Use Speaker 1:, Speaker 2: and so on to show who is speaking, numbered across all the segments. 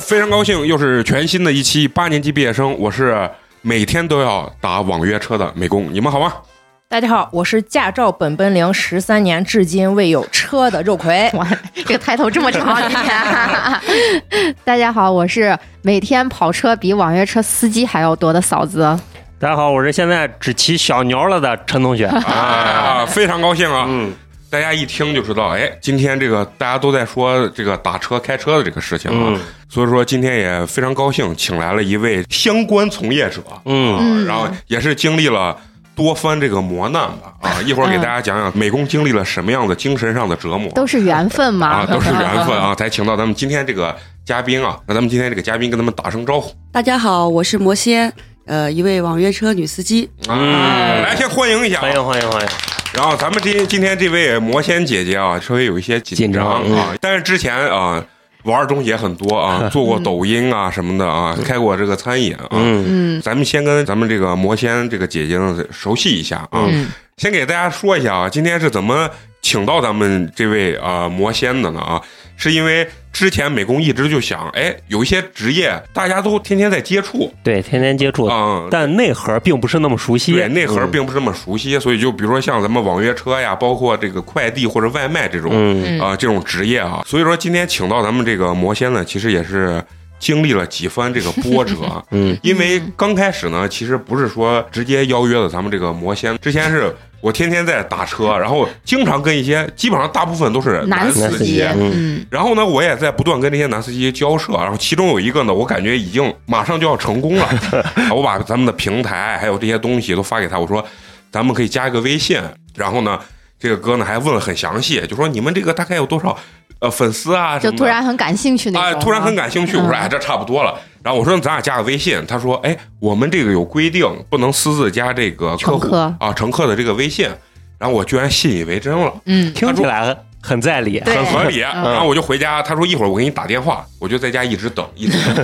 Speaker 1: 非常高兴，又是全新的一期八年级毕业生，我是每天都要打网约车的美工，你们好吗？
Speaker 2: 大家好，我是驾照本本龄十三年，至今未有车的肉葵。
Speaker 3: 我这个抬头这么长，今天 大家好，我是每天跑车比网约车司机还要多的嫂子。
Speaker 4: 大家好，我是现在只骑小牛了的陈同学。
Speaker 1: 啊，非常高兴啊！
Speaker 4: 嗯，
Speaker 1: 大家一听就知道，哎，今天这个大家都在说这个打车、开车的这个事情啊，
Speaker 4: 嗯
Speaker 1: 所以说今天也非常高兴，请来了一位相关从业者，
Speaker 4: 嗯
Speaker 1: 啊，然后也是经历了。多番这个磨难吧，啊，一会儿给大家讲讲美工经历了什么样的精神上的折磨，
Speaker 3: 都是缘分嘛。
Speaker 1: 啊，都是缘分啊， 才请到咱们今天这个嘉宾啊。那咱们今天这个嘉宾跟他们打声招呼，
Speaker 5: 大家好，我是魔仙，呃，一位网约车女司机。
Speaker 4: 嗯
Speaker 1: 来先欢迎一下啊。
Speaker 4: 欢迎欢迎欢迎。
Speaker 1: 然后咱们今今天这位魔仙姐姐啊，稍微有一些紧张
Speaker 4: 紧张
Speaker 1: 啊，但是之前啊。玩儿东西也很多啊，做过抖音啊什么的啊，开过这个餐饮啊。
Speaker 4: 嗯，
Speaker 3: 嗯，
Speaker 1: 咱们先跟咱们这个魔仙这个姐姐呢熟悉一下啊，
Speaker 2: 嗯
Speaker 1: 先给大家说一下啊，今天是怎么请到咱们这位啊、呃魔仙的呢啊？是因为之前美工一直就想，哎，有一些职业大家都天天在接触，
Speaker 4: 对，天天接触，
Speaker 1: 嗯，
Speaker 4: 但内核并不是那么熟悉。
Speaker 1: 对，内核
Speaker 4: 嗯
Speaker 1: 并不是那么熟悉，所以就比如说像咱们网约车呀，包括这个快递或者外卖这种啊、
Speaker 4: 嗯
Speaker 2: 嗯
Speaker 1: 这种职业啊，所以说今天请到咱们这个魔仙呢，其实也是经历了几番这个波折。啊
Speaker 4: 嗯
Speaker 1: 因为刚开始呢，其实不是说直接邀约的咱们这个魔仙，之前是我天天在打车，然后经常跟一些基本上大部分都是
Speaker 3: 男
Speaker 1: 司
Speaker 3: 司
Speaker 1: 机
Speaker 3: 机，
Speaker 4: 嗯
Speaker 3: 嗯，
Speaker 1: 然后呢，我也在不断跟这些男司机交涉，然后其中有一个呢，我感觉已经马上就要成功了， 啊我把咱们的平台还有这些东西都发给他，我说咱们可以加一个微信，然后呢，这个哥呢还问了很详细，就说你们这个大概有多少呃粉丝啊什
Speaker 3: 就
Speaker 1: 么的，
Speaker 3: 突然很感兴趣那种啊嗯
Speaker 1: 哎，
Speaker 3: 吗。
Speaker 1: 突然很感兴趣，我说哎，这差不多了。然后我说咱俩加个微信，他说哎，我们这个有规定，不能私自加这个客户
Speaker 3: 乘客
Speaker 1: 啊乘客的这个微信。然后我居然信以为真了，
Speaker 2: 嗯，
Speaker 4: 听起来很在理。
Speaker 3: 对嗯
Speaker 1: 很合理。然后我就回家，他说一会儿我给你打电话，我就在家一直等，一直等，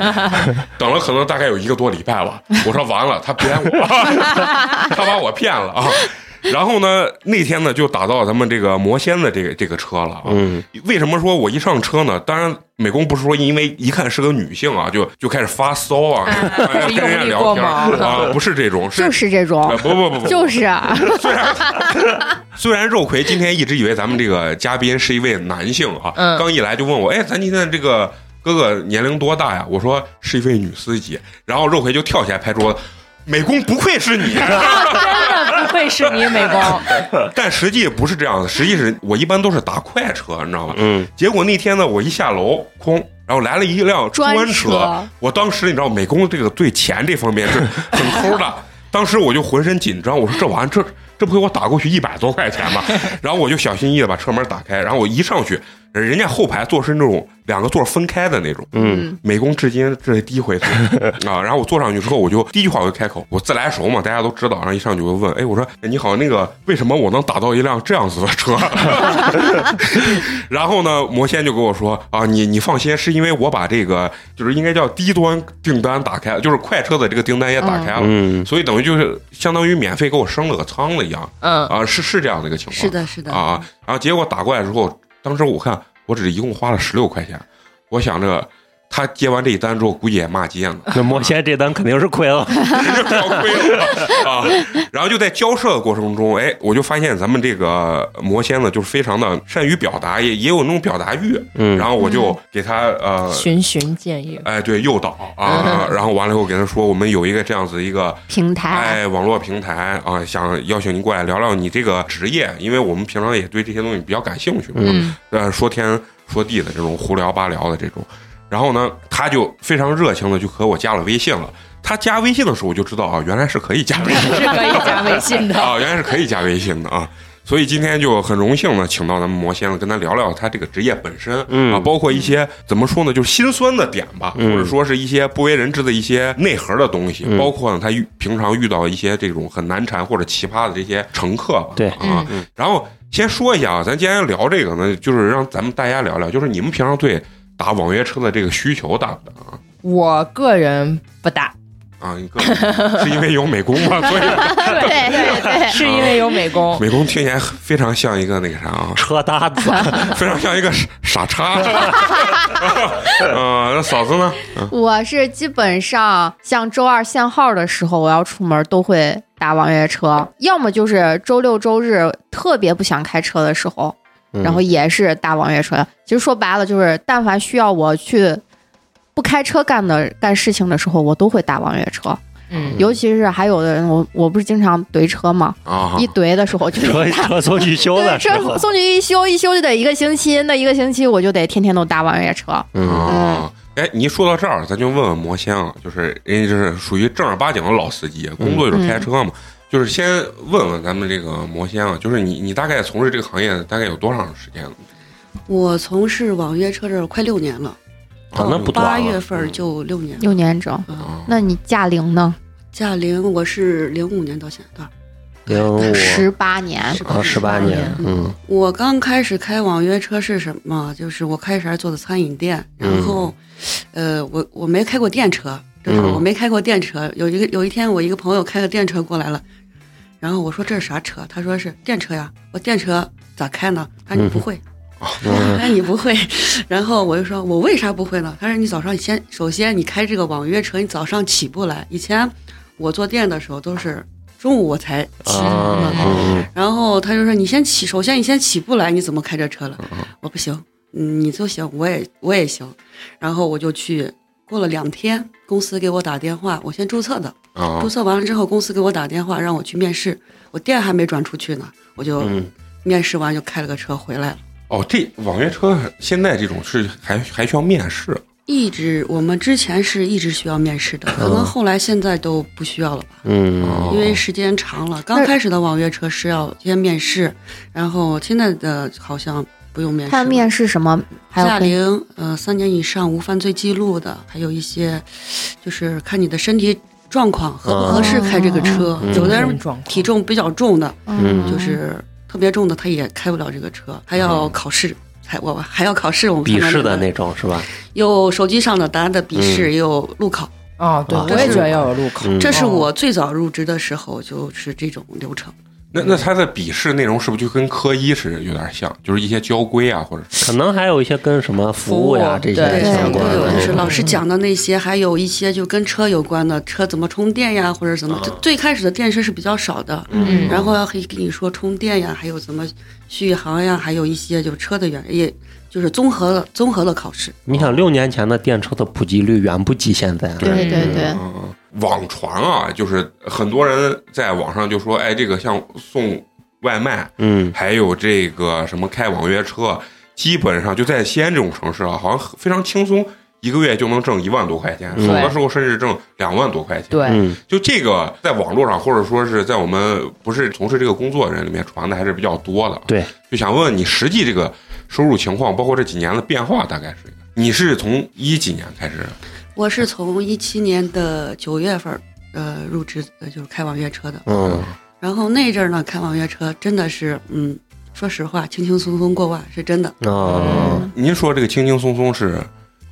Speaker 1: 等了可能大概有一个多礼拜了。我说完了， 他骗我，他把我骗了啊。然后呢，那天呢就打到咱们这个魔仙的这个这个车了啊。
Speaker 4: 嗯
Speaker 1: 为什么说我一上车呢？当然，美工不是说因为一看是个女性啊，就就开始发骚啊，
Speaker 3: 嗯
Speaker 1: 哎跟人家聊天
Speaker 2: 用力
Speaker 1: 啊，不是这种，是、
Speaker 3: 就是这
Speaker 1: 呃
Speaker 3: 种，
Speaker 1: 不不不不，
Speaker 3: 就是啊
Speaker 1: 虽然虽然肉葵今天一直以为咱们这个嘉宾是一位男性啊，
Speaker 2: 嗯
Speaker 1: 刚一来就问我，哎，咱今天这个哥哥年龄多大呀？我说是一位女司机，然后肉葵就跳起来拍桌子。美工不愧是你，
Speaker 2: 真的不愧是你，美工。
Speaker 1: 但实际不是这样的，实际是我一般都是打快车，你知道吗？
Speaker 4: 嗯，
Speaker 1: 结果那天呢，我一下楼空，然后来了一辆专
Speaker 3: 专车
Speaker 1: 我当时你知道，美工这个对钱这方面是很抠的，当时我就浑身紧张，我说这玩意儿这这不给我打过去一百多块钱吗？然后我就小心翼翼的把车门打开，然后我一上去，人家后排座是那种两个座分开的那种，
Speaker 4: 嗯，
Speaker 1: 美工至今这是第一回坐啊。然后我坐上去之后，我就第一句话我就开口，我自来熟嘛，大家都知道。然后一上去我就问，哎，我说哎你好，那个为什么我能打到一辆这样子的车？然后呢，魔仙就跟我说啊，你你放心，是因为我把这个就是应该叫低端订单打开了，就是快车的这个订单也打开了，
Speaker 4: 嗯
Speaker 1: 所以等于就是相当于免费给我升了个舱了一样
Speaker 2: 嗯，
Speaker 1: 啊，是是这样的一个情况。
Speaker 5: 是的，是的，
Speaker 1: 啊，然后结果打过来之后，当时我看我只一共花了十六块钱，我想着他接完这一单之后，估计也骂街呢，
Speaker 4: 那魔仙这单肯定是亏了。
Speaker 1: 这要亏了 啊。然后就在交涉的过程中，哎，我就发现咱们这个魔仙呢，就是非常的善于表达，也也有那种表达欲。
Speaker 4: 嗯
Speaker 1: 然后我就给他呃。
Speaker 2: 循循渐进。
Speaker 1: 哎，对，诱导啊，然后完了以后给他说，我们有一个这样子一个
Speaker 3: 平台，
Speaker 1: 哎，网络平台啊，想邀请您过来聊聊你这个职业，因为我们平常也对这些东西比较感兴趣嘛。
Speaker 2: 嗯
Speaker 1: 呃，说天说地的这种胡聊八聊的这种。然后呢，他就非常热情的就和我加了微信了。他加微信的时候，我就知道啊，原来是可以加微信
Speaker 2: 是可以加微 信的。
Speaker 1: 啊，原来是可以加微信的啊。所以今天就很荣幸呢，请到咱们魔仙了，跟他聊聊他这个职业本身、
Speaker 4: 嗯
Speaker 1: 啊，包括一些怎么说呢，就是心酸的点吧，
Speaker 4: 嗯
Speaker 1: 或者说是一些不为人知的一些内核的东西，
Speaker 4: 嗯
Speaker 1: 包括呢他遇平常遇到一些这种很难缠或者奇葩的这些乘客吧，
Speaker 4: 对
Speaker 1: 啊，
Speaker 4: 嗯
Speaker 1: 然后先说一下啊，咱今天聊这个呢，就是让咱们大家聊聊，就是你们平常对打网约车的这个需求大不大啊？
Speaker 2: 我个人不大，
Speaker 1: 啊，你各种是因为有美工 吗？所以
Speaker 3: 对对对，
Speaker 2: 是因为有美工。
Speaker 1: 美工听起来非常像一个那个啥 啊，
Speaker 4: 车搭子，
Speaker 1: 非常像一个傻傻叉。 嗯，那嫂子呢？
Speaker 3: 我是基本上像周二限号的时候，我要出门都会打网约车，要么就是周六周日特别不想开车的时候，
Speaker 4: 嗯
Speaker 3: 然后也是打网约车。其实说白了，就是但凡需要我去不开车干的干事情的时候，我都会打网约车。
Speaker 2: 嗯，
Speaker 3: 尤其是还有的人，我我不是经常怼车嘛，
Speaker 1: 啊，
Speaker 3: 一怼的时候 就是
Speaker 4: 车
Speaker 3: 打。
Speaker 4: 车送去修
Speaker 3: 对，
Speaker 4: 的时
Speaker 3: 这
Speaker 4: 候，
Speaker 3: 送去一修一修就得一个星期，那一个星期我就得天天都打网约车。
Speaker 4: 嗯，
Speaker 1: 啊，哎，你一说到这儿，咱就问问魔仙了，就是人家就是属于正儿八经的老司机，工作就是开车嘛。就是先问问咱们这个魔仙啊，就是你你大概从事这个行业大概有多长时间了？
Speaker 5: 我从事网约车这儿快六年了，
Speaker 4: 啊那不短
Speaker 5: 八
Speaker 4: 了
Speaker 5: 月份儿就六年了。
Speaker 3: 六年整，
Speaker 5: 啊，
Speaker 1: 啊
Speaker 3: 那你驾龄呢？
Speaker 5: 驾龄我是零五年到现在多少？
Speaker 4: 零五
Speaker 3: 十八年，
Speaker 4: 啊十八年，嗯
Speaker 5: 我刚开始开网约车是什么？就是我开始还做的餐饮店，
Speaker 4: 嗯
Speaker 5: 然后，呃，我我没开过电车，就是
Speaker 4: 嗯
Speaker 5: 我没开过电车。有一个有一天，我一个朋友开个电车过来了，然后我说这是啥车？他说是电车呀。我电车咋开呢？他说你不会。
Speaker 4: 嗯
Speaker 5: 哎，你不会，然后我就说，我为啥不会呢？他说你早上先，首先你开这个网约车，你早上起不来。以前我做店的时候都是中午我才起，
Speaker 4: 啊嗯
Speaker 5: 然后他就说你先起，首先你先起不来，你怎么开这车了？我不行，嗯你就行，我也我也行。然后我就去，过了两天，公司给我打电话，我先注册的，
Speaker 1: 啊
Speaker 5: 注册完了之后，公司给我打电话让我去面试，我店还没转出去呢，我就
Speaker 4: 嗯
Speaker 5: 面试完就开了个车回来了。
Speaker 1: 哦，这网约车现在这种是还还需要面试
Speaker 5: 一直我们之前是一直需要面试的，可能后来现在都不需要了吧，
Speaker 4: 嗯
Speaker 1: 哦
Speaker 5: 因为时间长了。刚开始的网约车是要先面试，然后现在的好像不用面试
Speaker 3: 他
Speaker 5: 了。
Speaker 3: 要面试什么？还有
Speaker 5: 驾
Speaker 3: 跟
Speaker 5: 龄呃三年以上无犯罪记录的，还有一些就是看你的身体状况合不合适开这个车，
Speaker 4: 嗯
Speaker 5: 有的
Speaker 2: 嗯
Speaker 5: 人体重比较重的，
Speaker 4: 嗯嗯
Speaker 5: 就是特别重的他也开不了这个车，还要考试。还我还要考试，我们才
Speaker 4: 笔
Speaker 5: 能
Speaker 4: 试的
Speaker 5: 领
Speaker 4: 那种是吧？
Speaker 5: 有手机上的答案的笔试，也有路考，
Speaker 2: 哦，对，
Speaker 4: 啊
Speaker 2: 我也觉得要有路口。
Speaker 4: 嗯
Speaker 5: 这是我最早入职的时候就是这种流程。
Speaker 1: 那那他的笔试内容是不是就跟科一是有点像，就是一些交规啊，或者是
Speaker 4: 可能还有一些跟什么服务呀
Speaker 2: 服务
Speaker 4: 这
Speaker 2: 对
Speaker 4: 些
Speaker 5: 都
Speaker 4: 相关
Speaker 5: 有，
Speaker 4: 的，
Speaker 5: 就是
Speaker 4: 嗯
Speaker 5: 老师讲的那些，还有一些就跟车有关的，车怎么充电呀，或者怎么。
Speaker 4: 哦
Speaker 5: 就最开始的电车是比较少的，
Speaker 2: 嗯
Speaker 5: 然后要可以跟你说充电呀，还有怎么续航呀，还有一些就是车的原因，也就是综合的综合的考试。
Speaker 4: 你想六年前的电车的普及率远不及现在，啊
Speaker 3: 对对对，
Speaker 1: 嗯，网传啊，就是很多人在网上就说，哎，这个像送外卖，
Speaker 4: 嗯
Speaker 1: 还有这个什么开网约车，基本上就在西安这种城市啊，好像非常轻松，一个月就能挣一万多块钱，
Speaker 4: 嗯
Speaker 1: 有的时候甚至挣两万多块钱。
Speaker 2: 对，
Speaker 4: 嗯
Speaker 1: 就这个在网络上，或者说是在我们不是从事这个工作的人里面传的还是比较多的。
Speaker 4: 对，
Speaker 1: 就想问问你实际这个收入情况，包括这几年的变化，大概是一个你是从一几年开始？
Speaker 5: 我是从一七年的九月份儿，呃，入职呃就是开网约车的，
Speaker 4: 嗯
Speaker 5: 然后那阵儿呢开网约车真的是，嗯，说实话，轻轻松松过万是真的。
Speaker 4: 哦，
Speaker 1: 您说这个轻轻松松是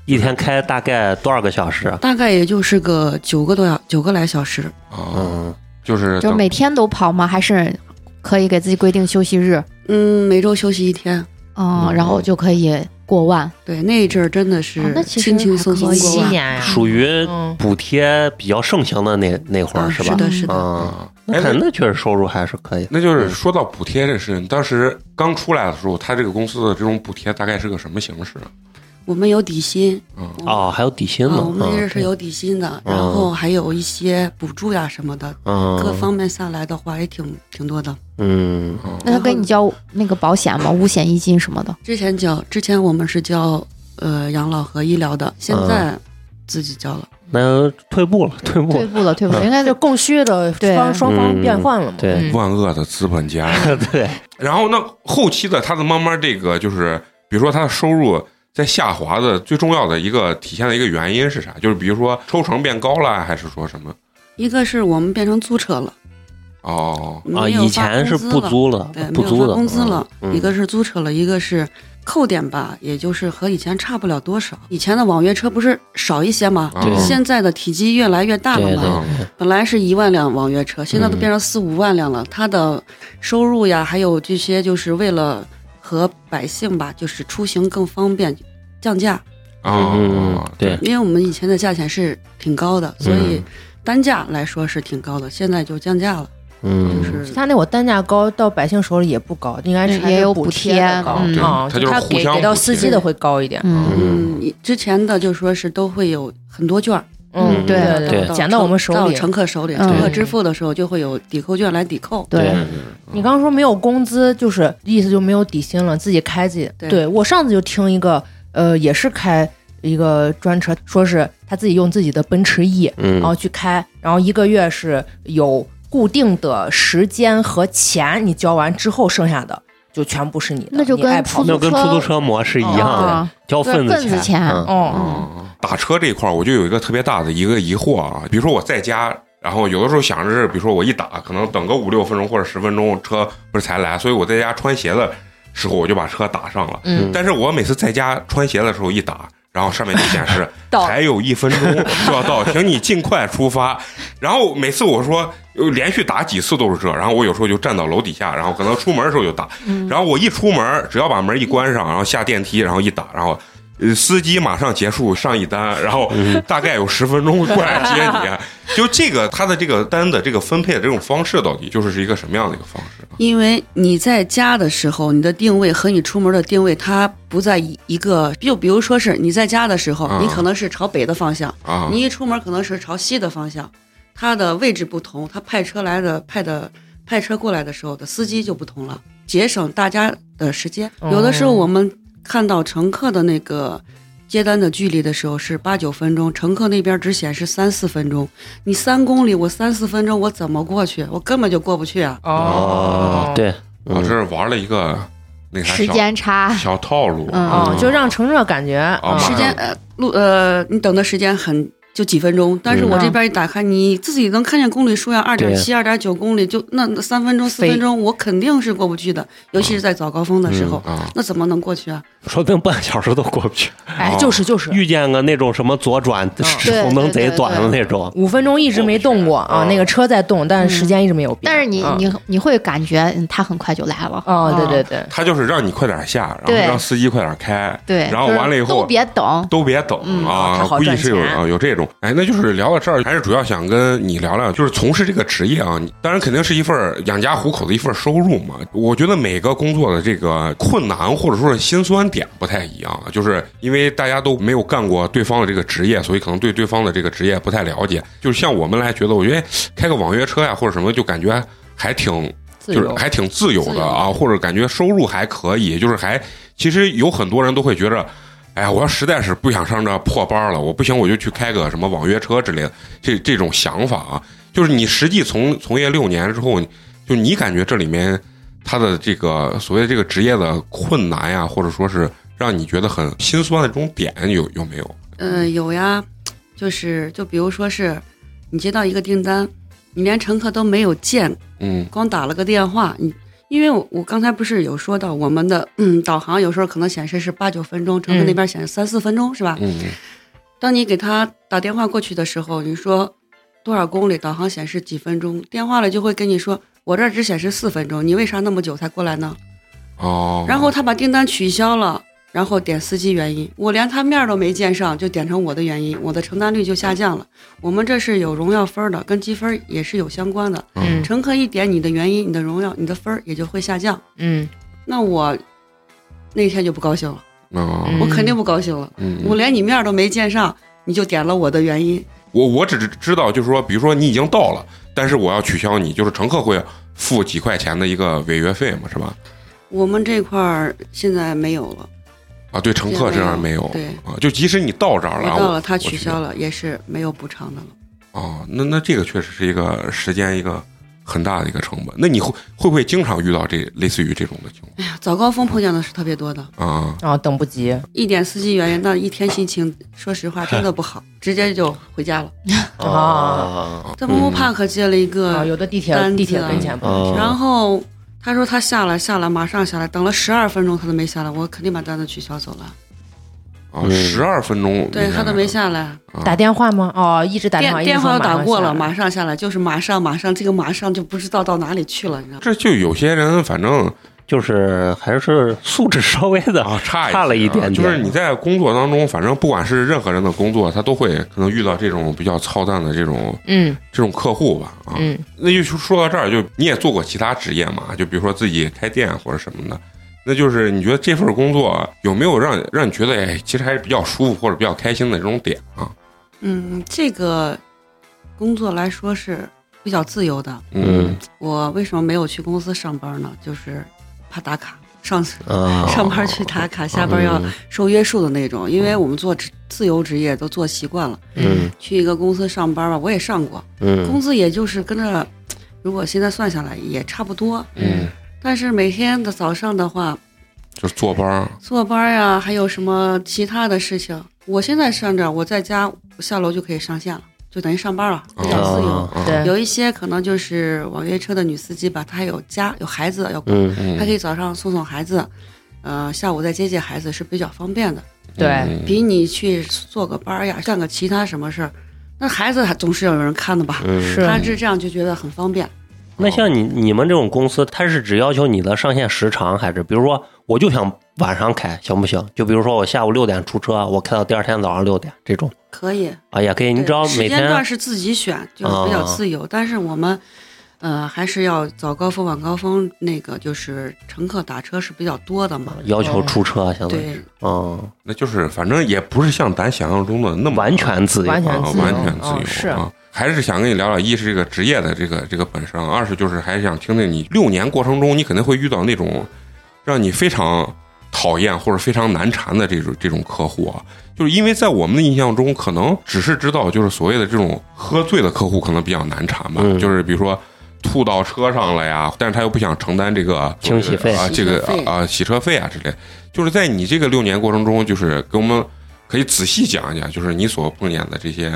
Speaker 4: 一天开大概多少个小时？啊
Speaker 5: 大概也就是个九个多小九个来小时，
Speaker 1: 啊，
Speaker 4: 嗯
Speaker 1: 就是
Speaker 3: 就是
Speaker 1: 等
Speaker 3: 每天都跑吗？还是可以给自己规定休息日？
Speaker 5: 嗯，每周休息一天。
Speaker 3: 嗯
Speaker 4: 嗯，
Speaker 3: 然后就可以过万。
Speaker 5: 对，那一阵儿真的
Speaker 3: 哦
Speaker 5: 是
Speaker 3: 那其实
Speaker 5: 轻轻松松
Speaker 3: 还可以啊
Speaker 5: 过
Speaker 2: 七
Speaker 5: 完。
Speaker 2: 年呀，
Speaker 4: 属于
Speaker 2: 嗯
Speaker 4: 补贴比较盛行的那那会儿
Speaker 5: 嗯
Speaker 4: 是
Speaker 5: 是
Speaker 4: 吧？
Speaker 5: 的，是的。
Speaker 4: 嗯，
Speaker 1: 啊，
Speaker 4: 那
Speaker 1: 哎，
Speaker 4: 肯
Speaker 1: 那
Speaker 4: 那确实收入还是可以。
Speaker 1: 那就是说到补贴这事，你当时刚出来的时候，他这个公司的这种补贴大概是个什么形式？啊
Speaker 5: 我们有底薪
Speaker 1: 嗯
Speaker 4: 哦，还有底薪
Speaker 5: 啊，
Speaker 4: 呢，
Speaker 5: 我们那阵儿
Speaker 4: 嗯
Speaker 5: 是有底薪的，
Speaker 4: 嗯
Speaker 5: 然后还有一些补助呀什么的，各
Speaker 4: 嗯
Speaker 5: 方面下来的话也挺挺多的。
Speaker 4: 嗯
Speaker 3: 那他
Speaker 5: 然后
Speaker 3: 跟你交那个保险吗？五险一金什么的？
Speaker 5: 之前交，之前我们是交呃养老和医疗的，现
Speaker 4: 嗯
Speaker 5: 在自己交了。
Speaker 4: 那退步了，退步
Speaker 3: 退
Speaker 4: 了。
Speaker 3: 步了，退步了，
Speaker 4: 嗯
Speaker 3: 应该
Speaker 2: 就
Speaker 3: 就
Speaker 2: 供需的
Speaker 3: 对
Speaker 2: 方双方变换了嘛。
Speaker 4: 嗯对
Speaker 2: 嗯
Speaker 1: 万恶的资本家。
Speaker 4: 对，
Speaker 1: 然后那后期的他的慢慢这个就是，比如说他的收入在下滑的最重要的一个体现的一个原因是啥？就是比如说抽成变高了，还是说什么？
Speaker 5: 一个是我们变成租车了，
Speaker 1: 哦，
Speaker 5: 没
Speaker 4: 啊，
Speaker 5: 有
Speaker 4: 以
Speaker 5: 发
Speaker 4: 前是
Speaker 5: 工
Speaker 4: 不
Speaker 5: 资了
Speaker 4: 租了
Speaker 5: 对，，
Speaker 4: 不
Speaker 5: 没有
Speaker 4: 租
Speaker 5: 发
Speaker 4: 的，
Speaker 5: 工资了，
Speaker 4: 嗯
Speaker 5: 一个是租车了，一个是扣点吧，也就是和以前差不了多少。以前的网约车不是少一些吗？
Speaker 1: 对
Speaker 5: 现在的体积越来越大
Speaker 4: 嗯
Speaker 5: 了
Speaker 4: 对嗯
Speaker 5: 嘛，
Speaker 4: 对，
Speaker 5: 本来是一万辆网约车，现在都变成四五万辆了。它的收入呀，还有这些，就是为了和百姓吧，就是出行更方便，降价。
Speaker 1: 啊，
Speaker 4: 嗯嗯对，嗯
Speaker 5: 因为我们以前的价钱是挺高的，所以单价来说是挺高的，现在就降价了，就
Speaker 4: 嗯，
Speaker 5: 是
Speaker 2: 他那我单价高到百姓手里也不高，应该是
Speaker 3: 嗯
Speaker 2: 还
Speaker 3: 也有
Speaker 2: 补
Speaker 3: 补贴
Speaker 2: 的高
Speaker 3: 嗯
Speaker 2: 啊，
Speaker 1: 对它就是互
Speaker 2: 给
Speaker 1: 相
Speaker 2: 给到
Speaker 1: 补
Speaker 2: 司
Speaker 1: 贴
Speaker 2: 机的会高一点。
Speaker 3: 嗯，
Speaker 5: 嗯，之前的就说是都会有很多券儿，
Speaker 4: 嗯
Speaker 2: 对
Speaker 3: 对
Speaker 4: 对
Speaker 2: 捡到我们手
Speaker 5: 到
Speaker 2: 里。
Speaker 5: 乘客手里，
Speaker 3: 嗯
Speaker 5: 乘客支付的时候就会有抵扣券来抵扣。
Speaker 3: 对，
Speaker 2: 你刚刚说没有工资，就是意思就没有底薪了，自己开自己。
Speaker 5: 对
Speaker 2: 我上次就听一个，呃，也是开一个专车，说是他自己用自己的奔驰 E，然后
Speaker 5: 哦
Speaker 4: 嗯，
Speaker 2: 去开，然后一个月是有固定的时间和钱，你交完之后剩下的就全部是你的，
Speaker 3: 那就
Speaker 2: 你
Speaker 3: 跟
Speaker 2: 爱跑
Speaker 3: 出租
Speaker 4: 那跟出租车模式一
Speaker 5: 哦
Speaker 4: 样的，
Speaker 3: 啊，
Speaker 4: 交份子
Speaker 3: 对份子钱
Speaker 4: 嗯
Speaker 2: 哦，
Speaker 1: 打车这一块儿，我就有一个特别大的一个疑惑啊。比如说我在家，然后有的时候想着是，比如说我一打，可能等个五六分钟或者十分钟，车不是才来，所以我在家穿鞋的时候，我就把车打上了。
Speaker 2: 嗯
Speaker 1: 但是我每次在家穿鞋的时候一打，然后上面就显示
Speaker 3: 到
Speaker 1: 还有一分钟就要到，请你尽快出发。然后每次我说有连续打几次都是这，然后我有时候就站到楼底下，然后可能出门的时候就打，然后我一出门，只要把门一关上，然后下电梯，然后一打，然后。呃，司机马上结束上一单，然后大概有十分钟过来接你。啊就这个，他的这个单的这个分配的这种方式，到底就是是一个什么样的一个方式？
Speaker 5: 因为你在家的时候，你的定位和你出门的定位它不在一一个，就比如说是你在家的时候，
Speaker 1: 啊
Speaker 5: 你可能是朝北的方向，
Speaker 1: 啊，
Speaker 5: 你一出门可能是朝西的方向，它的位置不同，它派车来的派的派车过来的时候的司机就不同了，节省大家的时间。
Speaker 2: 哦
Speaker 5: 有的时候我们看到乘客的那个。接单的距离的时候是八九分钟，乘客那边只显示三四分钟。你三公里，我三四分钟，我怎么过去？我根本就过不去啊！
Speaker 4: 哦，，对，
Speaker 1: 我
Speaker 4: 嗯
Speaker 1: 啊这是玩了一个那个啥
Speaker 3: 时
Speaker 1: 小
Speaker 3: 间差，
Speaker 1: 小套路啊
Speaker 3: 嗯
Speaker 2: 哦，就让乘客感觉啊
Speaker 1: 马上
Speaker 5: 时间呃路呃，你等的时间很就几分钟，但是我
Speaker 2: 嗯
Speaker 5: 这边一打开，你自己能看见公里数呀，二点七、二点九公里，就那那三分钟、四
Speaker 2: 飞
Speaker 5: 分钟，我肯定是过不去的，尤其是在早高峰的时
Speaker 2: 嗯
Speaker 5: 候，
Speaker 1: 啊，
Speaker 5: 那怎么能过去啊？
Speaker 4: 说不定半小时都过不去。
Speaker 2: 哎，就是就是。
Speaker 4: 遇见个那种什么左转
Speaker 3: 对
Speaker 4: 红灯贼短的那种，
Speaker 2: 五分钟一直没动过
Speaker 4: 哦
Speaker 2: 啊，
Speaker 1: 嗯
Speaker 2: 那个车在动，但是时间一直没有变。
Speaker 3: 但是你
Speaker 2: 嗯
Speaker 3: 你你会感觉嗯他很快就来了，
Speaker 2: 哦，对
Speaker 3: 嗯
Speaker 2: 对对，
Speaker 1: 他就是让你快点下，然后
Speaker 3: 对
Speaker 1: 让司机快点开，
Speaker 3: 对，
Speaker 1: 然后
Speaker 3: 就是
Speaker 1: 完了以后
Speaker 3: 都别等，
Speaker 1: 都别等
Speaker 3: 嗯
Speaker 1: 啊
Speaker 2: 哦他，好
Speaker 1: 估计
Speaker 2: 赚
Speaker 1: 是有
Speaker 2: 钱
Speaker 1: 啊有这种。哎，那就是聊到这儿，还是主要想跟你聊聊，就是从事这个职业啊，你当然肯定是一份儿养家糊口的一份儿收入嘛。我觉得每个工作的这个困难或者说是辛酸点不太一样，啊就是因为大家都没有干过对方的这个职业，所以可能对对方的这个职业不太了解。就是像我们来觉得，我觉得哎开个网约车呀、或者什么，就感觉还挺
Speaker 2: 自
Speaker 1: 就
Speaker 2: 由
Speaker 1: 是还挺自由
Speaker 5: 自
Speaker 1: 的
Speaker 5: 由
Speaker 1: 啊，或者感觉收入还可以，就是还其实有很多人都会觉着，哎呀，我要实在是不想上这破班了，我不行我就去开个什么网约车之类的，这这种想法啊，就是你实际从从业六年之后，就你感觉这里面他的这个所谓这个职业的困难呀，或者说是让你觉得很心酸的这种点有有没有？
Speaker 5: 嗯、有呀，就是就比如说是你接到一个订单，你连乘客都没有见，
Speaker 1: 嗯
Speaker 5: 光打了个电话，你。因为我我刚才不是有说到我们的嗯导航有时候可能显示是八九分钟，乘客
Speaker 2: 嗯
Speaker 5: 那边显示三四分钟、是吧？
Speaker 1: 嗯
Speaker 5: 当你给他打电话过去的时候，你说多少公里，导航显示几分钟，电话里就会跟你说，我这儿只显示四分钟，你为啥那么久才过来呢？
Speaker 1: 哦，
Speaker 5: 然后他把订单取消了，然后点司机原因，我连他面儿都没见上，就点成我的原因，我的承担率就下降了。我们这是有荣耀分儿的，跟积分儿也是有相关的。
Speaker 2: 嗯
Speaker 5: 乘客一点你的原因，你的荣耀，你的分儿也就会下降。
Speaker 2: 嗯，
Speaker 5: 那我那天就不高兴了，
Speaker 1: 哦
Speaker 2: 嗯
Speaker 5: 我肯定不高兴了，
Speaker 1: 嗯，
Speaker 5: 我连你面儿都没见上，你就点了我的原因，
Speaker 1: 我我只知道，就是说，比如说你已经到了，但是我要取消你，就是乘客会付几块钱的一个违约费嘛，是吧？
Speaker 5: 我们这块儿现在没有了，
Speaker 1: 啊，对，乘客这样没有
Speaker 5: 对
Speaker 1: 啊，就即使你到这儿
Speaker 5: 我
Speaker 1: 了，
Speaker 5: 到了，他
Speaker 1: 我
Speaker 5: 取消了，也是没有补偿的了。
Speaker 1: 哦，那那这个确实是一个时间一个很大的一个成本。那你会会不会经常遇到这类似于这种的情
Speaker 5: 哎呀，早高峰碰见的是特别多的，
Speaker 1: 况啊？
Speaker 2: 啊，等不及，
Speaker 5: 一点司机原因，那一天心情，说实话真的不好，直接就回家了。
Speaker 2: 啊
Speaker 4: 啊，
Speaker 1: 嗯
Speaker 5: 在 Momo Park 接了一个，
Speaker 2: 啊，有的地铁
Speaker 5: 单子
Speaker 4: 哦
Speaker 2: 地铁
Speaker 5: 啊
Speaker 2: 跟前不
Speaker 4: 嗯
Speaker 5: 然后他说他下来下来，马上下来，等了十二分钟他都没下来，我肯定把单子取消走了。
Speaker 1: 啊，
Speaker 4: 嗯
Speaker 1: 十二分钟，
Speaker 5: 对他都没。下来，
Speaker 1: 啊
Speaker 2: 打电话吗？哦，一直打电
Speaker 5: 电
Speaker 2: 话，
Speaker 5: 电话
Speaker 2: 话
Speaker 5: 都打过了，
Speaker 2: 嘛。
Speaker 5: 马上下来，就是马上马上，这个马上就不知道到哪里去了，你知道吗？
Speaker 1: 这就有些人反正
Speaker 4: 就是还是素质稍微的
Speaker 1: 啊差
Speaker 4: 差了
Speaker 1: 一
Speaker 4: 一
Speaker 1: 些啊
Speaker 4: 点点
Speaker 1: 就是你在工作当中，反正不管是任何人的工作，他都会可能遇到这种比较操蛋的这种
Speaker 2: 嗯
Speaker 1: 这种客户吧啊。
Speaker 2: 嗯，
Speaker 1: 那就说到这儿，就你也做过其他职业嘛？就比如说自己开店或者什么的，那就是你觉得这份工作有没有让让你觉得哎，其实还是比较舒服或者比较开心的这种点啊？
Speaker 5: 嗯，这个工作来说是比较自由的。
Speaker 1: 嗯
Speaker 5: 我为什么没有去公司上班呢？就是怕打卡，上
Speaker 4: 啊，
Speaker 5: 上班去打卡，下班要
Speaker 4: 嗯
Speaker 5: 受约束的那种。因为我们做职自由职业都做习惯了，
Speaker 4: 嗯
Speaker 5: 去一个公司上班吧，我也上过，工
Speaker 4: 嗯
Speaker 5: 资也就是跟着，如果现在算下来也差不多。
Speaker 1: 嗯，
Speaker 5: 但是每天的早上的话，
Speaker 1: 就是坐班儿啊
Speaker 5: 坐班呀、还有什么其他的事情，我现在上这儿，我在家我下楼就可以上线了，就等于上班了，比较自由。
Speaker 4: 啊
Speaker 1: 啊。
Speaker 2: 对
Speaker 5: 有一些可能就是网约车的女司机吧，她还有家有孩子要，
Speaker 4: 嗯
Speaker 1: 嗯
Speaker 5: 她可以早上送送孩子，呃，下午再接接孩子是比较方便的，
Speaker 2: 对，
Speaker 1: 嗯
Speaker 5: 比你去做个班儿呀，干个其他什么事儿，那孩子还总是要有人看的吧？
Speaker 4: 嗯，
Speaker 2: 是
Speaker 5: 她是这样就觉得很方便。
Speaker 4: 那像你你们这种公司，它是只要求你的上线时长，还是比如说我就想晚上开，行不行？就比如说我下午六点出车，我开到第二天早上六点这种
Speaker 5: 可以，
Speaker 4: 啊，也可以。你
Speaker 5: 对
Speaker 4: 只要
Speaker 5: 时
Speaker 4: 每
Speaker 5: 间段
Speaker 4: 天啊
Speaker 5: 是自己选，就是比较自由。但是我们，呃，还是要早高峰、晚高峰，那个就是乘客打车是比较多的嘛。
Speaker 4: 要求出车，相当于
Speaker 5: 对，
Speaker 4: 嗯，
Speaker 1: 那就是反正也不是像咱想象中的那么
Speaker 4: 完全自由，
Speaker 2: 完全
Speaker 1: 啊
Speaker 2: 自由
Speaker 1: 完全自由、
Speaker 2: 嗯是
Speaker 1: 啊。还是想跟你聊聊，一是这个职业的这个这个本身，二是就是还想听听你六年过程中，你肯定会遇到那种让你非常讨厌或者非常难缠的这种这种客户啊，就是因为在我们的印象中，可能只是知道就是所谓的这种喝醉的客户可能比较难缠吧，
Speaker 4: 嗯
Speaker 1: 就是比如说。吐到车上了呀，但是他又不想承担这个
Speaker 4: 清洗费
Speaker 1: 啊，这个
Speaker 5: 洗车费
Speaker 1: 啊洗车费啊之类，就是在你这个六年过程中，就是给我们可以仔细讲一讲，就是你所碰见的这些，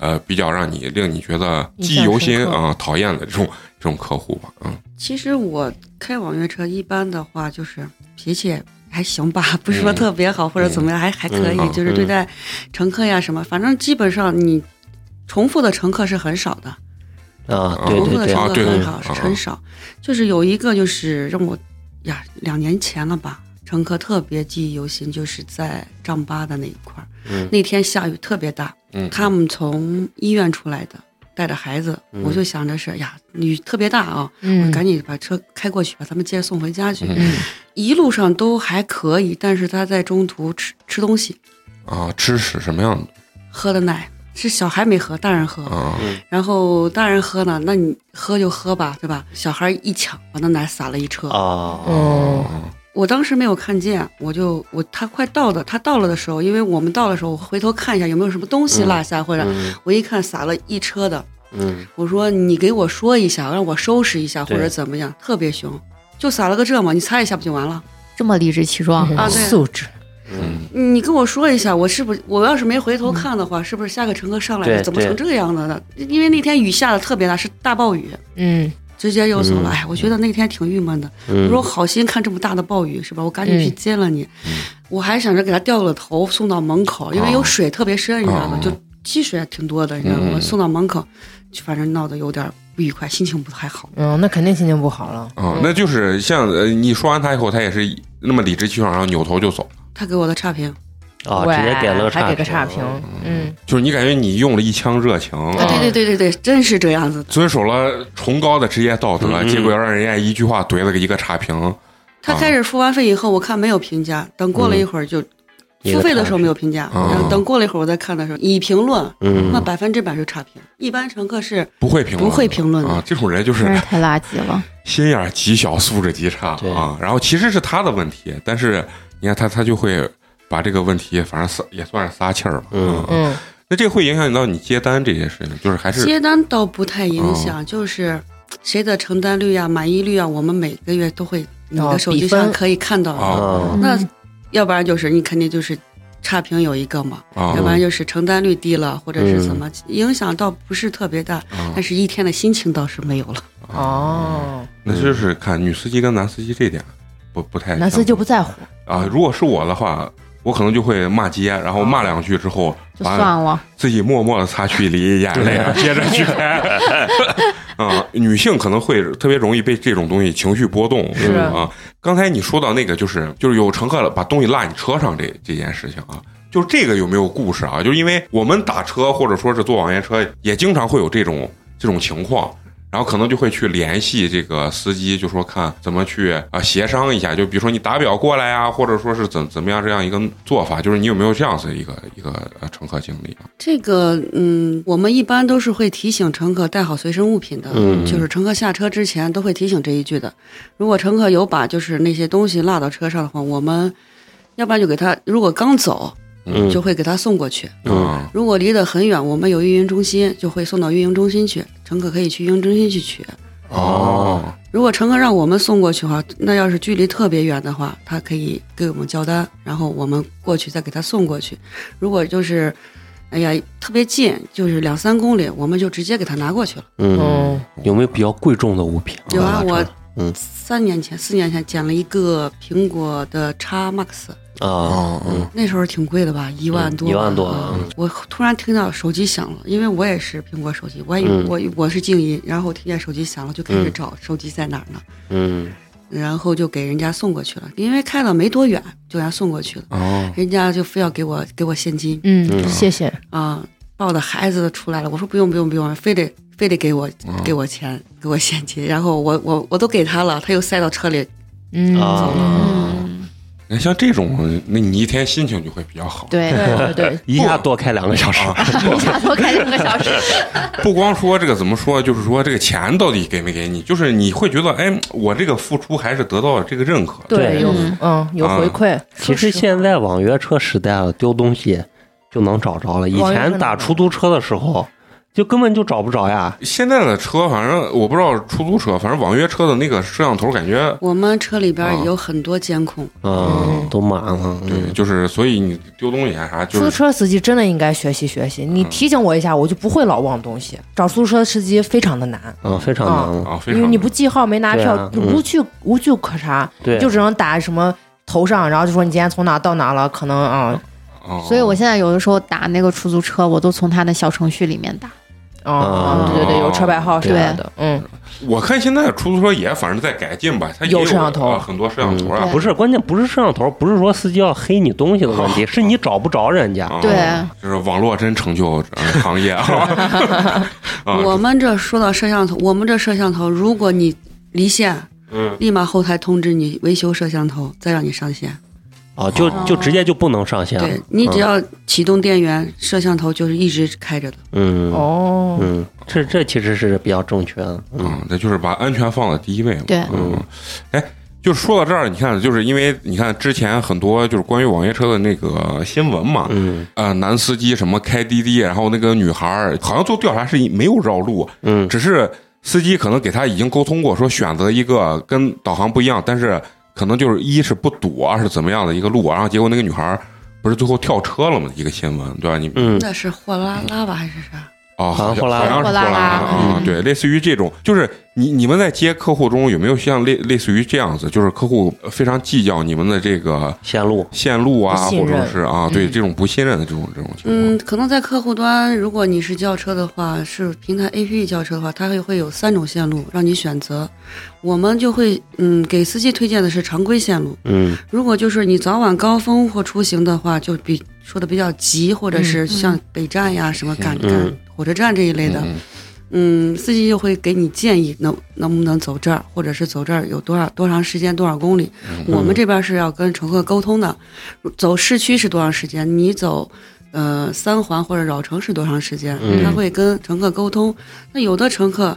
Speaker 1: 呃，比较让你令你觉得记忆犹
Speaker 2: 印
Speaker 1: 新
Speaker 2: 象深刻
Speaker 1: 啊、讨厌的这种这种客户吧，嗯
Speaker 5: 其实我开网约车一般的话，就是脾气还行吧，不是说特别好、或者怎么样，还还可以，
Speaker 1: 嗯
Speaker 5: 就是对待乘客呀什么，反正基本上你重复的乘客是很少的。
Speaker 4: 啊，对
Speaker 5: 重复
Speaker 4: 对
Speaker 5: 的
Speaker 4: 对，
Speaker 5: 乘
Speaker 1: 啊
Speaker 5: 客
Speaker 1: 对
Speaker 5: 很
Speaker 1: 对
Speaker 5: 少，
Speaker 1: 啊
Speaker 5: 很少。就是有一个，就是让我呀，两年前了吧，乘客特别记忆犹新，就是在丈八的那一块儿。
Speaker 4: 嗯
Speaker 5: 那天下雨特别大，
Speaker 1: 嗯，
Speaker 5: 他们从医院出来的，带着孩子，
Speaker 4: 嗯
Speaker 5: 我就想着是呀，雨特别大啊，
Speaker 2: 嗯，
Speaker 5: 赶紧把车开过去，把他们接着送回家去。
Speaker 1: 嗯
Speaker 2: 嗯
Speaker 5: 一路上都还可以，但是他在中途吃吃东西，
Speaker 1: 啊，吃屎什么样的
Speaker 5: 喝的奶是小孩没喝，大人喝。
Speaker 4: 哦
Speaker 1: 啊？
Speaker 5: 然后大人喝呢，那你喝就喝吧，对吧？小孩一抢，把那奶洒了一车。
Speaker 4: 啊，
Speaker 2: 哦，
Speaker 1: 啊
Speaker 5: 我当时没有看见，我就我他快到的，他到了的时候，因为我们到的时候，我回头看一下有没有什么东西落下，或者、
Speaker 4: 嗯
Speaker 5: 我一看洒了一车的，
Speaker 4: 嗯
Speaker 5: 我说你给我说一下，让我收拾一下或
Speaker 4: 对
Speaker 5: 者怎么样，特别凶，就洒了个这嘛，你擦一下不就完了？
Speaker 3: 这么理直气壮
Speaker 5: 啊对
Speaker 2: 素质，
Speaker 4: 嗯，
Speaker 5: 你跟我说一下，我是不是我要是没回头看的话，是不是下个乘客上来
Speaker 4: 对
Speaker 5: 了怎么成
Speaker 4: 对
Speaker 5: 这个样子呢？因为那天雨下的特别大，是大暴雨，
Speaker 2: 嗯
Speaker 5: 直接又走了。
Speaker 4: 嗯
Speaker 5: 哎，我觉得那天挺郁闷的。我
Speaker 4: 嗯
Speaker 5: 说好心看这么大的暴雨是吧？我赶紧去接了你，我还想着给他掉了头送到门口，
Speaker 4: 哦
Speaker 5: 因为有水特别深，你知道吗
Speaker 1: 哦？
Speaker 5: 就积水还挺多的，你知道吗？
Speaker 1: 嗯
Speaker 5: 我送到门口，就反正闹得有点不愉快，心情不太好。
Speaker 2: 嗯，那肯定心情不好了。
Speaker 4: 哦
Speaker 2: 嗯
Speaker 1: 啊，那就是像呃，你说完他以后，他也是那么理直气壮，然后扭头就走，
Speaker 5: 他给我的差评，
Speaker 4: 啊，
Speaker 2: 喂
Speaker 4: 直接给了个
Speaker 2: 还
Speaker 4: 差哦
Speaker 2: 给个差评，嗯，
Speaker 1: 就是你感觉你用了一腔热情，
Speaker 5: 啊，对对对对对，真是这样子的。
Speaker 1: 遵守了崇高的职业道德，
Speaker 4: 嗯
Speaker 1: 结果让人家一句话怼了个一个差评，
Speaker 5: 他
Speaker 1: 啊
Speaker 5: 开始付完费以后，我看没有评价，等过
Speaker 1: 嗯
Speaker 5: 了一会儿就。
Speaker 4: 一个
Speaker 5: 付费的时候没有评价，
Speaker 1: 差评
Speaker 5: 然后等过了一会儿我再看的时候，已评论，
Speaker 4: 嗯
Speaker 5: 那百分之百是差评。一般乘客是
Speaker 1: 不会评论，
Speaker 5: 不会评论的
Speaker 1: 啊，这种人就是
Speaker 3: 真是太垃圾了。
Speaker 1: 心眼儿极小，素质极差
Speaker 4: 对
Speaker 1: 啊。然后其实是他的问题，但是你看他，他就会把这个问题，反正撒也算是撒气儿吧。啊
Speaker 4: 嗯
Speaker 2: 嗯
Speaker 1: 那这会影响到你接单这些事情，就是还是哦
Speaker 5: 接单倒不太影响，就是谁的承担率啊、满意率啊，我们每个月都会你的手机
Speaker 2: 哦比分
Speaker 5: 上可以看到的。
Speaker 1: 啊
Speaker 4: 啊
Speaker 5: 那
Speaker 2: 嗯
Speaker 5: 要不然就是你肯定就是差评有一个嘛，
Speaker 1: 啊
Speaker 5: 要不然就是承担率低了，或者是
Speaker 1: 嗯
Speaker 5: 怎么，影响倒不是特别大，
Speaker 1: 啊
Speaker 5: 但是一天的心情倒是没有了。
Speaker 2: 哦，
Speaker 1: 那真是看女司机跟男司机这点不不太相同。
Speaker 2: 男司机就不在乎，
Speaker 1: 啊，如果是我的话，我可能就会骂街，然后骂两句之后，
Speaker 3: 就
Speaker 1: 完
Speaker 3: 算
Speaker 1: 了
Speaker 3: 了。
Speaker 1: 自己默默的擦去一滴眼泪，啊然后接着去
Speaker 2: 嗯
Speaker 1: 拍。啊，女性可能会特别容易被这种东西情绪波动。
Speaker 2: 是
Speaker 1: 啊，刚才你说到那个，就是就是有乘客把东西落你车上这这件事情啊。就是这个有没有故事啊？就是因为我们打车或者说是坐网约车，也经常会有这种这种情况，然后可能就会去联系这个司机，就说看怎么去啊、协商一下，就比如说你打表过来啊，或者说是怎怎么样这样一个做法，就是你有没有这样子一个一个呃乘客经历啊？
Speaker 5: 这个，嗯，我们一般都是会提醒乘客带好随身物品的，
Speaker 4: 嗯
Speaker 5: 就是乘客下车之前都会提醒这一句的。如果乘客有把就是那些东西落到车上的话，我们要不然就给他，如果刚走
Speaker 4: 嗯，
Speaker 5: 就会给他送过去；
Speaker 1: 嗯
Speaker 5: 如果离得很远，我们有运营中心，就会送到运营中心去，乘客可以去运营中心去取。
Speaker 1: 哦，
Speaker 5: 如果乘客让我们送过去的话，那要是距离特别远的话，他可以给我们交单，然后我们过去再给他送过去。如果就是，哎呀，特别近，就是两三公里，我们就直接给他拿过去了。
Speaker 4: 嗯，，有没有比较贵重的物品？
Speaker 5: 有啊，
Speaker 4: 我
Speaker 5: 我
Speaker 4: 嗯
Speaker 5: 三年前、四年前捡了一个苹果的叉 Max，
Speaker 4: 啊，
Speaker 1: 哦，嗯
Speaker 5: 那时候挺贵的吧，一万多吧，
Speaker 4: 嗯一万多
Speaker 5: 啊
Speaker 4: 嗯
Speaker 5: 我突然听到手机响了，因为我也是苹果手机，我也、
Speaker 4: 嗯
Speaker 5: 我我是静音，然后我听见手机响了，就开始
Speaker 4: 嗯
Speaker 5: 找手机在哪儿呢。
Speaker 4: 嗯
Speaker 5: 然后就给人家送过去了，因为开了没多远就给他送过去了，
Speaker 1: 哦，
Speaker 5: 人家就非要给我给我现金
Speaker 2: 嗯，
Speaker 4: 嗯
Speaker 2: 谢谢，
Speaker 5: 啊，抱着孩子都出来了，我说不用不用不用，非得非得给我
Speaker 1: 嗯
Speaker 5: 给我钱给我现金，然后我我我都给他了，他又塞到车里，
Speaker 2: 嗯，
Speaker 4: 啊
Speaker 3: 嗯，
Speaker 1: 那像这种，那你一天心情就会比较好。
Speaker 3: 对，
Speaker 2: 对对 对，
Speaker 4: 一下多开两个小时，啊
Speaker 3: 一下多开两个小时，
Speaker 1: 不光说这个怎么说，就是说这个钱到底给没给你，就是你会觉得，哎，我这个付出还是得到了这个认可。
Speaker 4: 对
Speaker 2: 有
Speaker 3: 嗯
Speaker 2: 嗯有
Speaker 1: 啊
Speaker 2: 回馈。
Speaker 4: 哦其
Speaker 2: 说
Speaker 4: 实
Speaker 2: 实
Speaker 4: 现
Speaker 2: 话
Speaker 4: 在网约车时代了，丢东西就能找着了。以
Speaker 2: 网约车
Speaker 4: 前
Speaker 2: 能
Speaker 4: 打
Speaker 2: 找
Speaker 4: 出租车的时候，就根本就找不着呀。
Speaker 1: 现在的车，反正我不知道出租车，反正网约车的那个摄像头感觉，
Speaker 5: 我们车里边
Speaker 1: 啊
Speaker 5: 也有很多监控，
Speaker 4: 嗯，都满了。
Speaker 1: 对，就是所以你丢东西啊啥，
Speaker 2: 出租
Speaker 1: 就是
Speaker 2: 车司机真的应该学习学习，你提醒我一下，我就不会老忘东西。找出租车司机非常的难，
Speaker 4: 嗯，非常难了。
Speaker 1: 啊，非
Speaker 2: 因为
Speaker 1: 常
Speaker 2: 你不记号没拿
Speaker 4: 对
Speaker 2: 票，
Speaker 4: 啊
Speaker 2: 就
Speaker 4: 嗯
Speaker 2: 无据无据可查，
Speaker 4: 对，啊
Speaker 2: 就只能打什么头上，然后就说你今天从哪到哪了，可能啊
Speaker 1: 啊，
Speaker 3: 所以我现在有的时候打那个出租车，我都从他那小程序里面打。
Speaker 2: 啊啊，
Speaker 4: 嗯啊
Speaker 2: 对对对，有车牌号啥
Speaker 3: 对
Speaker 2: 的，嗯，
Speaker 1: 我看现在出租车也反正在改进吧，它也
Speaker 2: 有摄像头
Speaker 1: 啊很多摄像头啊
Speaker 3: 嗯，
Speaker 4: 不是关键，不是摄像头，不是说司机要黑你东西的问题，
Speaker 1: 啊
Speaker 4: 是你找不着人家。
Speaker 1: 啊
Speaker 3: 对，
Speaker 1: 就是网络真成就呃行业 啊，啊
Speaker 5: 我们这说到摄像头，我们这摄像头，如果你离线，
Speaker 1: 嗯，
Speaker 5: 立马后台通知你维修摄像头，再让你上线。
Speaker 4: 啊，就
Speaker 3: 哦
Speaker 4: 就直接就不能上线了。
Speaker 5: 对你只要启动电源，摄像头就是一直开着的。
Speaker 4: 嗯嗯
Speaker 2: 哦，
Speaker 4: 嗯，这这其实是比较正确的。嗯
Speaker 1: 嗯，那就是把安全放在第一位嘛。
Speaker 3: 对
Speaker 1: 嗯，哎，就是说到这儿，你看，就是因为你看之前很多就是关于网约车的那个新闻嘛，
Speaker 4: 嗯
Speaker 1: 呃，男司机什么开滴滴，然后那个女孩儿好像做调查是没有绕路，啊
Speaker 4: 嗯
Speaker 1: 只是司机可能给他已经沟通过，说选择一个跟导航不一样，但是可能就是一是不堵，二是怎么样的一个路，然后结果那个女孩儿不是最后跳车了吗？一个新闻，对吧？你
Speaker 4: 嗯，
Speaker 5: 那是货拉拉吧还是啥？
Speaker 1: 哦，
Speaker 4: 好像
Speaker 1: 好
Speaker 4: 货拉
Speaker 1: 好像是
Speaker 3: 货
Speaker 1: 拉
Speaker 3: 拉拉
Speaker 1: 啊，
Speaker 3: 嗯
Speaker 1: 对，类似于这种，就是你你们在接客户中有没有像类类似于这样子，就是客户非常计较你们的这个
Speaker 4: 线路
Speaker 1: 线路啊，
Speaker 2: 不信
Speaker 1: 或
Speaker 2: 任
Speaker 1: 者是啊，对
Speaker 2: 嗯
Speaker 1: 这种不信任的这种这种情况，
Speaker 5: 嗯，可能在客户端，如果你是叫车的话，是平台 APP 叫车的话，它会会有三种线路让你选择。我们就会嗯给司机推荐的是常规线路。
Speaker 4: 嗯
Speaker 5: 如果就是你早晚高峰或出行的话，就比说的比较急，或者是像北站呀、什么赶
Speaker 4: 嗯
Speaker 5: 赶火车站这一类的，
Speaker 1: 嗯
Speaker 5: 嗯，司机就会给你建议能能不能走这儿，或者是走这儿有多少多长时间多少公里。我们这边是要跟乘客沟通的，走市区是多长时间，你走。呃，三环或者绕城是多长时间？
Speaker 4: 嗯
Speaker 5: 他会跟乘客沟通。那有的乘客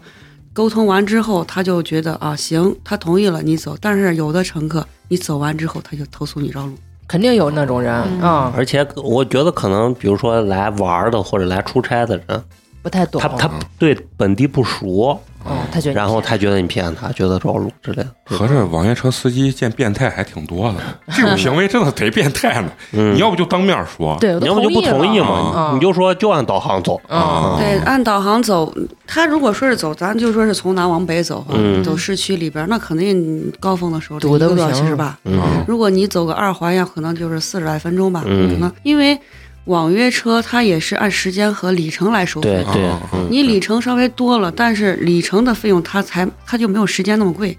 Speaker 5: 沟通完之后，他就觉得啊，行，他同意了，你走。但是有的乘客，你走完之后，他就投诉你绕路。
Speaker 2: 肯定有那种人
Speaker 3: 嗯
Speaker 2: 啊，
Speaker 4: 而且我觉得可能，比如说来玩儿的或者来出差的人，
Speaker 2: 不太懂。
Speaker 4: 他他对本地不熟，
Speaker 2: 嗯，他觉得你
Speaker 4: 然后
Speaker 2: 骗
Speaker 4: 他觉得你骗他，觉得绕路之类的。
Speaker 1: 合着网约车司机见变态还挺多的，这种行为真的贼变态呢。
Speaker 4: 嗯，
Speaker 1: 你要不就当面说，
Speaker 2: 对，我
Speaker 4: 你
Speaker 2: 都
Speaker 4: 要不就不同意
Speaker 2: 了
Speaker 4: 嘛，
Speaker 2: 嗯
Speaker 4: 你就说就按导航走。
Speaker 1: 啊
Speaker 2: 嗯，
Speaker 5: 对，按导航走，他如果说是走，咱就说是从南往北走啊，
Speaker 4: 嗯
Speaker 5: 走市区里边，那肯定你高峰的时候得
Speaker 2: 堵
Speaker 5: 一
Speaker 2: 得
Speaker 5: 个
Speaker 2: 不
Speaker 5: 多小
Speaker 2: 行
Speaker 5: 时吧。
Speaker 1: 啊
Speaker 4: 嗯，
Speaker 5: 如果你走个二环呀，可能就是四十来分钟吧，
Speaker 4: 嗯
Speaker 5: 可能因为网约车它也是按时间和里程来收费
Speaker 4: 对
Speaker 5: 的。
Speaker 4: 对
Speaker 1: 啊，
Speaker 4: 嗯
Speaker 5: 你里程稍微多了，但是里程的费用它才它就没有时间那么贵，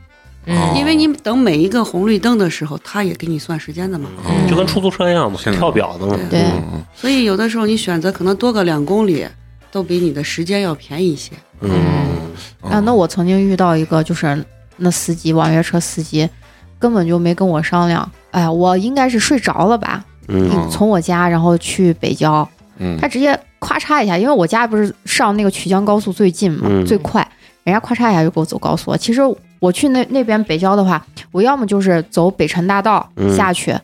Speaker 2: 嗯
Speaker 4: 啊
Speaker 1: 哦
Speaker 5: 因为你等每一个红绿灯的时候，它也给你算时间的嘛。
Speaker 1: 嗯
Speaker 4: 就跟出租车一样嘛，
Speaker 1: 现在
Speaker 4: 跳表的嘛。
Speaker 5: 对
Speaker 3: 对
Speaker 1: 嗯
Speaker 5: 所以有的时候你选择可能多个两公里，都比你的时间要便宜一些。
Speaker 4: 嗯，
Speaker 1: 嗯
Speaker 3: 啊，那我曾经遇到一个，就是那司机网约车司机，根本就没跟我商量。哎呀，我应该是睡着了吧？
Speaker 4: 嗯，
Speaker 3: 从我家然后去北郊，
Speaker 1: 嗯
Speaker 3: 他直接咔嚓一下，因为我家不是上那个曲江高速最近嘛，
Speaker 4: 嗯
Speaker 3: 最快，人家咔嚓一下就给我走高速了。其实我去那那边北郊的话，我要么就是走北辰大道
Speaker 4: 嗯
Speaker 3: 下去。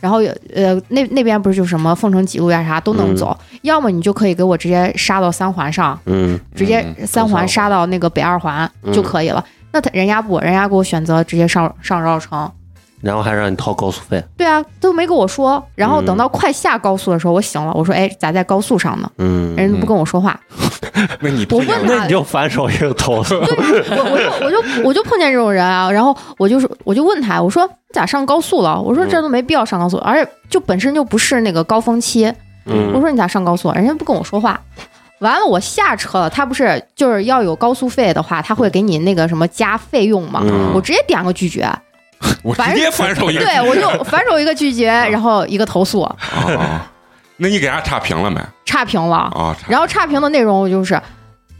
Speaker 3: 然后有呃，那那边不是就什么凤城几路呀啥都能走，要么你就可以给我直接杀到三环上，
Speaker 4: 嗯
Speaker 3: 直接
Speaker 1: 嗯
Speaker 3: 三
Speaker 4: 走三环
Speaker 3: 环杀到那个北二环
Speaker 4: 嗯
Speaker 3: 就可以了。那他人家不，人家给我选择直接上上绕城。
Speaker 4: 然后还让你掏高速费。
Speaker 3: 对啊，都没跟我说。然后
Speaker 4: 嗯
Speaker 3: 等到快下高速的时候，我醒了，我说：“哎，咋在高速上呢？”
Speaker 4: 嗯，
Speaker 3: 人家不跟我说话。
Speaker 1: 那你
Speaker 3: 我问
Speaker 1: 不想
Speaker 3: 他
Speaker 4: 那你就反手一个投诉。
Speaker 3: 我我就我就我就碰见这种人啊，然后我就是我就问他，我说你咋上高速了？我说
Speaker 4: 嗯
Speaker 3: 这都没必要上高速，而且就本身就不是那个高峰期。
Speaker 4: 嗯，
Speaker 3: 我说你咋上高速？人家不跟我说话。完了，我下车了，他不是就是要有高速费的话，他会给你那个什么加费用嘛？
Speaker 4: 嗯
Speaker 3: 我直接点个拒绝，
Speaker 1: 我直
Speaker 3: 反
Speaker 1: 接反手一个
Speaker 3: 对我就反手一个拒绝，
Speaker 4: 嗯
Speaker 3: 然后一个投诉，
Speaker 1: 啊啊！那你给人家差评了没
Speaker 3: 差评
Speaker 4: 嗯
Speaker 3: 了。
Speaker 1: 啊？差
Speaker 3: 然后差评的内容就是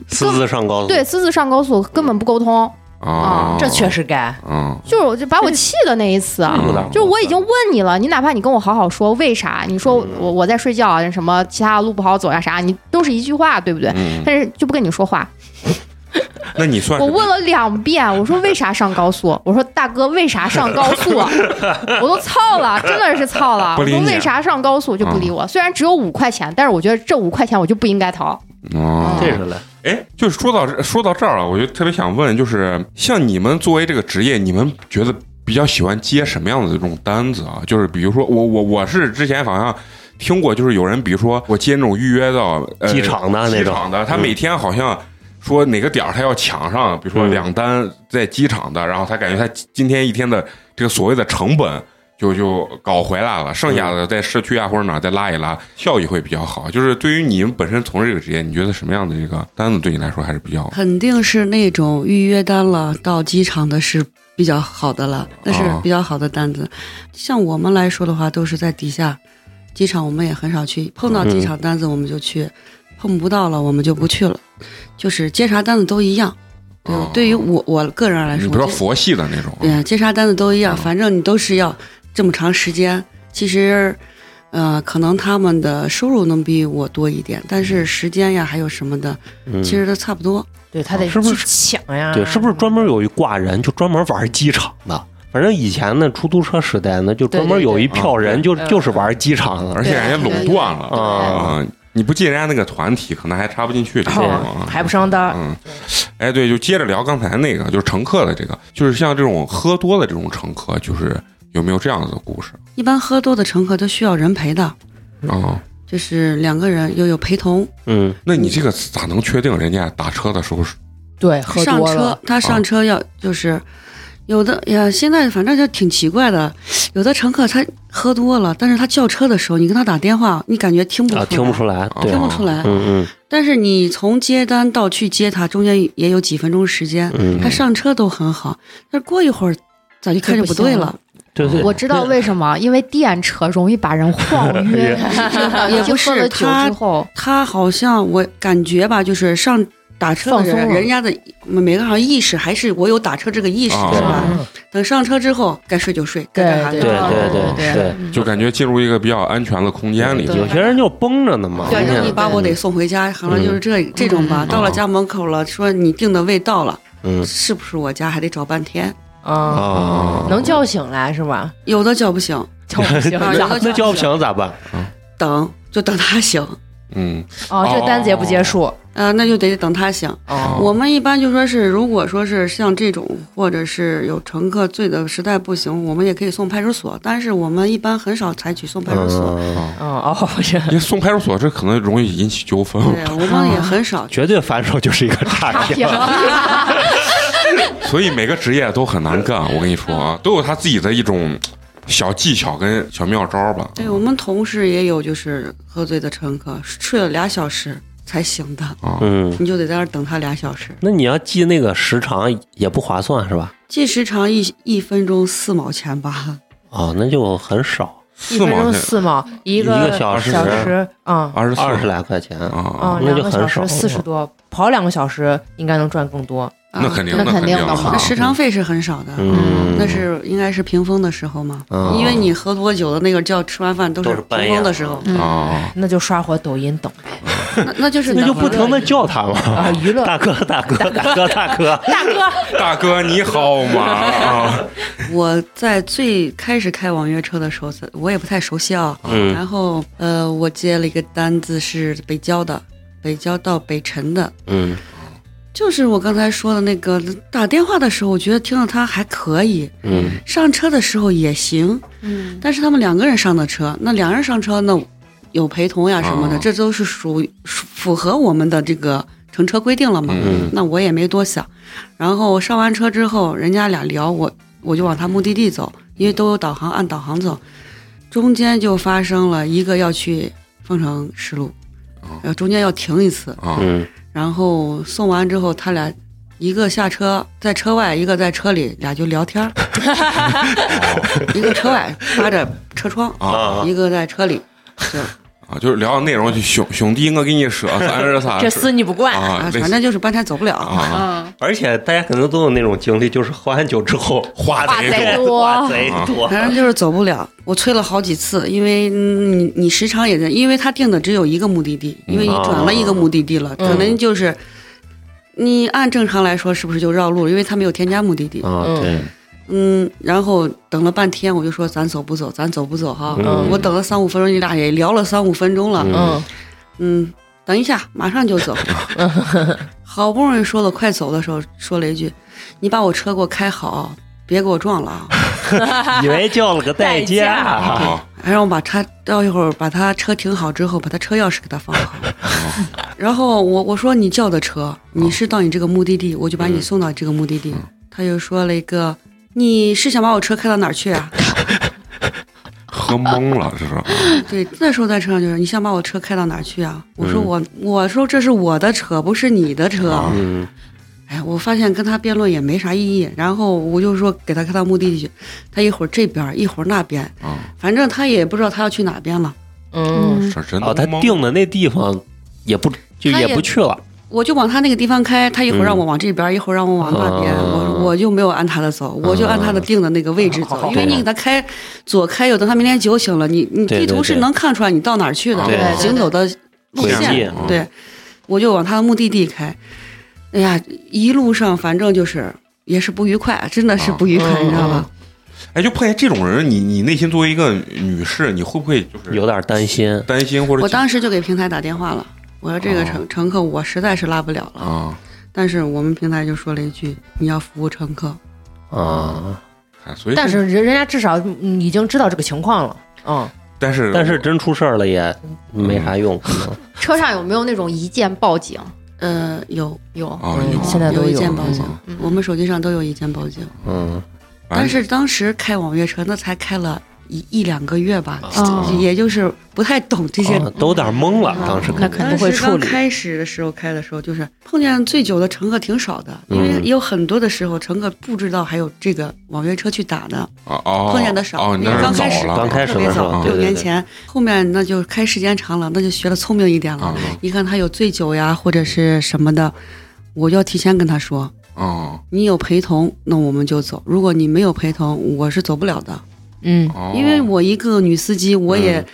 Speaker 4: 私自上高速。
Speaker 3: 对私自上高速根本不沟通，
Speaker 1: 啊
Speaker 3: 啊，
Speaker 2: 这确实该。
Speaker 1: 嗯
Speaker 3: 就是我就把我气的那一次啊，
Speaker 4: 有点过分
Speaker 3: 就是我已经问你了，你哪怕你跟我好好说为啥，你说我我在睡觉啊，什么其他的路不好走呀、啥，你都是一句话，对不对？
Speaker 1: 嗯，
Speaker 3: 但是就不跟你说话。
Speaker 1: 那你算
Speaker 3: 我
Speaker 1: 是
Speaker 3: 问了两遍，我说为啥上高速？我说大哥为啥上高速？啊 我都操了，真的是操了。
Speaker 1: 不
Speaker 3: 我
Speaker 1: 理你
Speaker 3: 说为啥上高速就不理我？虽然只有五块钱，但是我觉得这五块钱我就不应该掏。
Speaker 1: 啊，
Speaker 4: 这是嘞，
Speaker 1: 哎，就是说到这说到这儿啊了，我就特别想问，就是像你们作为这个职业，你们觉得比较喜欢接什么样的这种单子啊？就是比如说，我我我是之前好像听过，就是有人，比如说我接那种预约到、呃、
Speaker 4: 机场的
Speaker 1: 机
Speaker 4: 那种
Speaker 1: 场的，他
Speaker 4: 嗯
Speaker 1: 每天好像。说哪个点儿他要抢上，比如说
Speaker 4: 嗯
Speaker 1: 两单在机场的，然后他感觉他今天一天的这个所谓的成本就就搞回来了，剩下的在市区啊或者哪儿再拉一拉，效益会比较好。就是对于你们本身从事这个职业，你觉得什么样的这个单子对你来说还是比较
Speaker 5: 肯定是那种预约单了，到机场的是比较好的了，那是
Speaker 1: 哦
Speaker 5: 比较好的单子。像我们来说的话，都是在底下机场，我们也很少去，碰到机场单子我们就去，碰不到了我们就不去了，就是接啥单子都一样。对，
Speaker 1: 哦
Speaker 5: 嗯对于我我个人来
Speaker 1: 你
Speaker 5: 说，
Speaker 1: 不要
Speaker 5: 接
Speaker 1: 佛系的那种，啊
Speaker 5: 对，接啥单子都一样，
Speaker 1: 嗯
Speaker 5: 反正你都是要这么长时间。其实，呃，可能他们的收入能比我多一点，但是时间呀，还有什么的，
Speaker 4: 嗯
Speaker 5: 其实都差不多。
Speaker 2: 对他得
Speaker 4: 是不
Speaker 2: 去
Speaker 4: 是
Speaker 2: 抢呀？
Speaker 4: 对，是不是专门有一挂人就专门玩机场的？反正以前那出租车时代呢，就专门有一票人就
Speaker 2: 对对对
Speaker 4: 就是玩机场的，
Speaker 1: 而且人家垄断了
Speaker 4: 啊
Speaker 1: 啊！你不进人家那个团体，可能还插不进去这种
Speaker 2: 哦
Speaker 1: 啊。
Speaker 2: 排不上单儿？
Speaker 1: 嗯，哎，对，就接着聊刚才那个，就是乘客的这个，就是像这种喝多的这种乘客，就是有没有这样子的故事
Speaker 5: 一般喝多的乘客都需要人陪的，
Speaker 1: 啊？
Speaker 5: 就是两个人又有陪同。
Speaker 4: 嗯，
Speaker 1: 那你这个咋能确定人家打车的时候是
Speaker 2: 对，喝
Speaker 5: 上
Speaker 2: 多
Speaker 5: 车
Speaker 2: 了，哦
Speaker 5: 他上车要就是有的呀，现在反正就挺奇怪的，有的乘客他喝多了，但是他叫车的时候，你跟他打电话，你感觉听不出
Speaker 4: 啊，
Speaker 5: 来，
Speaker 4: 听不出来，对
Speaker 5: 听，不出来。
Speaker 4: 嗯
Speaker 5: 但是你从接单到去接他，中间也有几分钟时间，
Speaker 4: 嗯
Speaker 5: 他
Speaker 4: 嗯，
Speaker 5: 上车都很好，但是过一会儿咋就开始不对了？，
Speaker 4: 对对，
Speaker 3: 我知道为什么，因为电车容易把人晃晕
Speaker 5: 也
Speaker 3: 已
Speaker 5: 不
Speaker 3: 经
Speaker 5: 是
Speaker 3: 喝了酒
Speaker 5: 他
Speaker 3: 之后，
Speaker 5: 他好像我感觉吧，就是上打车的
Speaker 2: 放
Speaker 5: 人，
Speaker 2: 松了
Speaker 5: 人家的嗯每个好像意识还是我有打车这个意识
Speaker 1: 啊
Speaker 5: 是吧？
Speaker 2: 嗯
Speaker 5: 等上车之后该睡就睡，该干啥
Speaker 2: 对
Speaker 5: 干
Speaker 4: 对
Speaker 5: 啥。
Speaker 4: 对
Speaker 2: 对
Speaker 4: 对，
Speaker 1: 就感觉进入一个比较安全的空间里
Speaker 4: 有
Speaker 1: 了？
Speaker 4: 些人就绷着呢嘛，
Speaker 5: 对，
Speaker 4: 人
Speaker 5: 让
Speaker 4: 家
Speaker 5: 你把我得送回家，好像就是这这种
Speaker 2: 嗯
Speaker 5: 吧。到了家门口了，说你订的位到了，
Speaker 4: 嗯
Speaker 5: 是不是我家还得找半天？
Speaker 2: 啊，
Speaker 4: 啊，
Speaker 2: 能叫醒来是吧？
Speaker 5: 有的叫不醒，
Speaker 2: 叫不 醒
Speaker 5: 啊有的
Speaker 4: 那叫不醒咋办？
Speaker 5: 等就等他醒。
Speaker 1: 嗯，
Speaker 2: 哦，这单子也不结束，
Speaker 5: 呃，那就得等他醒。
Speaker 2: 哦，
Speaker 5: 我们一般就说是，如果说是像这种，或者是有乘客醉的实在不行，我们也可以送派出所，但是我们一般很少采取送派出所。
Speaker 4: 嗯，
Speaker 2: 哦哦，这
Speaker 1: 因为送派出所这可能容易引起纠纷。
Speaker 5: 对，我们也很少。
Speaker 4: 绝对反手就是一个差评。
Speaker 1: 所以每个职业都很难干，我跟你说啊，都有他自己的一种小技巧跟小妙招吧。
Speaker 5: 对我们同事也有就是喝醉的乘客，睡了俩小时才醒的，
Speaker 4: 嗯，
Speaker 5: 你就得在那儿等他俩小时。
Speaker 4: 那你要记那个时长也不划算是吧？
Speaker 5: 计时长一一分钟四毛钱吧，
Speaker 4: 哦，那就很少，
Speaker 1: 四
Speaker 2: 一分
Speaker 1: 毛
Speaker 2: 钟
Speaker 1: 钱，
Speaker 2: 四毛，一
Speaker 4: 一
Speaker 2: 个
Speaker 4: 个小时
Speaker 2: 小时，嗯
Speaker 1: 二十四
Speaker 4: 二十来块钱。
Speaker 1: 啊，
Speaker 2: 嗯，
Speaker 4: 那
Speaker 2: 两
Speaker 4: 就
Speaker 2: 个
Speaker 4: 很
Speaker 2: 小
Speaker 4: 少
Speaker 2: 时四十多，跑两个小时应该能赚更多。
Speaker 5: 啊
Speaker 1: 那肯定，啊
Speaker 3: 那
Speaker 1: 肯
Speaker 3: 肯定的
Speaker 5: 那
Speaker 3: 嘛
Speaker 5: 时长费是很少的。
Speaker 4: 嗯，
Speaker 5: 那是应该是屏风的时候嘛，
Speaker 4: 嗯
Speaker 5: 因为你喝多酒的那个叫吃完饭都
Speaker 4: 都
Speaker 5: 是
Speaker 4: 是半
Speaker 5: 屏
Speaker 4: 夜
Speaker 5: 风的时候，
Speaker 3: 嗯，
Speaker 1: 啊，
Speaker 2: 那就刷会儿抖音等
Speaker 5: 那那就是
Speaker 4: 那就
Speaker 5: 等会
Speaker 4: 不
Speaker 5: 儿
Speaker 4: 停的叫他嘛，
Speaker 2: 啊，娱乐
Speaker 4: 大哥大哥大哥大哥，
Speaker 2: 大哥，
Speaker 1: 大哥你好嘛啊，
Speaker 5: 我在最开始开网约车的时候，我也不太熟悉啊。
Speaker 4: 嗯
Speaker 5: 然后呃，我接了一个单子是北郊的，北郊到北辰的，
Speaker 4: 嗯
Speaker 5: 就是我刚才说的那个打电话的时候，我觉得听到他还可以，
Speaker 4: 嗯
Speaker 5: 上车的时候也行，
Speaker 3: 嗯，
Speaker 5: 但是他们两个人上的车，那两人上车那有陪同呀什么的，
Speaker 1: 哦
Speaker 5: 这都是属于属符合我们的这个乘车规定了嘛。
Speaker 4: 嗯
Speaker 5: 那我也没多想。然后上完车之后，人家俩聊我，我就往他目的地走，因为都有导航，按导航走。中间就发生了一个要去凤城石路，
Speaker 1: 哦
Speaker 5: 然后中间要停一次，
Speaker 1: 啊
Speaker 4: 嗯
Speaker 5: 然后送完之后，他俩一个下车在车外，一个在车里，俩就聊天儿， 一个车外扒着车窗，
Speaker 1: 啊
Speaker 5: 一个在车里，就
Speaker 1: 啊，就是聊的内容就兄兄弟，我给你说咱是啥
Speaker 2: 这厮你不惯，
Speaker 1: 啊
Speaker 5: 啊，，
Speaker 1: 类
Speaker 5: 反
Speaker 1: 似
Speaker 5: 正就是半天走不了。
Speaker 1: 啊，
Speaker 3: 嗯，
Speaker 4: 而且大家可能都有那种经历，就是喝完酒之后
Speaker 1: 话
Speaker 3: 话
Speaker 1: 贼
Speaker 3: 贼
Speaker 1: 多，
Speaker 3: 多
Speaker 4: 话贼多，
Speaker 5: 反正就是走不了。我催了好几次，因为嗯你你时长也在，因为他定的只有一个目的地，因为你转了一个目的地了，
Speaker 2: 嗯
Speaker 5: 可能就是你按正常来说是不是就绕路了？因为他没有添加目的地。
Speaker 4: 啊对，
Speaker 5: 嗯，然后等了半天，我就说咱走不走？咱走不走哈？
Speaker 4: 嗯
Speaker 5: 我等了三五分钟，你俩也聊了三五分钟了。
Speaker 2: 嗯，
Speaker 5: 嗯，等一下，马上就走。好不容易说了快走的时候，说了一句：“你把我车给我开好，别给我撞了啊。”
Speaker 4: 以为叫了个代 驾，
Speaker 1: 啊
Speaker 5: 还让我把他到一会儿把他车停好之后，把他车钥匙给他放好。然后我我说你叫的车，你是到你这个目的地，我就把你送到这个目的地。他又说了一个，你是想把我车开到哪儿去啊？
Speaker 1: 喝懵了，这是啊
Speaker 5: 对，那时候在车上就是你想把我车开到哪儿去啊？我说我、我说这是我的车，不是你的车。
Speaker 1: 啊
Speaker 4: 嗯
Speaker 5: 哎，我发现跟他辩论也没啥意义。然后我就说给他开到目的地去，他一会儿这边儿一会儿那边，
Speaker 1: 啊，
Speaker 5: 反正他也不知道他要去哪边了。
Speaker 2: 嗯，
Speaker 1: 这真
Speaker 4: 哦，他
Speaker 1: 懵
Speaker 4: 定的那地方也不就
Speaker 5: 他
Speaker 4: 也
Speaker 5: 也
Speaker 4: 不去了，
Speaker 5: 我就往他那个地方开，他一会儿让
Speaker 4: 嗯
Speaker 5: 我往这边，一会儿让我往那边，
Speaker 4: 啊
Speaker 5: 我我就没有按他的走，我就按他的定的那个位置走，
Speaker 2: 啊
Speaker 5: 因为你给他开左开右，等他明天酒醒了，你你
Speaker 4: 对
Speaker 5: 地
Speaker 4: 对
Speaker 5: 图是
Speaker 4: 对
Speaker 5: 能看出来你到哪儿去的，
Speaker 1: 对
Speaker 5: 你行走的路
Speaker 4: 轨迹
Speaker 1: 啊
Speaker 5: 线，
Speaker 4: 嗯
Speaker 5: 对，我就往他的目的地开。哎呀，一路上反正就是也是不愉快，真的是不愉快，
Speaker 2: 啊
Speaker 5: 你知道吧？
Speaker 1: 哎，就碰见这种人，你你内心作为一个女士，你会不会就是
Speaker 4: 有点担心。
Speaker 1: 担心或者
Speaker 5: 我当时就给平台打电话了，我说这个
Speaker 1: 啊
Speaker 5: 乘乘客我实在是拉不了了，
Speaker 1: 啊，
Speaker 5: 但是我们平台就说了一句，你要服务乘客。
Speaker 4: 啊，
Speaker 1: 哎所以
Speaker 2: 但是人人家至少嗯已经知道这个情况了，嗯，
Speaker 1: 但是
Speaker 4: 但是嗯真出事儿了也没啥用，可能
Speaker 3: 车上有没有那种一键报警？
Speaker 5: 呃，有
Speaker 3: 有，
Speaker 1: 啊，
Speaker 2: 嗯
Speaker 1: 有
Speaker 2: 现在都
Speaker 5: 有一
Speaker 2: 有
Speaker 5: 键报警
Speaker 1: 嗯，
Speaker 5: 我们手机上都有一键报警。
Speaker 4: 嗯
Speaker 1: 哎
Speaker 5: 但是当时开网约车，那才开了一一两个月吧，
Speaker 3: 哦
Speaker 5: 也就是不太懂这些。
Speaker 4: 啊啊都有点懵了，当时可
Speaker 2: 那
Speaker 4: 能
Speaker 2: 肯定
Speaker 5: 当
Speaker 2: 会
Speaker 5: 时
Speaker 2: 处
Speaker 5: 刚
Speaker 2: 理。
Speaker 5: 开始的时候开的时候，就是碰见醉酒的乘客挺少的，因为
Speaker 4: 嗯
Speaker 5: 有很多的时候乘客不知道还有这个网约车去打呢，
Speaker 1: 啊哦，
Speaker 5: 碰见的少
Speaker 1: 哦，你
Speaker 5: 因为
Speaker 1: 那
Speaker 5: 刚
Speaker 1: 是
Speaker 5: 开
Speaker 1: 早
Speaker 5: 始
Speaker 1: 了，
Speaker 4: 刚开始
Speaker 5: 特别
Speaker 4: 的时候啊
Speaker 5: 早，
Speaker 1: 对
Speaker 5: 六
Speaker 4: 对
Speaker 5: 年
Speaker 4: 对
Speaker 5: 前。后面那就开时间长了，那就学的聪明一点了
Speaker 1: 啊。
Speaker 5: 一看他有醉酒呀或者是什么的，我就要提前跟他说，
Speaker 1: 啊
Speaker 5: 你有陪同，那我们就走；如果你没有陪同，我是走不了的，
Speaker 2: 嗯，
Speaker 1: 哦，
Speaker 5: 因为我一个女司机，我也，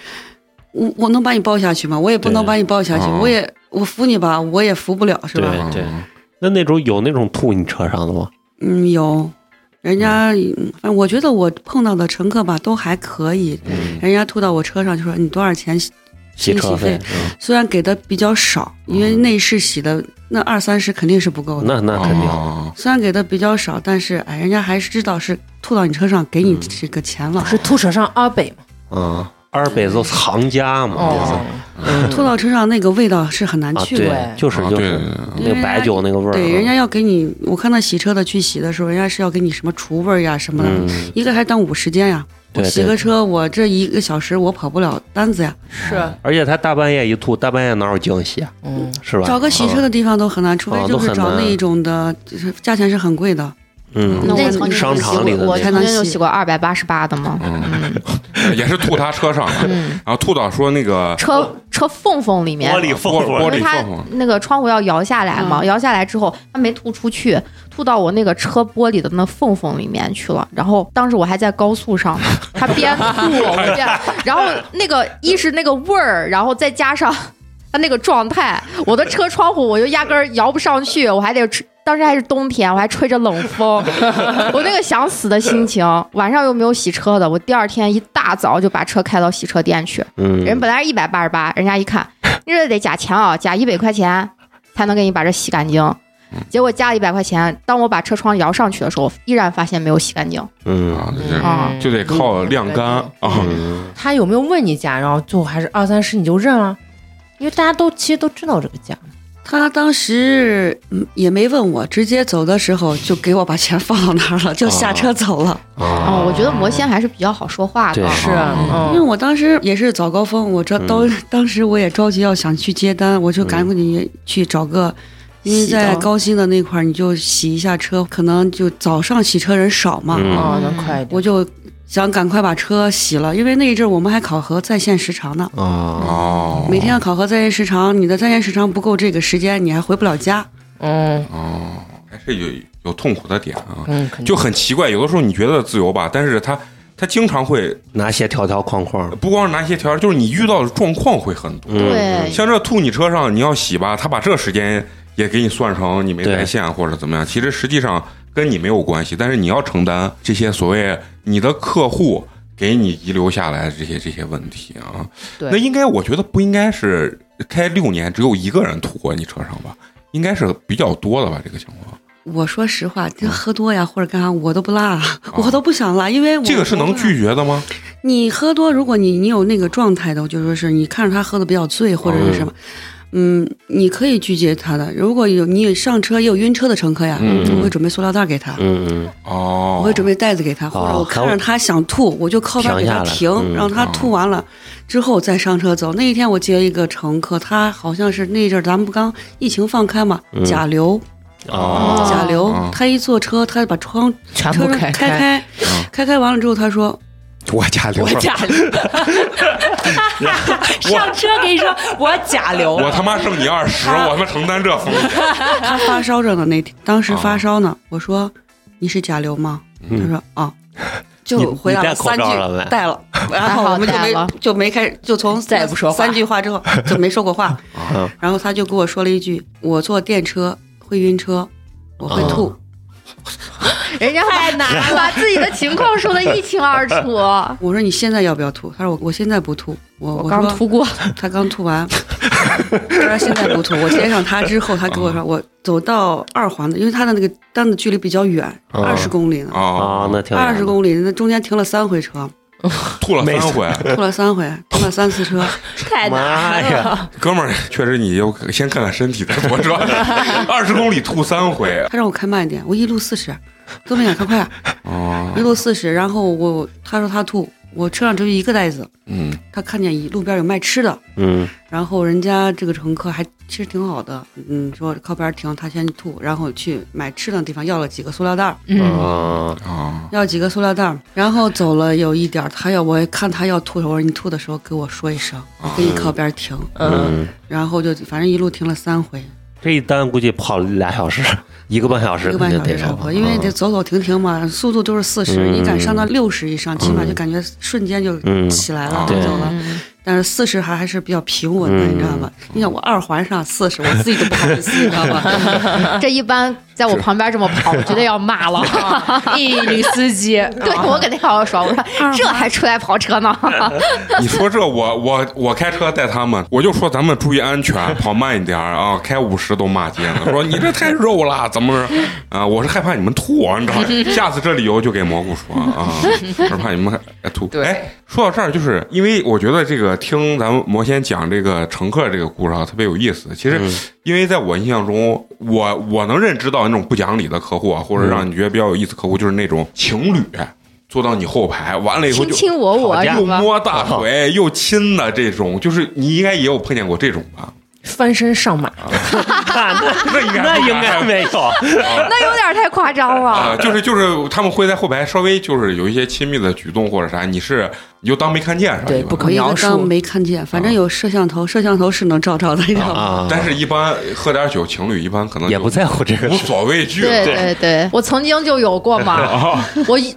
Speaker 5: 我我能把你抱下去吗？我也不能
Speaker 4: 对
Speaker 5: 把你抱下去，
Speaker 1: 哦
Speaker 5: 我也我扶你吧，我也扶不了，是吧？
Speaker 1: 嗯
Speaker 4: 对对那那种有那种吐你车上的吗？
Speaker 5: 嗯，有，人家，嗯反正
Speaker 1: 嗯
Speaker 5: 我
Speaker 4: 嗯
Speaker 5: 觉得我碰到的乘客吧，都还可以，人家吐到我车上就说你多少钱
Speaker 4: 洗
Speaker 5: 清洗
Speaker 4: 车费
Speaker 5: 费，虽然给的比较少，因为内饰洗的那二三十肯定是不够
Speaker 4: 嗯
Speaker 5: 的。
Speaker 4: 那那肯定。
Speaker 1: 啊
Speaker 5: 虽然给的比较少，但是哎，人家还是知道是吐到你车上，给你这个钱了。
Speaker 2: 嗯是吐舌上二北嘛？
Speaker 4: 嗯，二北都行家嘛，
Speaker 2: 哦，
Speaker 5: 吐到车上那个味道是很难
Speaker 4: 嗯啊，
Speaker 5: 去
Speaker 4: 对
Speaker 5: 的。
Speaker 2: 对，
Speaker 4: 就是
Speaker 1: 啊
Speaker 4: 就
Speaker 1: 对
Speaker 4: 是
Speaker 1: 对对
Speaker 4: 那个白酒那个味儿啊，
Speaker 5: 对，人家要给你，我看到洗车的去洗的时候，人家是要给你什么除味儿呀什么的，
Speaker 4: 嗯，
Speaker 5: 一个还耽误时间呀。我
Speaker 4: 对
Speaker 5: 洗
Speaker 4: 对
Speaker 5: 个车，我这一个小时我跑不了单子呀，
Speaker 2: 是，
Speaker 4: 而且他大半夜一吐，大半夜哪有惊喜啊，
Speaker 2: 嗯，
Speaker 4: 是吧？
Speaker 5: 找个洗车的地方都很难，除非
Speaker 4: 啊
Speaker 5: 就
Speaker 4: 都
Speaker 5: 是
Speaker 4: 很
Speaker 5: 找
Speaker 4: 难
Speaker 5: 那一种的，就是价钱是很贵的。
Speaker 4: 嗯，
Speaker 3: 那我
Speaker 4: 嗯
Speaker 5: 曾
Speaker 3: 曾
Speaker 5: 经
Speaker 4: 商场里的
Speaker 3: 我
Speaker 4: 那
Speaker 5: 才
Speaker 3: 曾
Speaker 4: 个
Speaker 5: 能
Speaker 3: 经就
Speaker 5: 洗
Speaker 3: 洗过二百八十八的嘛，
Speaker 1: 嗯，也是吐他车上了，
Speaker 3: 嗯，
Speaker 1: 然后吐到说那个
Speaker 3: 车车缝缝里面，
Speaker 1: 璃缝缝玻
Speaker 3: 因
Speaker 1: 璃
Speaker 3: 为它
Speaker 1: 缝缝
Speaker 3: 那个窗户要摇下来嘛，摇下来之后，它没吐出去，吐到我那个车玻璃的那缝缝里面去了。然后当时我还在高速上，它边吐我边，然后那个一是那个味儿，然后再加上 它那个状态，我的车窗户我就压根儿摇不上去，我还得吹。当时还是冬天，我还吹着冷风， 我那个想死的心情，晚上又没有洗车的，我第二天一大早就把车开到洗车店去，
Speaker 4: 嗯，
Speaker 3: 人本来是一百八十八，人家一看，你这得加钱啊，加一百块钱才能给你把这洗干净。结果加了一百块钱，当我把车窗摇上去的时候，依然发现没有洗干净。
Speaker 4: 嗯
Speaker 1: 啊，就是
Speaker 5: 哦
Speaker 3: 啊
Speaker 1: 就
Speaker 5: 嗯
Speaker 1: 得靠晾干啊。
Speaker 4: 嗯，
Speaker 2: 他有没有问你价？然后最后还是二三十你就认了，因为大家都其实都知道这个价。
Speaker 5: 他当时嗯也没问我，直接走的时候就给我把钱放到那儿了，
Speaker 4: 哦
Speaker 5: 就下车走了。
Speaker 4: 啊
Speaker 3: 哦，我觉得魔仙还是比较好说话的
Speaker 4: 对。
Speaker 2: 是，
Speaker 1: 哦
Speaker 5: 因为
Speaker 2: 嗯，
Speaker 5: 我当时也是早高峰，我
Speaker 1: 嗯
Speaker 5: 这当、当时我也着急要想去接单，我就赶紧去找个，因为
Speaker 3: 洗的
Speaker 5: 在高新的那块儿你就洗一下车，可能就早上洗车人少嘛，
Speaker 4: 嗯
Speaker 2: 哦，能快一点。
Speaker 5: 我就想赶快把车洗了，因为那一阵儿我们还考核在线时长呢，
Speaker 4: 啊，
Speaker 1: 哦，
Speaker 5: 每天要考核在线时长，你的在线时长不够这个时间，你还回不了家。
Speaker 2: 嗯
Speaker 1: 哦，还是有有痛苦的点啊，
Speaker 2: 嗯，肯定
Speaker 1: 就很奇怪。有的时候你觉得自由吧，但是他他经常会
Speaker 4: 拿些条条框框，
Speaker 1: 不光是拿一些条，就是你遇到的状况会很多。
Speaker 4: 嗯
Speaker 3: 对，
Speaker 1: 像这吐你车上，你要洗吧，他把这时间也给你算成你没在线或者怎么样。其实实际上跟你没有关系，但是你要承担这些所谓你的客户给你遗留下来的这些这些问题啊。
Speaker 2: 对
Speaker 1: 那应该我觉得不应该是开六年只有一个人吐过你车上吧？应该是比较多的吧，这个情况。啊
Speaker 5: 我说实话，这喝多呀或者干啥，我都不拉，我都不想拉，因为我
Speaker 1: 哦这个是能
Speaker 5: 我
Speaker 1: 拒绝的吗？
Speaker 5: 你喝多，如果你你有那个状态的，我就说是你看着他喝的比较醉或者是什么，嗯，你可以拒绝他的。如果有你上车也有晕车的乘客呀，
Speaker 4: 嗯
Speaker 5: 我会准备塑料袋给他，
Speaker 4: 嗯嗯，
Speaker 1: 哦，
Speaker 5: 我会准备袋子给他，或者我看着他想吐，我就靠边给他
Speaker 4: 停
Speaker 5: 停，
Speaker 4: 下来嗯
Speaker 5: 让他吐完了之后再上车走。那一天我接一个乘客，他好像是那阵儿咱们不刚疫情放开嘛，
Speaker 4: 嗯
Speaker 5: 甲流，
Speaker 4: 啊，
Speaker 5: 甲流
Speaker 1: 哦，
Speaker 5: 他一坐车，他把窗
Speaker 2: 全
Speaker 5: 车
Speaker 2: 部开
Speaker 5: 开
Speaker 2: 开。
Speaker 5: 开
Speaker 1: 嗯，
Speaker 5: 开开完了之后，他说
Speaker 1: 我甲流
Speaker 2: 我
Speaker 1: 了，
Speaker 2: 甲流，上车跟你说我甲流
Speaker 1: 我他妈剩你二十，我他妈承担这风险。
Speaker 5: 他发烧着呢，那天当时发烧呢，我说你是甲流吗？
Speaker 4: 啊嗯
Speaker 5: 他说 啊，
Speaker 4: 你
Speaker 5: 就
Speaker 4: 你
Speaker 5: 回答
Speaker 4: 戴
Speaker 5: 了
Speaker 4: 口
Speaker 5: 三句
Speaker 4: 罩了没，
Speaker 5: 戴了， 然
Speaker 3: 还
Speaker 5: 后
Speaker 3: 好
Speaker 5: 我们就
Speaker 3: 戴了
Speaker 5: 没就没开始，就从
Speaker 2: 再也不说话
Speaker 5: 三句话之后就没说过话
Speaker 4: 嗯。
Speaker 5: 然后他就跟我说了一句：“我坐电车会晕车，我会吐。
Speaker 4: 嗯
Speaker 3: 人家太难了，把自己的情况说的一清二楚。”
Speaker 5: 我说：“你现在要不要吐？”他说：“我我现在不吐。”我
Speaker 3: 我
Speaker 5: 我
Speaker 3: 刚
Speaker 5: 说
Speaker 3: 吐过，
Speaker 5: 他刚 吐完，他说现在不吐。我接上他之后，他跟我说：“
Speaker 4: 嗯
Speaker 5: 我走到二环的，因为他的那个单子距离比较远，
Speaker 4: 嗯
Speaker 5: 二十公里呢。”
Speaker 1: 啊
Speaker 4: 啊，，那挺
Speaker 5: 二十公里，那中间停了三回车，
Speaker 1: 吐了三回，
Speaker 5: 吐了三回，吐了三次车。
Speaker 2: 太
Speaker 4: 妈
Speaker 2: 难 了。
Speaker 4: 呀，
Speaker 1: 哥们儿，确实你就先看看身体再说。 说二十公里吐三回，啊
Speaker 5: 他让我开慢一点，我一路四十，都没想开快，
Speaker 2: 啊
Speaker 1: 哦
Speaker 5: 一，路四十。然后我他说他吐，我车上只有一个袋子，
Speaker 1: 嗯，
Speaker 5: 他看见一路边有卖吃的，
Speaker 4: 嗯
Speaker 5: 然后人家这个乘客还其实挺好的，嗯，说靠边停，他先吐，然后去买吃的地方要了几个塑料袋儿，
Speaker 2: 嗯，
Speaker 4: 啊，
Speaker 1: 啊，
Speaker 5: 要几个塑料袋儿，然后走了有一点儿，他要我看他要吐的时候，我说你吐的时候给我说一声，我给你靠边停，
Speaker 2: 嗯，
Speaker 4: 嗯，
Speaker 5: 然后就反正一路停了三回。
Speaker 4: 这一单估计跑俩小时，一个半小时
Speaker 5: 一
Speaker 4: 肯
Speaker 5: 个半
Speaker 4: 定
Speaker 5: 小
Speaker 4: 得
Speaker 5: 时差
Speaker 4: 上啊
Speaker 5: 不多，因为得走走停停嘛，速度都是四十，
Speaker 4: 嗯
Speaker 5: 你敢上到六十以上，起码就感觉瞬间就
Speaker 4: 嗯
Speaker 5: 起来了，
Speaker 4: 对
Speaker 5: 走了。但是四十还还是比较平稳的，
Speaker 4: 嗯
Speaker 5: 你知道吧？你想我二环上四十，我自己都不好意思，你知道吧？
Speaker 3: 这一般在我旁边这么跑，我绝对要骂了。
Speaker 2: 一女司机，嗯
Speaker 3: 对我肯定好好说，我说这还出来跑车呢，
Speaker 1: 你说这我我我开车带他们，我就说咱们注意安全，跑慢一点儿啊，开五十都骂街呢，说你这太肉了，怎么着 啊？我是害怕你们吐，啊你知道吗？下次这理由就给蘑菇说啊， 我是怕你们哎吐。
Speaker 2: 对
Speaker 1: 哎，说到这儿，就是因为我觉得这个听咱们魔仙讲这个乘客这个故事啊，特别有意思。其实，因为在我印象中，我我能认知到那种不讲理的客户啊，或者让你觉得比较有意思的客户，就是那种情侣。坐到你后排，完了以后
Speaker 3: 卿
Speaker 1: 就
Speaker 3: 卿我我
Speaker 4: 吵
Speaker 3: 是
Speaker 4: 架
Speaker 1: 哎又
Speaker 3: 吧？
Speaker 1: 摸大腿又亲的这种，就是你应该也有碰见过这种吧？
Speaker 2: 翻身上马，
Speaker 4: 那
Speaker 1: 那应该
Speaker 4: 那
Speaker 1: 不
Speaker 4: 应该
Speaker 1: 敢
Speaker 4: 没有。
Speaker 3: 那有点太夸 张
Speaker 1: 啊、
Speaker 3: 了。
Speaker 1: 就是就是他们会在后排稍微就是有一些亲密的举动或者啥，你是你就当没看见是吧？
Speaker 2: 对
Speaker 1: 一般
Speaker 2: 不可
Speaker 5: 我一
Speaker 2: 描
Speaker 5: 个
Speaker 2: 述
Speaker 5: 当没看见，反正有摄像头，摄像头是能照照的，你知道吗？
Speaker 4: 啊，
Speaker 1: 但是，一般喝点酒，情侣一般可能
Speaker 4: 也不在乎这
Speaker 1: 就
Speaker 4: 个
Speaker 1: 无。所畏 惧
Speaker 3: 对
Speaker 1: 了。
Speaker 3: 对对，我曾经就有过 嘛，我一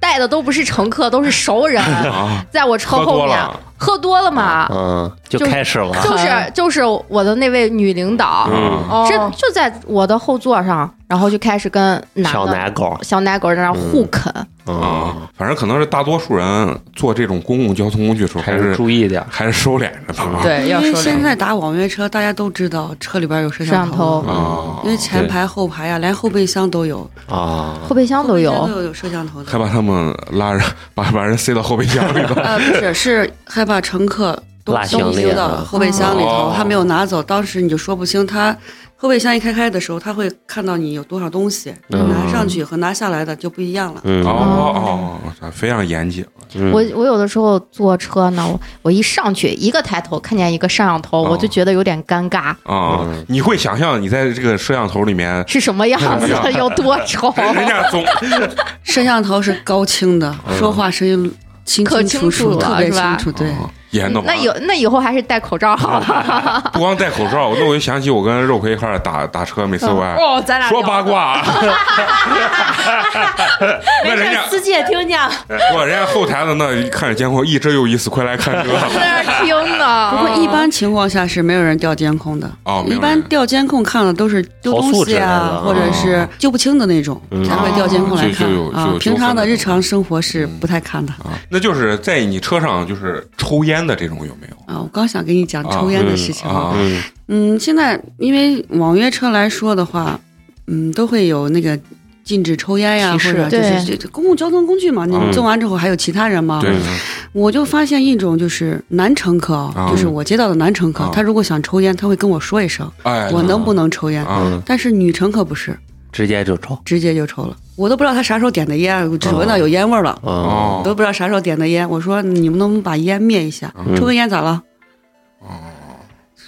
Speaker 3: 带的都不是乘客，都是熟 人，
Speaker 1: 啊，
Speaker 3: 在我车
Speaker 1: 喝多
Speaker 3: 后面
Speaker 1: 了
Speaker 3: 喝多了嘛，
Speaker 4: 嗯，就
Speaker 3: 就
Speaker 4: 开始了。
Speaker 5: 嗯
Speaker 3: 就是就是我的那位女领导，
Speaker 1: 嗯，
Speaker 3: 这
Speaker 2: 这
Speaker 3: 就在我的后座上，然后就开始跟男
Speaker 4: 小
Speaker 3: 的
Speaker 4: 奶狗，
Speaker 3: 小奶狗在那儿互啃，
Speaker 4: 嗯，
Speaker 1: 啊，反正可能是大多数人坐这种公共交通工具的时候
Speaker 4: 嗯还
Speaker 1: 还
Speaker 4: 是
Speaker 1: 是
Speaker 4: 注意点儿。
Speaker 1: 还是收敛着吧。
Speaker 4: 啊
Speaker 2: 对
Speaker 5: 因
Speaker 2: 要
Speaker 5: 为
Speaker 2: 说
Speaker 5: 现在打网约车，大家都知道车里边有摄
Speaker 3: 摄像
Speaker 5: 头
Speaker 3: 头、
Speaker 1: 啊，
Speaker 5: 因为前排、后排呀、连后备箱都有，
Speaker 4: 啊
Speaker 3: 后备箱都
Speaker 5: 后备
Speaker 1: 嗯
Speaker 5: 箱
Speaker 3: 有。
Speaker 5: 都有摄像头
Speaker 1: 还
Speaker 5: 的。
Speaker 1: 把他们拉着，把把人塞到后备箱里头。
Speaker 5: 呃，不是，是害怕乘客东
Speaker 4: 落啊
Speaker 5: 西
Speaker 4: 行李
Speaker 5: 丢到
Speaker 4: 了
Speaker 5: 后备箱里头
Speaker 1: 哦，
Speaker 5: 他没有拿走，当时你就说不清他。后备箱一开开的时候，他会看到你有多少东西，
Speaker 4: 嗯
Speaker 5: 拿上去和拿下来的就不一样了。
Speaker 4: 嗯
Speaker 1: 哦哦哦哦，非常严谨。
Speaker 4: 嗯
Speaker 3: 我我有的时候坐车呢，我我一上去一个抬头看见一个摄像头，
Speaker 1: 哦
Speaker 3: 我就觉得有点尴尬，
Speaker 1: 啊、
Speaker 4: 嗯
Speaker 1: 你会想象你在这个摄像头里面，
Speaker 3: 是什么样 子
Speaker 1: 嗯，
Speaker 3: 有多丑，
Speaker 1: 人家总
Speaker 5: 摄像头是高清的，
Speaker 4: 嗯
Speaker 5: 说话声音清
Speaker 3: 可
Speaker 5: 清楚
Speaker 3: 清楚
Speaker 5: 楚，
Speaker 3: 了
Speaker 5: 特别
Speaker 3: 是吧
Speaker 5: 清楚。对，
Speaker 4: 哦
Speaker 1: 啊也弄啊
Speaker 3: 那有那以后还是戴口罩好了。
Speaker 1: 不光戴口罩，那我就想起我跟肉葵一块儿打打车，每次
Speaker 3: 嗯
Speaker 1: 我还
Speaker 2: 哦，咱俩
Speaker 1: 说
Speaker 2: 聊
Speaker 1: 八卦啊， 那人家
Speaker 2: 司机也听见了，
Speaker 1: 哇，人家后台的那看着监控，一真有意思，快来看这个
Speaker 3: 在那儿听
Speaker 5: 不
Speaker 3: 呢，
Speaker 5: 过一般情况下是没有人调监控的。
Speaker 1: 哦，没有
Speaker 5: 一般调监控看的都是丢
Speaker 4: 投诉
Speaker 5: 东
Speaker 4: 之类
Speaker 5: 西
Speaker 4: 的啊，
Speaker 5: 啊或者是揪不清的那种，
Speaker 4: 嗯
Speaker 5: 才会调监控来看
Speaker 1: 哦就就有就
Speaker 5: 啊
Speaker 1: 有。
Speaker 5: 平常的日常生活是不太看的
Speaker 1: 人啊，那就是在你车上就是抽烟的这种有没有
Speaker 5: 啊。我刚想跟你讲抽烟的事情
Speaker 1: 啊
Speaker 5: 了，
Speaker 4: 嗯
Speaker 5: 嗯，现在因为网约车来说的话，嗯，都会有那个。禁止抽烟呀，
Speaker 2: 提
Speaker 5: 或
Speaker 2: 示
Speaker 5: 者就是这这公共交通工具嘛，你
Speaker 1: 嗯
Speaker 5: 坐完之后还有其他人嘛。
Speaker 1: 对
Speaker 5: 我就发现一种就是男乘客
Speaker 1: 啊
Speaker 5: 啊，就是我接到的男乘客
Speaker 1: 啊，
Speaker 5: 他如果想抽烟，他会跟我说一声，
Speaker 1: 哎
Speaker 5: 我嗯能不能抽烟。
Speaker 1: 啊
Speaker 5: 但是女乘客不是，
Speaker 4: 嗯直接就抽。
Speaker 5: 直接就抽了。我都不知道他啥时候点的烟，我只闻
Speaker 1: 啊
Speaker 5: 到有烟味儿了，
Speaker 4: 哦
Speaker 1: 哦
Speaker 5: 都不知道啥时候点的烟。我说嗯你们能不能把烟灭一下，
Speaker 4: 嗯
Speaker 5: 抽根烟咋了？
Speaker 1: 哦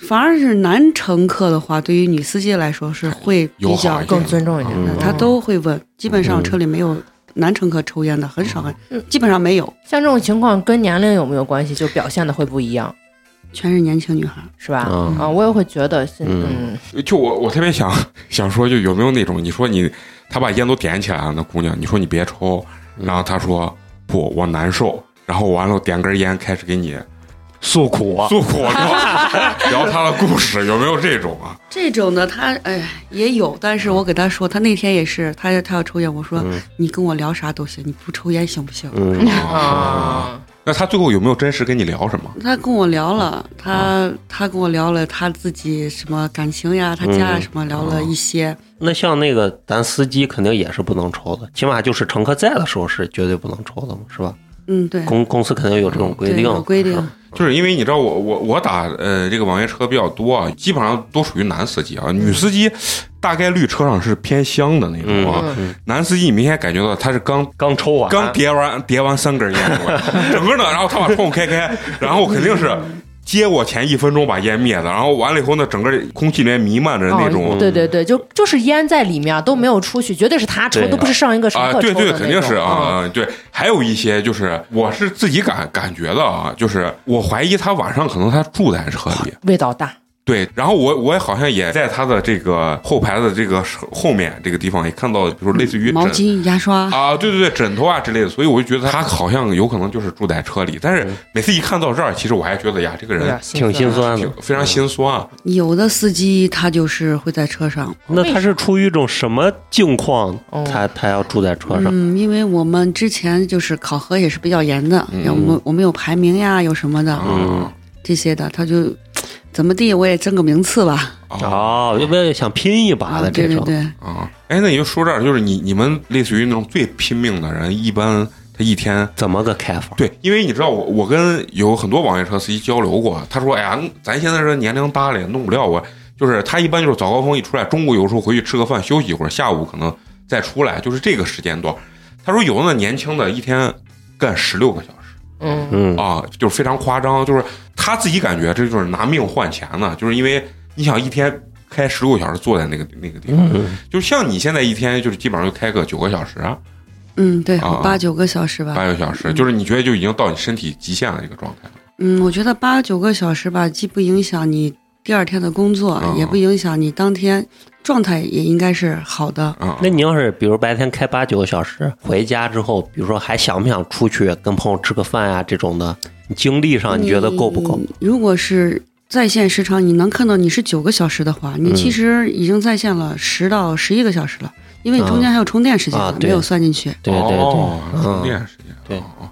Speaker 5: 反而是男乘客的话，对于女司机来说是会比
Speaker 1: 哎友好
Speaker 5: 较
Speaker 1: 一点
Speaker 2: 更尊重一
Speaker 4: 嗯
Speaker 2: 点。
Speaker 5: 他都会问。基本上车里没有男乘客抽烟的，很少，很
Speaker 1: 嗯
Speaker 5: 基本上没有，
Speaker 2: 像这种情况跟年龄有没有关系？就表现的会不一样，
Speaker 5: 全是年轻女孩。
Speaker 2: 是吧？
Speaker 4: 嗯
Speaker 2: 啊，我也会觉得是，
Speaker 4: 嗯
Speaker 2: 嗯，
Speaker 1: 就我我特别想想说，就有没有那种你说你他把烟都点起来了，那姑娘你说你别抽，然后她说不，我难受，然后完了点根烟开始给你
Speaker 4: 诉苦啊
Speaker 1: 诉苦，聊聊她的故事，有没有这种啊？
Speaker 5: 这种的他哎也有，但是我给他说，他那天也是，他他要抽烟，我说、
Speaker 4: 嗯
Speaker 5: 你跟我聊啥都行，你不抽烟行不行？
Speaker 4: 嗯
Speaker 2: 啊，
Speaker 1: 那她最后有没有真实跟你聊什么？
Speaker 5: 他跟我聊了，他他跟我聊了他自己什么感情呀，他家呀
Speaker 4: 嗯
Speaker 5: 什么，聊
Speaker 1: 哦
Speaker 5: 了一些。
Speaker 4: 那像那个咱司机肯定也是不能抽的，起码就是乘客在的时候是绝对不能抽的嘛，是吧？
Speaker 5: 嗯，对，
Speaker 4: 公公司肯定有这种规
Speaker 5: 对
Speaker 4: 定
Speaker 5: 有，规定
Speaker 4: 是吧
Speaker 1: 就是因为你知道我我我打呃这个网约车比较多啊，基本上都属于男司机啊，女司机大概率车上是偏香的那种啊，
Speaker 4: 嗯嗯，
Speaker 1: 男司机你明显感觉到他是刚
Speaker 4: 刚抽 完，
Speaker 1: 刚叠完叠完三根烟，我整个呢，然后他把窗户开开，然后肯定是接我前一分钟把烟灭的，然后完了以后呢，整个空气里面弥漫着那种
Speaker 2: 哦对对对，就就是烟在里面都没有出去，绝对是他抽，
Speaker 4: 对
Speaker 2: 都不是上一个乘
Speaker 1: 啊、
Speaker 2: 客抽
Speaker 1: 对
Speaker 2: 的
Speaker 1: 对，
Speaker 2: 那种
Speaker 1: 肯定是啊，，嗯对，还有一些就是我是自己感感觉的啊，就是我怀疑他晚上可能他住在车里
Speaker 2: 嗯味道大，
Speaker 1: 对，然后我我也好像也在他的这个后排的这个后面这个地方也看到，比如说类似于
Speaker 5: 毛
Speaker 1: 枕
Speaker 5: 巾、牙刷，
Speaker 1: 啊，对对对，枕头啊之类的，所以我就觉得他嗯好像有可能就是住在车里。但是每次一看到这儿，其实我还觉得呀，这个
Speaker 2: 有
Speaker 1: 人
Speaker 2: 点心
Speaker 4: 挺心
Speaker 2: 酸啊。
Speaker 4: 酸的
Speaker 1: 挺。非常心酸啊。
Speaker 5: 有的司机他就是会在车上，
Speaker 4: 那他是出于一种什么境况，
Speaker 2: 嗯
Speaker 4: 他他要住在车上？
Speaker 5: 哦嗯，因为我们之前就是考核也是比较严的，
Speaker 1: 嗯
Speaker 5: 我们我们有排名呀，有什么的、
Speaker 1: 嗯
Speaker 5: 这些的，他就怎么地，我也争个名次吧。
Speaker 1: 啊
Speaker 4: 哦，就为了想拼一把的
Speaker 5: 啊
Speaker 4: 这
Speaker 5: 对对
Speaker 4: 种，
Speaker 5: 对，
Speaker 1: 啊！哎，那你就说这儿，就是你你们类似于那种最拼命的人，一般他一天
Speaker 4: 怎么个开法？
Speaker 1: 对，因为你知道我，我跟有很多网约车司机交流过，他说：“哎呀，咱现在这年龄大了，也弄不了我。”就是他一般就是早高峰一出来，中午有时候回去吃个饭休息一会儿，下午可能再出来，就是这个时间段。他说有的那年轻的一天干十六个小时
Speaker 2: 嗯，
Speaker 4: 嗯，
Speaker 1: 啊，就是非常夸张，就是他自己感觉这就是拿命换钱呢，就是因为你想一天开十六个小时坐在那个那个地方，
Speaker 4: 嗯
Speaker 1: 就是像你现在一天就是基本上就开个九个小时啊，
Speaker 5: 嗯，对，
Speaker 1: 啊
Speaker 5: 八九个小时吧。
Speaker 1: 八个小时，就是你觉得就已经到你身体极限的一个状态了。
Speaker 5: 嗯，我觉得八九个小时吧，既不影响你第二天的工作，
Speaker 1: 啊
Speaker 5: 也不影响你当天状态，也应该是好的。
Speaker 1: 啊、
Speaker 4: 那你要是比如白天开八九个小时，回家之后，比如说还想不想出去跟朋友吃个饭呀、这种的，你精力上啊你觉得够不够？
Speaker 5: 你如果是在线时长，你能看到你是九个小时的话，你
Speaker 4: 嗯
Speaker 5: 其实已经在线了十到十一个小时了，因为你
Speaker 4: 啊
Speaker 5: 中间还有充电时间
Speaker 4: 啊
Speaker 5: 呢
Speaker 4: 对
Speaker 5: 没有算进去。
Speaker 4: 对对对，
Speaker 1: 哦充
Speaker 4: 嗯，
Speaker 1: 电时间，
Speaker 4: 对
Speaker 1: 哦。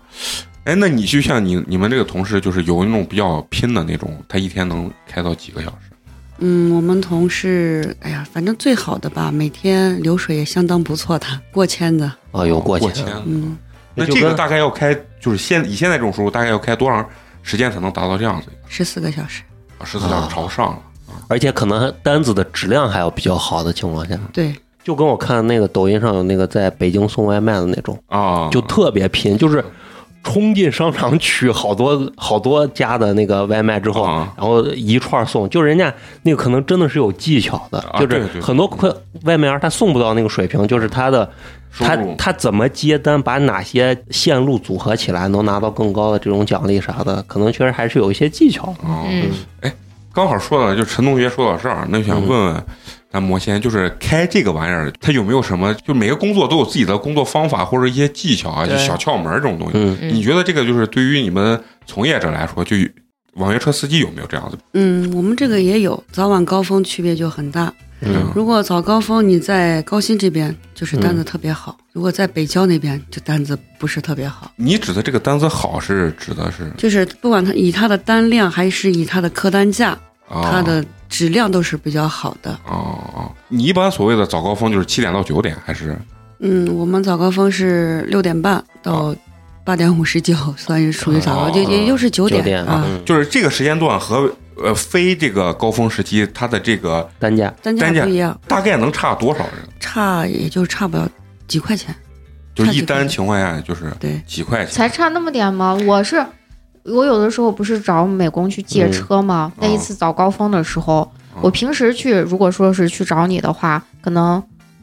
Speaker 1: 哎，那你就像你你们这个同事，就是有那种比较拼的那种，他一天能开到几个小时？
Speaker 5: 嗯，我们同事，哎呀，反正最好的吧，每天流水也相当不错的，过千的。
Speaker 4: 哦，有过
Speaker 1: 过
Speaker 4: 千，
Speaker 5: 嗯，
Speaker 1: 那
Speaker 4: 就
Speaker 1: 这个
Speaker 4: 跟
Speaker 1: 大概要开，就是现以现在这种速度，大概要开多长时间才能达到这样子？啊
Speaker 5: 十四个小时，
Speaker 1: 十四小
Speaker 4: 啊
Speaker 1: 时朝上了，
Speaker 4: 而且可能单子的质量还要比较好的情况下，
Speaker 5: 对，
Speaker 4: 就跟我看那个抖音上有那个在北京送外卖的那种，
Speaker 1: 啊，
Speaker 4: 就特别拼，就是冲进商场取好多好多家的那个外卖之后，
Speaker 1: 啊
Speaker 4: 然后一串儿送，就人家那个可能真的是有技巧的，
Speaker 1: 啊
Speaker 4: 就
Speaker 1: 对
Speaker 4: 是
Speaker 1: 对
Speaker 4: 很多快外卖员他送不到那个水平，就是他的
Speaker 1: 收
Speaker 4: 他
Speaker 1: 入
Speaker 4: 他怎么接单，把哪些线路组合起来能拿到更高的这种奖励啥的，可能确实还是有一些技巧的。
Speaker 1: 啊，
Speaker 2: 嗯
Speaker 1: 刚好说到就陈同学说到这儿，那就想问问咱魔仙，就是开这个玩意儿，他有没有什么？就每个工作都有自己的工作方法或者一些技巧啊，就
Speaker 2: 对
Speaker 1: 小窍门儿这种东西。
Speaker 4: 嗯
Speaker 2: 嗯
Speaker 1: 你觉得这个就是对于你们从业者来说，就网约车司机有没有这样子？
Speaker 5: 嗯，我们这个也有，早晚高峰区别就很大。
Speaker 4: 嗯
Speaker 5: 如果早高峰你在高新这边，就是单子特别好；如果在北郊那边，就单子不是特别好。
Speaker 1: 你指的这个单子好是指的是
Speaker 5: 就是不管它以它的单量还是以它的客单价，
Speaker 1: 啊
Speaker 5: 它的质量都是比较好的。
Speaker 1: 哦哦，你一般所谓的早高峰就是七点到九点还是
Speaker 5: 嗯，我们早高峰是六点半到八点五十九，算是属于早高，
Speaker 1: 哦
Speaker 5: 就也就是九
Speaker 4: 九
Speaker 5: 点
Speaker 4: 点
Speaker 5: 啊。
Speaker 4: 嗯
Speaker 1: 就是这个时间段和呃非这个高峰时期，它的这个
Speaker 4: 单价
Speaker 5: 单价
Speaker 1: 单价
Speaker 5: 不一样，
Speaker 1: 大概能差多少人？
Speaker 5: 差也就差不了几块钱。
Speaker 1: 就是一
Speaker 5: 差几块
Speaker 1: 单
Speaker 5: 钱
Speaker 1: 情况下就是
Speaker 5: 对
Speaker 1: 几块钱
Speaker 3: 才差那么点吗？我是我有的时候不是找美工去借车吗？
Speaker 1: 嗯
Speaker 3: 那一次早高峰的时候，
Speaker 1: 嗯
Speaker 3: 我平时去如果说是去找你的话，可能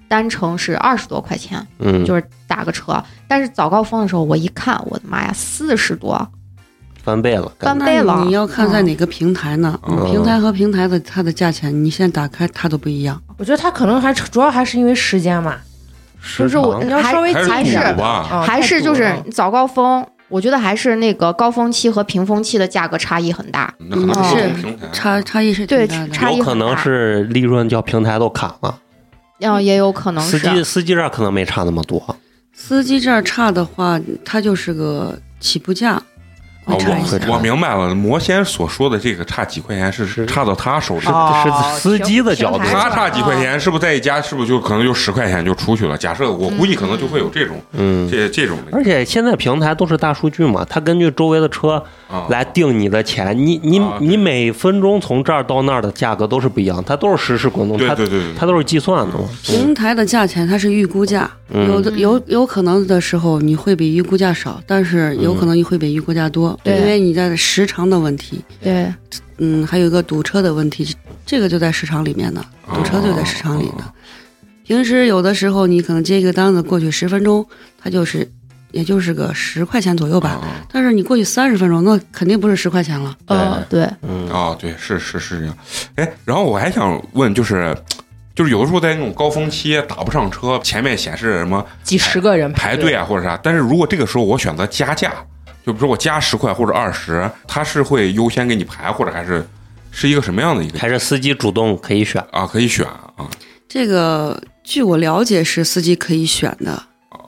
Speaker 3: 单程是二十多块钱，
Speaker 4: 嗯，
Speaker 3: 就是打个车。但是早高峰的时候，我一看，我的妈呀，四十多，
Speaker 4: 翻倍了，
Speaker 3: 翻
Speaker 4: 感觉
Speaker 3: 倍
Speaker 5: 那
Speaker 3: 了嗯
Speaker 5: 你要看在哪个平台呢？
Speaker 1: 嗯
Speaker 5: 平台和平台的它的价钱，你现在打开它都不一样。
Speaker 2: 我觉得他可能还主要还是因为时间嘛，
Speaker 4: 时
Speaker 3: 就是我
Speaker 4: 长
Speaker 2: 你要稍微
Speaker 1: 还是
Speaker 2: 紧
Speaker 3: 还
Speaker 2: 一
Speaker 3: 是
Speaker 2: 点
Speaker 1: 堵吧？
Speaker 2: 嗯
Speaker 3: 还
Speaker 2: 太
Speaker 3: 是
Speaker 2: 堵
Speaker 3: 就是
Speaker 2: 了
Speaker 3: 早高峰，我觉得还是那个高峰期和平峰期的价格差异很大。
Speaker 1: 那可能
Speaker 5: 嗯
Speaker 1: 不同
Speaker 5: 是
Speaker 1: 平台
Speaker 5: 差差异是挺
Speaker 3: 对
Speaker 5: 大的。
Speaker 3: 差异
Speaker 4: 有可
Speaker 3: 很
Speaker 4: 能
Speaker 3: 大
Speaker 4: 是利润叫平台都砍了。
Speaker 3: 嗯，也有可能
Speaker 4: 司机
Speaker 3: 是
Speaker 4: 司机这儿可能没差那么多，
Speaker 5: 司机这儿差的话，它就是个起步价，
Speaker 1: 啊
Speaker 5: 会差一些。
Speaker 1: 我我明白了，魔仙所说的这个差几块钱是
Speaker 4: 是
Speaker 1: 差到他手里
Speaker 4: 是
Speaker 1: 的。
Speaker 2: 哦
Speaker 4: 是司机的角度
Speaker 2: 平台
Speaker 1: 他差几块
Speaker 2: 哦
Speaker 5: 嗯
Speaker 1: 钱，是不是在一家，是不是就可能就十块钱就出去了？假设我估计可能就会有这种
Speaker 4: 嗯。
Speaker 1: 这这种
Speaker 4: 而且现在平台都是大数据嘛，它根据周围的车
Speaker 1: 啊
Speaker 4: 来定你的钱，你你
Speaker 1: 啊对
Speaker 4: 你每分钟从这儿到那儿的价格都是不一样，它都是实时滚动，
Speaker 1: 对
Speaker 4: 它
Speaker 1: 对对对，
Speaker 4: 它都是计算的嘛。
Speaker 5: 平台的价钱它是预估价，
Speaker 4: 嗯
Speaker 5: 有的有有可能的时候你会比预估价少，但是有
Speaker 4: 嗯
Speaker 5: 可能你会比预估价多，
Speaker 3: 对
Speaker 5: 因为你在时长的问题，
Speaker 3: 对，
Speaker 5: 嗯，还有一个堵车的问题，这个就在市场里面的，
Speaker 1: 哦
Speaker 5: 堵车就在市场
Speaker 4: 哦
Speaker 5: 里的。平时有的时候你可能接一个单子过去十分钟，它就是也就是个十块钱左右
Speaker 4: 哦
Speaker 5: 吧。
Speaker 1: 啊
Speaker 5: 但是你过去三十分钟，那肯定不是十块钱了。
Speaker 3: 呃，对，
Speaker 4: 嗯，
Speaker 1: 啊，对，是是是这样。哎，然后我还想问，就是就是有的时候在那种高峰期打不上车，前面显示什么
Speaker 2: 几十个人
Speaker 1: 排队啊或者啥，但是如果这个时候我选择加价，就比如说我加十块或者二十，他是会优先给你排，或者还是是一个什么样的一个
Speaker 4: 嗯还是司机主动可以选。
Speaker 1: 啊？可以选啊
Speaker 5: 这个据我了解是司机可以选的，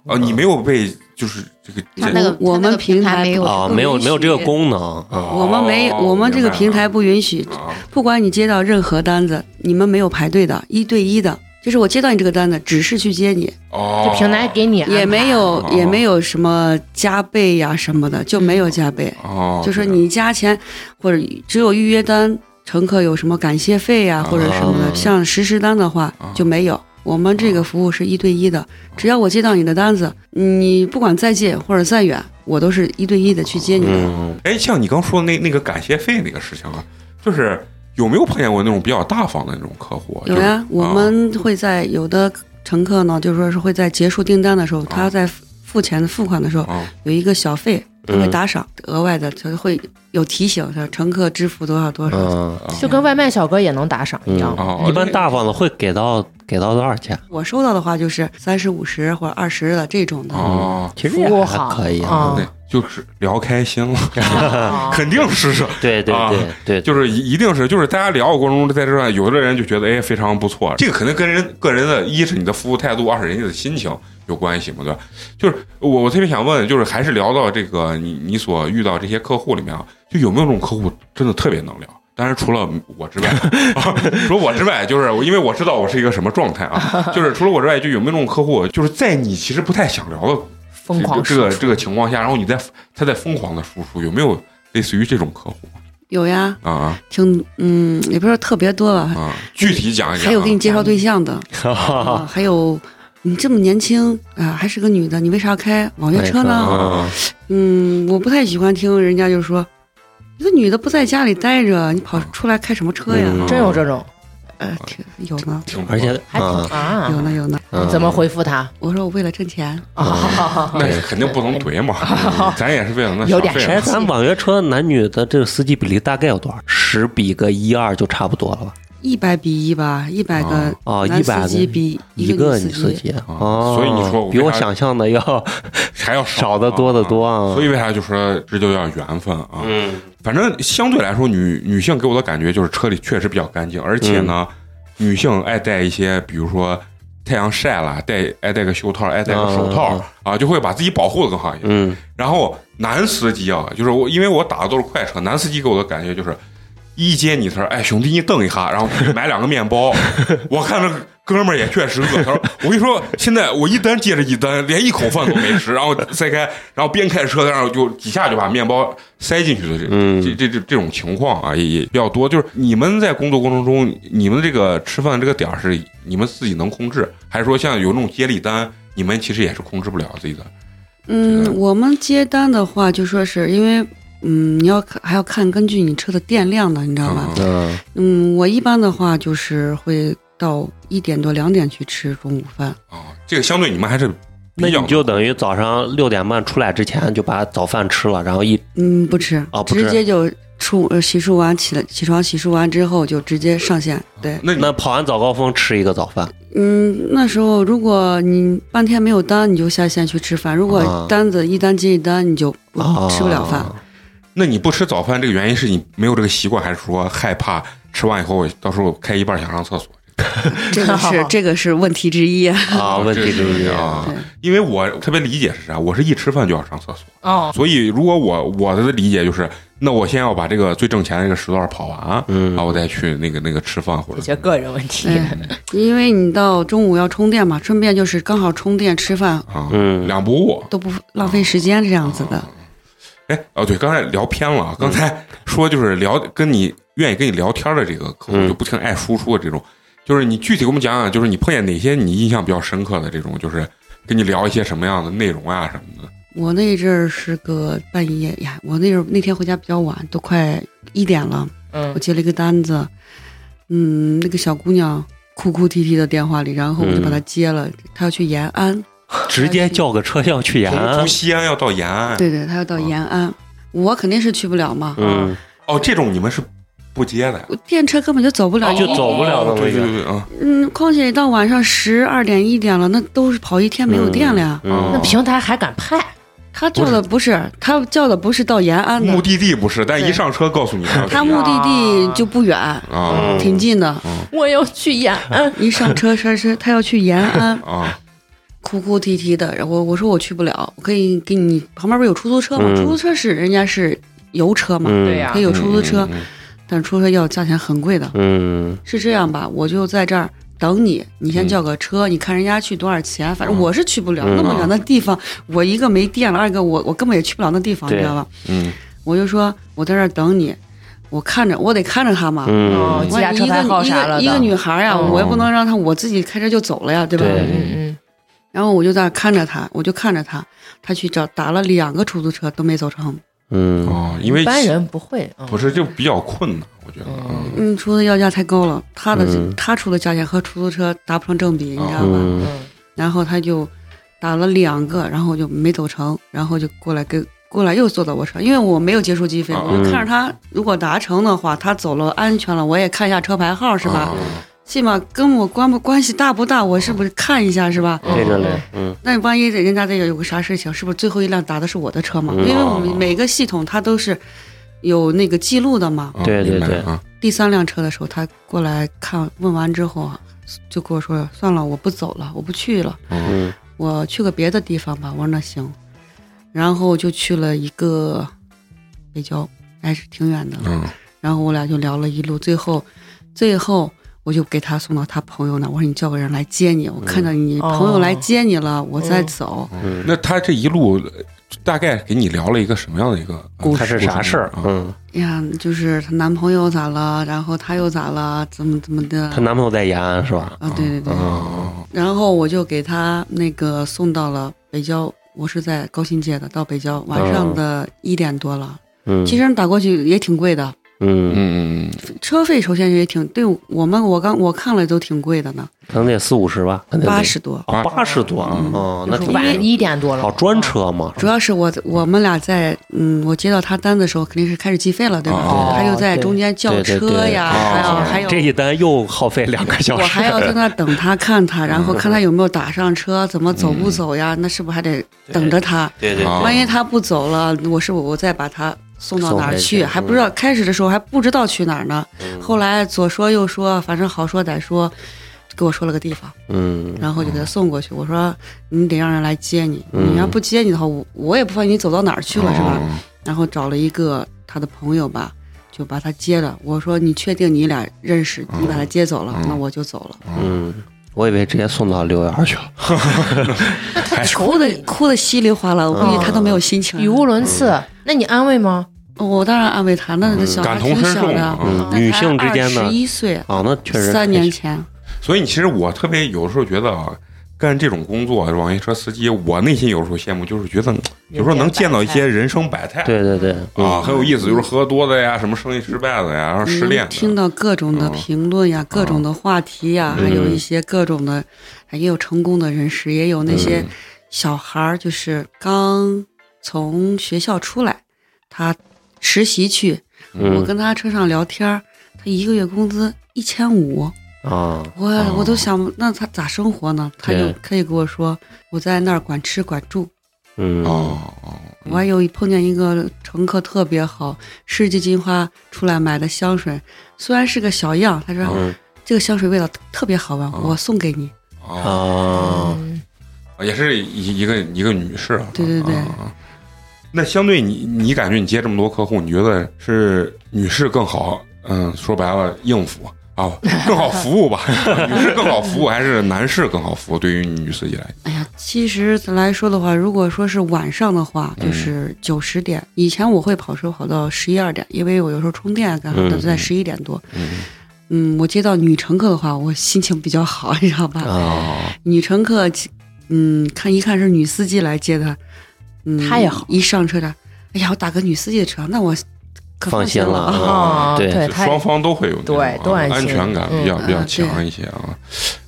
Speaker 1: 啊！你没有被就是这个
Speaker 3: 他
Speaker 1: 这
Speaker 3: 那个
Speaker 5: 我
Speaker 3: 他那
Speaker 5: 们
Speaker 3: 个
Speaker 5: 平
Speaker 3: 平台
Speaker 5: 台
Speaker 3: 没有
Speaker 4: 啊，
Speaker 5: 不
Speaker 4: 没有
Speaker 5: 允
Speaker 4: 没有这个
Speaker 5: 许
Speaker 4: 功能啊，
Speaker 1: 哦
Speaker 5: 我们没我们这个平台不允许
Speaker 1: 明白了啊
Speaker 5: 不管你接到任何单子，你们没有排队的，一对一的，就是我接到你这个单子，只是去接你，
Speaker 1: 哦，
Speaker 2: 就平台给你安排
Speaker 5: 也没有
Speaker 1: 哦
Speaker 5: 也没有什么加倍呀、什么的，就没有加倍，
Speaker 1: 哦，
Speaker 5: 就说
Speaker 1: 这样
Speaker 5: 你加钱或者只有预约单，乘客有什么感谢费呀、
Speaker 1: 啊
Speaker 5: 或者什么的，像实时单的话
Speaker 1: 啊
Speaker 5: 就没有。我们这个服务是一对一的，只要我接到你的单子，你不管再近或者再远，我都是一对一的去接你的。
Speaker 4: 嗯，
Speaker 1: 哎，像你刚说的那那个感谢费那个事情啊，就是有没有碰见过那种比较大方的那种客户？啊
Speaker 5: 有
Speaker 1: 就是
Speaker 5: 呀，我们会在有的乘客呢，就是说是会在结束订单的时候，他在付付钱付款的时候
Speaker 1: 啊
Speaker 5: 有一个小费，他会
Speaker 4: 嗯
Speaker 5: 打赏，额外的他会有提醒，他说乘客支付多少多少。
Speaker 4: 嗯
Speaker 1: 啊
Speaker 2: 就跟外卖小哥也能打赏一样。
Speaker 1: 哦
Speaker 4: 一般大方的会给到给到多少钱？
Speaker 5: 我收到的话就是三十五十或者二十的这种的。
Speaker 1: 哦，
Speaker 4: 其实
Speaker 2: 服务
Speaker 4: 也
Speaker 2: 好
Speaker 4: 还可以
Speaker 2: 啊
Speaker 1: 对，就是聊开心了，
Speaker 2: 啊
Speaker 1: 肯定是是。
Speaker 4: 对对
Speaker 1: 啊
Speaker 4: 对对，
Speaker 1: 就是一一定是，就是大家聊的过程中，在这段有的人就觉得哎非常不错，这个肯定跟人个人的一是你的服务态度，二是人家的心情有关系嘛，对吧？就是我我特别想问，就是还是聊到这个你你所遇到这些客户里面啊，就有没有这种客户真的特别能聊？当然除了我之外，啊、 除了我之外，就是我因为我知道我是一个什么状态啊，就是除了我之外，就有没有这种客户，就是在你其实不太想聊的
Speaker 2: 疯狂
Speaker 1: 这
Speaker 2: 输
Speaker 1: 个
Speaker 2: 出
Speaker 1: 这个情况下，然后你在他在疯狂的输出，有没有类似于这种客户
Speaker 5: 有呀，
Speaker 1: 啊
Speaker 5: 挺嗯，也不是特别多吧，
Speaker 1: 啊？具体讲一讲啊，
Speaker 5: 还有给你介绍对象的， 啊，还有你这么年轻啊，还是个女的，你为啥开网约车呢？
Speaker 1: 啊
Speaker 5: 嗯，我不太喜欢听人家就说，一个女的不在家里待着，你跑出来开什么车呀？
Speaker 4: 啊嗯
Speaker 2: 真有这种，
Speaker 5: 呃，挺有呢，
Speaker 1: 挺
Speaker 4: 而且
Speaker 2: 还挺
Speaker 4: 嗯
Speaker 2: 啊
Speaker 5: 有呢，有呢。
Speaker 4: 嗯
Speaker 2: 怎么回复他？
Speaker 5: 我说我为了挣钱，
Speaker 2: 啊
Speaker 1: 那肯定不能怼 嘛，嗯咱也是为了那
Speaker 2: 有点
Speaker 1: 小费
Speaker 4: 哎，
Speaker 1: 嘛
Speaker 4: 咱网约车男女的这个司机比例大概有多少？十比个一二就差不多了吧？
Speaker 5: 一百比一吧，一百个
Speaker 4: 哦，
Speaker 5: 男
Speaker 4: 一百
Speaker 5: 司机比
Speaker 4: 一
Speaker 5: 个
Speaker 4: 个女司
Speaker 5: 司。
Speaker 4: 机啊，
Speaker 1: 啊
Speaker 4: 哦
Speaker 1: 所以你说我
Speaker 4: 比
Speaker 1: 为
Speaker 4: 我
Speaker 1: 啥
Speaker 4: 想象的要
Speaker 1: 还要
Speaker 4: 少的多的多。啊。
Speaker 1: 所以为啥就说这就叫缘分啊？
Speaker 4: 嗯，
Speaker 1: 反正相对来说，女女性给我的感觉就是车里确实比较干净，而且
Speaker 4: 嗯
Speaker 1: 呢，女性爱戴一些，比如说太阳晒了，戴爱戴个袖套，爱戴个手套
Speaker 4: 啊
Speaker 1: 啊，就会把自己保护的更好一点。
Speaker 4: 嗯
Speaker 1: 然后男司机啊，就是我，因为我打的都是快车，男司机给我的感觉就是，一接你他说，哎，兄弟，你等一下，然后买两个面 包。我看这哥们儿也确实饿，他说，我跟你说，现在我一单接着一单，连一口饭都没吃，然后塞开，然后边开车，然后就几下就把面包塞进去的这、
Speaker 4: 嗯
Speaker 1: 这这这这种情况啊，也也比较多。就是你们在工作过程中，你们这个吃饭这个点儿是你们自己能控制，还是说像有那种接力单，你们其实也是控制不了自己的？这
Speaker 5: 嗯
Speaker 1: 个，
Speaker 5: 我们接单的话，就说是因为。嗯，你要看还要看根据你车的电量的，你知道吧？
Speaker 4: 嗯
Speaker 5: 嗯，我一般的话就是会到一点多两点去吃中午饭。
Speaker 1: 啊，这个相对你们还是
Speaker 4: 那
Speaker 1: 比较
Speaker 4: 你就等于早上六点半出来之前就把早饭吃了，然后一
Speaker 5: 嗯，不吃，
Speaker 4: 哦不吃
Speaker 5: 直接就出呃洗漱完起来，起床洗漱完之后就直接上线。对，
Speaker 1: 那你
Speaker 4: 那跑完早高峰吃一个早饭，
Speaker 5: 嗯，那时候如果你半天没有单，你就下线去吃饭；如
Speaker 4: 啊
Speaker 5: 果单子一单接一单，你就不
Speaker 4: 啊
Speaker 5: 吃不了 饭。
Speaker 1: 那你不吃早饭这个原因是你没有这个习惯，还是说害怕吃完以后到时候开一半想上厕所？
Speaker 5: 这个是这个是问题之一。
Speaker 4: 啊，问题之一
Speaker 1: 啊
Speaker 5: 对，
Speaker 1: 因为我特别理解是啥，我是一吃饭就要上厕所，
Speaker 2: 哦，
Speaker 1: 所以如果我我的理解就是，那我先要把这个最挣钱的这个时段跑完，
Speaker 4: 嗯
Speaker 1: 然后我再去那个那个吃饭或
Speaker 2: 解
Speaker 1: 者
Speaker 2: 决个人问题。
Speaker 5: 哎 因为你到中午要充电嘛，顺便就是刚好充电吃饭
Speaker 1: 啊，
Speaker 4: 嗯
Speaker 1: 两不误。
Speaker 5: 都不浪费时间这样子
Speaker 4: 哦
Speaker 5: 的。
Speaker 1: 哎，哦对，刚才聊偏了，啊，刚
Speaker 4: 嗯
Speaker 1: 才说就是聊跟你愿意跟你聊天的这个客户，
Speaker 4: 嗯
Speaker 1: 就不停爱输出的这种，就是你具体给我们讲讲，就是你碰见哪些你印象比较深刻的这种，就是跟你聊一些什么样的内容啊什么的。
Speaker 5: 我那一阵儿是个半夜呀，我那阵儿那天回家比较晚，都快一点了。
Speaker 2: 嗯
Speaker 5: 我，接了一个单子，嗯，那个小姑娘哭哭啼啼的电话里，然后我就把她接了，她要去延安，
Speaker 4: 直接叫个车要去延
Speaker 1: 从
Speaker 4: 安
Speaker 1: 从。西安要到延安，
Speaker 5: 对对，他要到延安，我肯定是去不了嘛。
Speaker 4: 嗯，
Speaker 1: 哦，这种你们是不接的呀？
Speaker 5: 我电车根本就走不了
Speaker 4: 就走不了
Speaker 1: 哦
Speaker 4: 了
Speaker 1: 对
Speaker 4: 那
Speaker 1: 对
Speaker 4: 个。
Speaker 1: 对啊，
Speaker 5: 嗯，况且到晚上十二点一点了，那都是跑一天没有电了呀。
Speaker 1: 嗯
Speaker 2: 那平台还敢派？
Speaker 5: 他叫的不是，他叫的不是到延安
Speaker 1: 目
Speaker 5: 的，
Speaker 1: 的地不是，但
Speaker 5: 对
Speaker 1: 一上车告诉你要去
Speaker 5: 他目的地就不远，
Speaker 4: 嗯
Speaker 1: 啊，
Speaker 5: 挺近的。
Speaker 2: 我要去演，
Speaker 5: 一上车，车车他要去延安
Speaker 1: 啊，
Speaker 5: 哭哭啼啼的。然后我我说我去不了，我可以给你旁边不是有出租车吗？
Speaker 4: 嗯
Speaker 5: 出租车是人家是油车嘛，
Speaker 4: 嗯
Speaker 2: 对呀
Speaker 5: 他有出租车，
Speaker 1: 嗯嗯
Speaker 5: 但出租车要价钱很贵的。
Speaker 4: 嗯
Speaker 5: 是这样吧，我就在这儿等你，你先叫个车，你看人家去多少钱，反正我是去不了、
Speaker 4: 嗯
Speaker 5: 那么远的地方，我一个没电了，二个我我根本也去不了那地方，你
Speaker 4: 对
Speaker 5: 知道吧？
Speaker 1: 嗯
Speaker 5: 我就说我在这儿等你，我看着我得看着他嘛。
Speaker 1: 啊
Speaker 2: 哦
Speaker 4: 嗯，哦
Speaker 5: 我
Speaker 2: 记下
Speaker 5: 一
Speaker 2: 车牌号
Speaker 5: 个一
Speaker 2: 啥了
Speaker 5: 个
Speaker 2: 的
Speaker 5: 一个女孩呀、
Speaker 2: 嗯
Speaker 5: 我也不能让她我自己开车就走了呀，对吧？
Speaker 4: 对
Speaker 2: 嗯
Speaker 5: 然后我就在那儿看着她，我就看着她，她去找打了两个出租车都没走成。
Speaker 4: 嗯，
Speaker 1: 哦，因
Speaker 2: 嗯，
Speaker 1: 为
Speaker 2: 一般人不会，嗯
Speaker 1: 不是就比较困难，我觉得啊，
Speaker 5: 嗯，出的要价太高了，她的、
Speaker 4: 嗯
Speaker 5: 她出的价钱和出租车达不成正比，你知道吧？
Speaker 4: 嗯
Speaker 2: 嗯
Speaker 5: 然后他就打了两个，然后我就没走成，然后就过来跟过来又坐到我车，因为我没有结束计费，
Speaker 1: 啊
Speaker 5: 我就看着他如果达成的话，他走了安全了，我也看一下车牌号是吧？
Speaker 1: 啊
Speaker 5: 起码跟我关不关系大不大，我是不是看一下是吧？
Speaker 4: 对着嘞，嗯
Speaker 5: 那万一人家这个有个啥事情，是不是最后一辆打的是我的车嘛？
Speaker 4: 嗯
Speaker 5: 因为我们每个系统它都是有那个记录的嘛。
Speaker 1: 啊
Speaker 4: 对对
Speaker 1: 明白
Speaker 4: 对
Speaker 1: 啊，
Speaker 5: 第三辆车的时候，他过来看问完之后啊，就跟我说算了，我不走了，我不去了。
Speaker 1: 嗯
Speaker 4: 嗯
Speaker 5: 我去个别的地方吧。我说那行，然后就去了一个哎北郊，还是挺远的。
Speaker 1: 嗯
Speaker 5: 然后我俩就聊了一路，最后，最后我就给他送到他朋友那。我说你叫个人来接你，我看到你朋友来接你了，我再走。
Speaker 4: 哦嗯，
Speaker 1: 那他这一路呃大概给你聊了一个什么样的一个
Speaker 5: 故
Speaker 4: 他是啥事儿？
Speaker 1: 啊？
Speaker 4: 嗯，
Speaker 5: 哎呀，就是她男朋友咋了，然后她又咋了，怎么怎么的
Speaker 4: 她男朋友在延安是吧？
Speaker 5: 啊？对对对。
Speaker 1: 啊
Speaker 5: 然后我就给他那个送到了北郊，我是在高新街的，到北郊晚上的一点多了。
Speaker 4: 啊嗯，
Speaker 5: 其实打过去也挺贵的，
Speaker 1: 嗯
Speaker 4: 嗯，
Speaker 1: 嗯嗯
Speaker 5: 车费首先也挺对我们，我刚我看了都挺贵的呢，
Speaker 4: 可能得四五十吧，可能得
Speaker 5: 八十多。
Speaker 4: 哦八十多，
Speaker 1: 嗯
Speaker 4: 哦，那
Speaker 2: 嗯，
Speaker 4: 挺
Speaker 2: 晚一点多了，
Speaker 4: 哦，专车嘛，
Speaker 5: 主要是我我们俩在嗯，我接到他单的时候肯定是开始计费了，对吧？
Speaker 1: 哦
Speaker 5: 他又在中间叫
Speaker 4: 对对对
Speaker 5: 车呀，
Speaker 1: 对
Speaker 5: 还有、
Speaker 1: 哦
Speaker 5: 还有
Speaker 4: 这一单又耗费两个小
Speaker 5: 我还要
Speaker 4: 时，
Speaker 5: 在那等他看他，然后看他有没有打上车，怎么走不走呀？那是不是还得等着他？
Speaker 4: 嗯对
Speaker 1: 对对
Speaker 5: 万一他不走了，我是不我再把他送到哪儿
Speaker 4: 送
Speaker 5: 去？
Speaker 4: 回去
Speaker 5: 还不知道开始的时候还不知道去哪儿呢，
Speaker 4: 嗯
Speaker 5: 后来左说右说，反正好说歹说，给我说了个地方。
Speaker 4: 嗯
Speaker 5: 然后就给他送过去。我说你得让人来接你，
Speaker 4: 嗯哦
Speaker 5: 你要不接你的话，我我也不放心你走到哪儿去了，是吧？
Speaker 1: 嗯
Speaker 5: 然后找了一个他的朋友吧，就把他接了。我说你确定你俩认识，你把他接走了，那我就走了。
Speaker 4: 嗯，我以为直接送到六幺去了，
Speaker 2: 嗯他求
Speaker 5: 哭
Speaker 2: 的
Speaker 5: 的哭的稀里哗啦，我估计他都没有心情。
Speaker 2: 语无伦次，那你安慰吗？
Speaker 4: 嗯
Speaker 5: 我当然安慰他，那那小孩
Speaker 1: 感同
Speaker 5: 挺
Speaker 1: 身
Speaker 5: 小
Speaker 1: 受
Speaker 5: 的
Speaker 1: 嘛，嗯
Speaker 4: 女性之间
Speaker 5: 十
Speaker 4: 的
Speaker 5: 一岁，
Speaker 4: 啊，那确实
Speaker 5: 三年前，
Speaker 1: 所以你其实我特别有时候觉得啊，干这种工作，网约车司机，我内心有时候羡慕，就是觉得有时候能见到一些人生百态，
Speaker 4: 对对对，
Speaker 1: 啊，很有意思，就是喝多的呀，什么生意失败的呀，然后
Speaker 5: 你
Speaker 1: 失恋
Speaker 5: 能听
Speaker 1: 的，
Speaker 5: 到各种的
Speaker 1: 嗯
Speaker 5: 评论呀，各种的话题呀，
Speaker 4: 嗯
Speaker 5: 还有一些各种的，哎也有成功的人士，也有那
Speaker 4: 嗯
Speaker 5: 些小孩儿，就是刚从学校出来，他实习去，
Speaker 4: 嗯
Speaker 5: 我跟他车上聊天儿，他一个月工资一千五，
Speaker 4: 啊，
Speaker 5: 我我都想，那他咋生活呢？他就
Speaker 4: 对
Speaker 5: 可以跟我说，我在那儿管吃管住。
Speaker 4: 嗯
Speaker 1: 哦哦，
Speaker 5: 我还有一碰见一个乘客特别好，世纪金花出来买的香水，虽然是个小样，他说、
Speaker 4: 嗯
Speaker 5: 这个香水味道特别好闻，
Speaker 1: 啊
Speaker 5: 我送给你。
Speaker 1: 哦，
Speaker 4: 啊，
Speaker 1: 也是一一个一个女士啊，
Speaker 5: 对对对
Speaker 1: 啊。啊那相对你，你感觉你接这么多客户，你觉得是女士更好？嗯，说白了，应付啊， 更好服务吧？ 女士更好服务还是男士更好服务？对于女司机来，
Speaker 5: 哎呀，其实来说的话，如果说是晚上的话，
Speaker 1: 嗯
Speaker 5: 就是九十点。以前我会跑车跑到十一二点，因为我有时候充电啊干啥的
Speaker 4: 嗯
Speaker 5: 都在十一点多。
Speaker 1: 嗯
Speaker 5: 嗯，我接到女乘客的话，我心情比较好，你知道吧？
Speaker 4: 啊，
Speaker 5: 女乘客，嗯，看一看是女司机来接她，嗯，
Speaker 2: 她也好
Speaker 5: 一上车的，哎呀，我打个女司机的车，那我可
Speaker 4: 放
Speaker 5: 心
Speaker 4: 心了
Speaker 5: 啊。
Speaker 4: 啊，
Speaker 2: 啊
Speaker 4: 对，
Speaker 2: 对
Speaker 1: 就
Speaker 2: 他
Speaker 1: 双方都会有那种
Speaker 2: 对
Speaker 1: 啊
Speaker 2: 都安
Speaker 1: 安
Speaker 2: 心
Speaker 1: 全感比较
Speaker 5: 嗯
Speaker 1: 比较
Speaker 5: 啊对
Speaker 1: 强一些啊。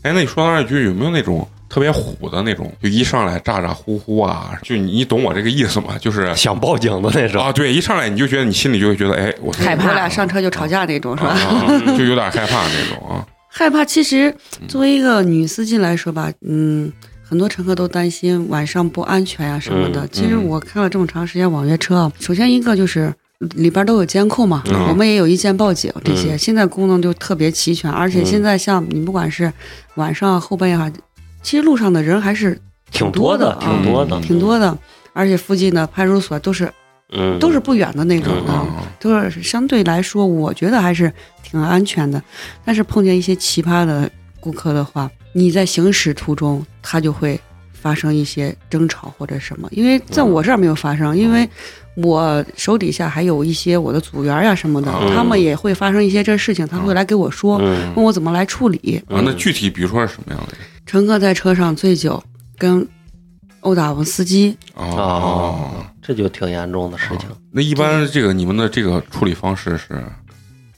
Speaker 1: 哎，那你说到这儿就有没有那种特别虎的那种，就一上来咋咋呼呼啊，就你你懂我这个意思吗？就是
Speaker 4: 想报警的那种。
Speaker 1: 啊，对，一上来你就觉得你心里就会觉得，哎，我
Speaker 2: 害怕嗯
Speaker 5: 我俩上车就吵架那种是吧？
Speaker 1: 啊，就有点害怕那种啊。
Speaker 5: 害怕，其实作为一个女司机来说吧，嗯，很多乘客都担心晚上不安全呀、什么的。
Speaker 4: 嗯
Speaker 5: 其实我开了这么长时间网约车，首先一个就是。里边都有监控嘛，
Speaker 1: 嗯
Speaker 5: 我们也有意见报警这些，
Speaker 4: 嗯
Speaker 5: 现在功能就特别齐全，而且
Speaker 4: 嗯
Speaker 5: 现在像你不管是晚上后半夜哈，其实路上的人还是
Speaker 4: 挺多的，
Speaker 5: 挺
Speaker 4: 挺
Speaker 1: 多
Speaker 4: 多
Speaker 1: 的
Speaker 4: 的，
Speaker 5: 挺多的，而且附近的派出所都是
Speaker 4: 嗯，
Speaker 5: 都是不远的那种
Speaker 4: 嗯
Speaker 5: 啊。
Speaker 1: 啊，
Speaker 5: 就是相对来说，我觉得还是挺安全的。但是碰见一些奇葩的顾客的话，你在行驶途中，他就会发生一些争吵或者什么。因为在我这儿没有发
Speaker 4: 嗯
Speaker 5: 生，因为我手底下还有一些我的组员呀、什么的，
Speaker 1: 嗯
Speaker 5: 他们也会发生一些这事情，他会来给我说，
Speaker 4: 嗯，
Speaker 5: 问我怎么来处理。
Speaker 1: 啊那具体比如说是什么样的
Speaker 5: 乘客在车上醉酒，跟殴打我们司机，
Speaker 1: 哦，
Speaker 4: 这就挺严重的事情，
Speaker 1: 啊那一般这个你们的这个处理方式是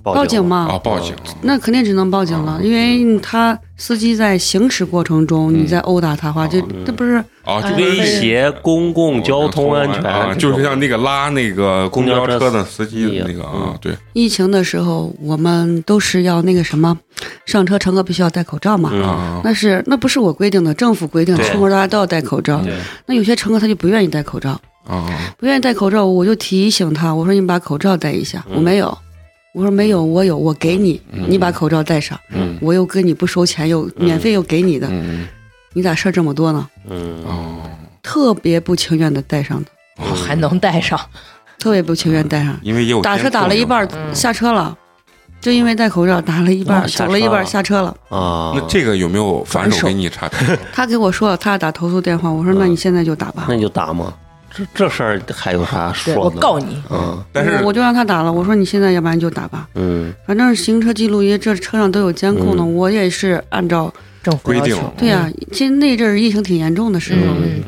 Speaker 5: 报警
Speaker 4: 吗？
Speaker 5: 嘛。
Speaker 1: 啊，报警
Speaker 5: 那肯定只能报警了，
Speaker 1: 嗯
Speaker 5: 因为他司机在行驶过程中，
Speaker 1: 嗯
Speaker 5: 你在殴打他的话，这
Speaker 4: 嗯
Speaker 5: 这不是
Speaker 1: 啊，就跟
Speaker 4: 威胁公共交通安
Speaker 1: 啊，
Speaker 4: 全，
Speaker 1: 就是像那个拉那个公交车的司机
Speaker 4: 公交车
Speaker 1: 那
Speaker 4: 司机
Speaker 1: 个啊
Speaker 4: 嗯，
Speaker 1: 对，
Speaker 5: 疫情的时候，我们都是要那个什么，上车乘客必须要戴口罩嘛。
Speaker 4: 嗯
Speaker 1: 啊，
Speaker 5: 那是那不是我规定的，政府规定的，
Speaker 4: 对
Speaker 5: 出门大家都要戴口罩。
Speaker 1: 嗯
Speaker 4: 对
Speaker 5: 那有些乘客他就不愿意戴口罩，
Speaker 1: 啊，
Speaker 5: 不愿意戴口罩，我就提醒他，我说你把口罩戴一下。
Speaker 4: 嗯
Speaker 5: 我没有，我说没有，我有，我给你，
Speaker 1: 嗯
Speaker 5: 你把口罩戴上，
Speaker 1: 嗯
Speaker 5: 我又跟你不收钱，又
Speaker 4: 嗯
Speaker 5: 免费又给你的，
Speaker 1: 嗯
Speaker 5: 你咋事儿这么多呢？
Speaker 4: 嗯，
Speaker 1: 哦，
Speaker 5: 特别不情愿的戴上的，
Speaker 2: 我还能带上，
Speaker 5: 特别不情愿戴上。
Speaker 1: 因为也有
Speaker 5: 打车打了一半儿
Speaker 2: 嗯
Speaker 5: 下车了，就因为戴口罩打了一半儿，
Speaker 4: 哦下
Speaker 5: 走了一半儿
Speaker 4: 车
Speaker 5: 下车了。
Speaker 4: 啊，
Speaker 1: 那这个有没有反手给你查？
Speaker 5: 他给我说他要打投诉电话，我说那
Speaker 4: 嗯
Speaker 5: 你现在就打吧
Speaker 4: 那，就打嘛，这这事儿还有啥说
Speaker 2: 对
Speaker 4: 的？
Speaker 2: 我告你，
Speaker 4: 嗯
Speaker 1: 但是
Speaker 5: 我我就让他打了，我说你现在要不然就打吧，
Speaker 4: 嗯
Speaker 5: 反正行车记录仪这车上都有监控的，
Speaker 4: 嗯
Speaker 5: 我也是按照
Speaker 2: 政府
Speaker 1: 规
Speaker 2: 要
Speaker 1: 定
Speaker 2: 求
Speaker 5: 对呀、其实那阵儿疫情挺严重的时候，
Speaker 2: 嗯，嗯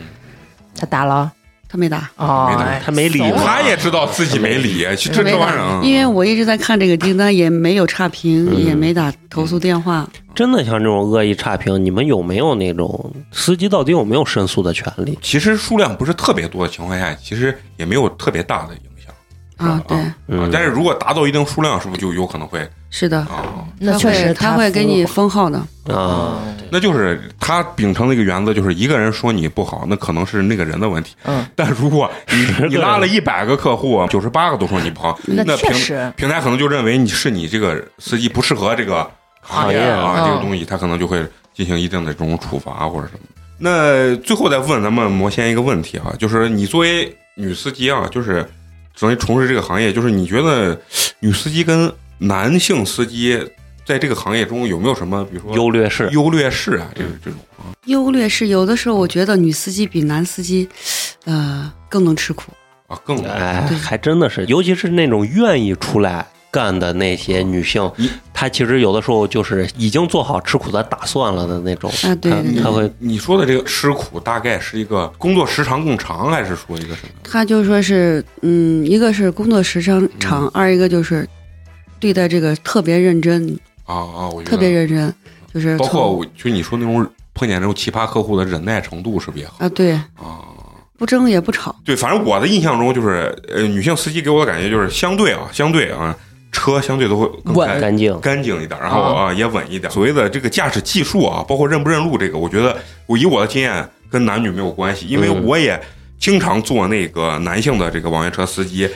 Speaker 2: 他打了
Speaker 5: 他没打。
Speaker 2: 哦
Speaker 1: 没，打
Speaker 2: 哎
Speaker 4: 他没理
Speaker 2: 怂了
Speaker 1: 他也知道自己没理，这
Speaker 5: 他
Speaker 1: 这
Speaker 5: 没
Speaker 1: 玩意
Speaker 5: 打，
Speaker 1: 儿，啊
Speaker 5: 因为我一直在看这个订单，也没有差评，
Speaker 4: 嗯
Speaker 5: 也没打投诉电话。
Speaker 4: 真的像这种恶意差评，你们有没有那种司机到底有没有申诉的权利？
Speaker 1: 其实数量不是特别多的情况下，其实也没有特别大的影响。
Speaker 5: 啊
Speaker 1: 啊，
Speaker 5: 对，
Speaker 1: 啊
Speaker 4: 嗯，
Speaker 1: 但是如果达到一定数量，是不是就有可能会
Speaker 5: 是的，
Speaker 1: 啊？
Speaker 2: 那确实
Speaker 5: 他会他会给你
Speaker 2: 服
Speaker 5: 封号的。
Speaker 4: 啊，
Speaker 1: 那就是他秉承的一个原则，就是一个人说你不好，那可能是那个人的问题。
Speaker 2: 嗯，
Speaker 1: 但如果你你
Speaker 4: 个人
Speaker 1: 拉了一百个客户，九十八个都说你不好，
Speaker 2: 那确
Speaker 1: 平
Speaker 2: 实
Speaker 1: 平台可能就认为你是你这个司机不适合这个行业
Speaker 4: 行
Speaker 1: 啊，
Speaker 2: 业
Speaker 1: 这个
Speaker 2: 嗯
Speaker 1: 东西，他可能就会进行一定的这种处罚或者什么。那最后再问咱们魔仙一个问题啊，就是你作为女司机啊，就是作为从事这个行业，就是你觉得女司机跟男性司机在这个行业中有没有什么，比如说
Speaker 4: 优劣势，
Speaker 1: 优劣势啊，这个这种
Speaker 5: 优劣势，有的时候我觉得女司机比男司机，呃，更能吃苦。
Speaker 1: 啊，更
Speaker 4: 哎
Speaker 5: 对，
Speaker 4: 还真的是，尤其是那种愿意出来干的那些女性
Speaker 1: 你，
Speaker 4: 她其实有的时候就是已经做好吃苦的打算了的那种，
Speaker 5: 啊对
Speaker 4: 她
Speaker 5: 对对
Speaker 4: 她会
Speaker 1: 你说的这个吃苦，大概是一个工作时长更长，还是说一个什么？
Speaker 5: 他就说是，嗯，一个是工作时长长，二一个就是对待这个特别认真，
Speaker 1: 啊啊，我觉得
Speaker 5: 特别认真，就是
Speaker 1: 包括
Speaker 5: 从
Speaker 1: 我就你说那种碰见这种奇葩客户的忍耐程度是不是也好
Speaker 5: 啊，对，
Speaker 1: 啊？
Speaker 5: 不争也不吵，
Speaker 1: 对，反正我的印象中就是，呃，女性司机给我的感觉就是相对啊，相对啊，车相对都会更
Speaker 2: 稳
Speaker 1: 干
Speaker 4: 干净。
Speaker 1: 干净一点，然后
Speaker 2: 啊
Speaker 1: 啊也稳一点。所谓的这个驾驶技术啊，包括认不认路这个，我觉得我以我的经验跟男女没有关系，因为
Speaker 4: 嗯
Speaker 1: 我也经常做那个男性的这个网约车司机。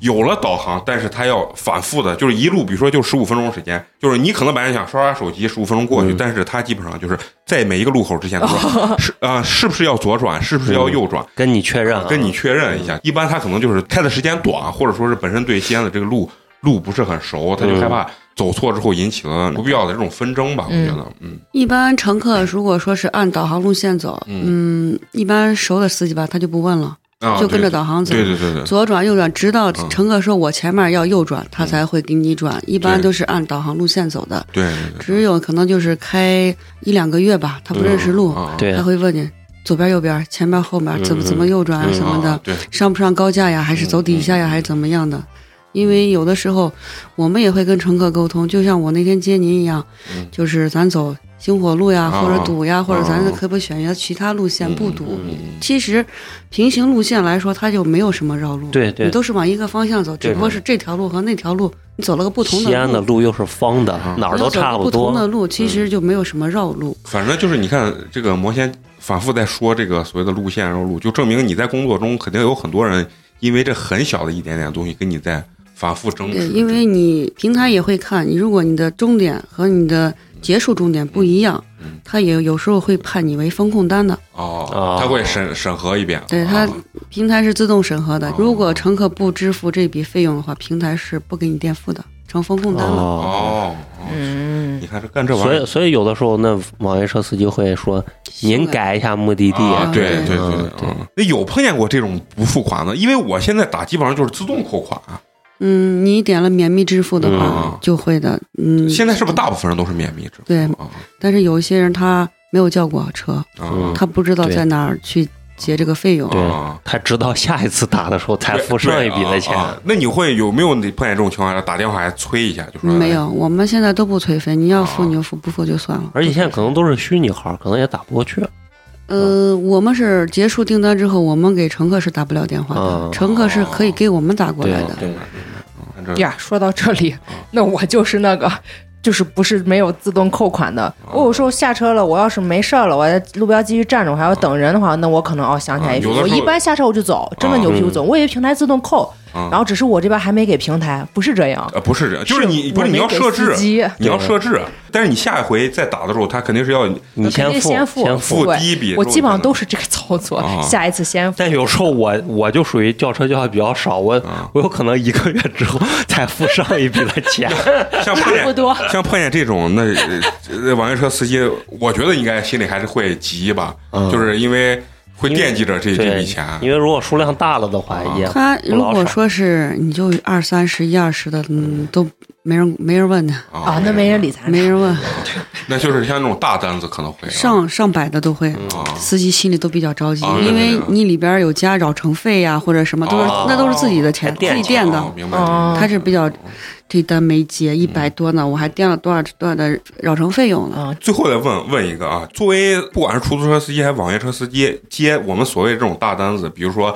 Speaker 1: 有了导航，但是他要反复的，就是一路，比如说就十五分钟时间，就是你可能本来想刷刷手机，十五分钟过去，
Speaker 4: 嗯
Speaker 1: 但是他基本上就是在每一个路口之前，他 说是啊、是不是要左转，是不是
Speaker 4: 嗯
Speaker 1: 要右转，
Speaker 4: 跟你确认、啊，
Speaker 1: 跟你确认一
Speaker 5: 嗯
Speaker 1: 下。一般他可能就是开的时间短，或者说是本身对西安的这个路路不是很
Speaker 5: 嗯
Speaker 1: 熟，他就害怕走错之后引起了不必要的这种纷争吧。我
Speaker 2: 嗯
Speaker 1: 觉得，嗯
Speaker 5: 一般乘客如果说是按导航路线走，嗯一般熟的司机吧，他就不问了，
Speaker 1: 啊，
Speaker 5: 就跟着
Speaker 1: 对
Speaker 5: 导航走。
Speaker 1: 对对对对，
Speaker 5: 左转右转，直到
Speaker 1: 嗯
Speaker 5: 乘客说“我前面要右转”，他才会给你转。一般
Speaker 1: 对
Speaker 5: 嗯都是按导航路线走的，
Speaker 1: 对对对
Speaker 5: 只有可能就是开一两个月吧，他不认识路，
Speaker 1: 啊，
Speaker 4: 嗯哦对
Speaker 5: 他会问你左边、右边、前面、后面
Speaker 4: 嗯
Speaker 5: 怎么怎么右转啊
Speaker 4: 嗯嗯
Speaker 5: 什么
Speaker 1: 啊
Speaker 5: 的，
Speaker 1: 对，
Speaker 5: 上不上高架呀，还是走底下呀，还是怎么样的？因为有的时候我们也会跟乘客沟通，就像我那天接您一样，
Speaker 1: 嗯
Speaker 5: 就是咱走星火路呀，
Speaker 1: 啊
Speaker 5: 或者堵呀，或者咱
Speaker 1: 啊
Speaker 5: 可不可以选一下其他路线不堵？
Speaker 4: 嗯，
Speaker 5: 其实平行路线来说，它就没有什么绕路，
Speaker 4: 对对
Speaker 5: 你，都是往一个方向走，只不过是这条路和那条路你走了个不同的
Speaker 4: 西安的路又是方的
Speaker 1: 啊，
Speaker 4: 哪儿
Speaker 5: 你
Speaker 4: 都
Speaker 5: 要走
Speaker 4: 差
Speaker 5: 个不
Speaker 4: 多嗯
Speaker 5: 同。的路其实就没有什么绕路。
Speaker 1: 反正就是你看这个魔仙反复在说这个所谓的路线绕路，就证明你在工作中肯定有很多人因为这很小的一点点东西跟你在反复
Speaker 4: 嗯
Speaker 1: 争
Speaker 5: 对
Speaker 1: 执，，
Speaker 5: 因为你平台也会看你，如果你的终点和你的结束终点不一样
Speaker 1: 嗯，
Speaker 5: 他也有时候会判你为风控单的。
Speaker 1: 哦
Speaker 4: 哦，
Speaker 1: 他会审审核一遍，
Speaker 5: 啊对
Speaker 1: 啊
Speaker 5: 他平台是自动审核的
Speaker 1: 哦，
Speaker 5: 如果乘客不支付这笔费用的话，平台是不给你垫付的，成风控单
Speaker 4: 哦，
Speaker 5: 了。
Speaker 1: 哦，哦
Speaker 2: 嗯
Speaker 1: 你，看这干这玩
Speaker 4: 所
Speaker 1: 意
Speaker 4: 以
Speaker 1: 儿
Speaker 4: 所以有的时候那网约车司机会说，您改一下目的地。
Speaker 1: 啊，对
Speaker 5: 对
Speaker 1: 对对
Speaker 4: 嗯
Speaker 1: 对，嗯那有碰见过这种不付款的？因为我现在打基本上就是自动扣款，啊
Speaker 5: 嗯，你点了免密支付的话
Speaker 1: 嗯，
Speaker 5: 就会的。嗯，
Speaker 1: 现在是不是大部分人都是免密支付
Speaker 5: 对，
Speaker 4: 嗯
Speaker 1: 啊？
Speaker 5: 但是有一些人他没有叫过车，
Speaker 1: 啊
Speaker 5: 他不知道
Speaker 4: 嗯对
Speaker 5: 在哪儿去结这个费用。
Speaker 4: 对
Speaker 1: 啊，
Speaker 4: 他直到下一次打的时候才付上一笔的钱
Speaker 1: 对。啊啊那你会有没有你碰见这种情况下打电话还催一下，就说
Speaker 5: 没有，我们现在都不催费，你要付
Speaker 1: 啊
Speaker 4: 哦
Speaker 5: 你就付，不付就算了。
Speaker 4: 而且现在可能都是虚拟号，可能也打不过去。
Speaker 5: 呃，
Speaker 4: 嗯
Speaker 5: 我们是结束订单之后，我们给乘客是打不了电话的，
Speaker 4: 嗯
Speaker 5: 乘客是可以给我们打过来的。
Speaker 1: 哎
Speaker 4: 对
Speaker 1: 反正
Speaker 2: 呀，说到这里，
Speaker 1: 嗯
Speaker 2: 那我就是那个，就是不是没有自动扣款的。
Speaker 1: 嗯
Speaker 2: 我有时候下车了，我要是没事儿了，我在路边继续站着，我还要等人的话，那我可能哦想起来一
Speaker 1: 啊
Speaker 2: 批。
Speaker 1: 有的
Speaker 2: 我
Speaker 1: 时候嗯
Speaker 2: 一般下车我就走，真的牛皮我走，我以为平台自动扣，
Speaker 1: 啊
Speaker 2: 然后只是我这边还没给平台，不是这样，
Speaker 1: 呃不是这样，就是你不
Speaker 2: 我
Speaker 1: 是你
Speaker 2: 没
Speaker 1: 要
Speaker 2: 给
Speaker 1: 设
Speaker 2: 司
Speaker 1: 置，
Speaker 2: 机
Speaker 1: 你要设置，但是你下一回再打的时候，他肯定是要
Speaker 4: 你
Speaker 2: 肯定
Speaker 4: 付，
Speaker 2: 先
Speaker 4: 先
Speaker 1: 付
Speaker 2: 对
Speaker 1: 第一笔
Speaker 2: 我基本上都是这个操作
Speaker 1: 啊，
Speaker 2: 下一次先付。
Speaker 4: 但有时候我我就属于叫车叫的比较少，我、
Speaker 1: 啊
Speaker 4: 我有可能一个月之后 才付上一笔的钱。
Speaker 1: 像碰
Speaker 2: 差不
Speaker 1: 见
Speaker 2: 多，
Speaker 1: 像碰见这种那呃呃网约车司机，我觉得应该心里还是会急吧，
Speaker 4: 嗯
Speaker 1: 就是因为会
Speaker 4: 因为
Speaker 1: 惦记着这这
Speaker 4: 对
Speaker 1: 笔钱，
Speaker 4: 因为如果数量大了的话，
Speaker 1: 啊
Speaker 4: 也
Speaker 5: 他
Speaker 4: 不
Speaker 5: 如
Speaker 4: 老
Speaker 5: 果
Speaker 4: 少
Speaker 5: 说是你就二三十、一二十的，嗯，都没人没人问的，
Speaker 2: 啊，那没人理咱
Speaker 5: 没
Speaker 2: 俩。
Speaker 5: 人问，
Speaker 1: 那就是像那种大单子可能会啊
Speaker 5: 上上百的都会。
Speaker 4: 嗯
Speaker 1: 啊
Speaker 5: 司机心里都比较着急，
Speaker 4: 哦
Speaker 1: 啊
Speaker 5: 因
Speaker 1: 对
Speaker 5: 为
Speaker 1: 对对
Speaker 5: 你里边有加绕城费呀、或者什么，都是、
Speaker 1: 哦
Speaker 5: 那都是自己的钱，
Speaker 4: 还
Speaker 5: 自
Speaker 4: 垫
Speaker 5: 己
Speaker 4: 钱
Speaker 5: 垫的。
Speaker 1: 哦明白？嗯
Speaker 2: 哦
Speaker 5: 他是比较这单没结一
Speaker 4: 嗯
Speaker 5: 百多呢，我还垫了多少多少的绕城费用呢？
Speaker 2: 嗯，
Speaker 1: 最后再问问一个啊，作为不管是出租车司机还是网约车司机，接我们所谓这种大单子，比如说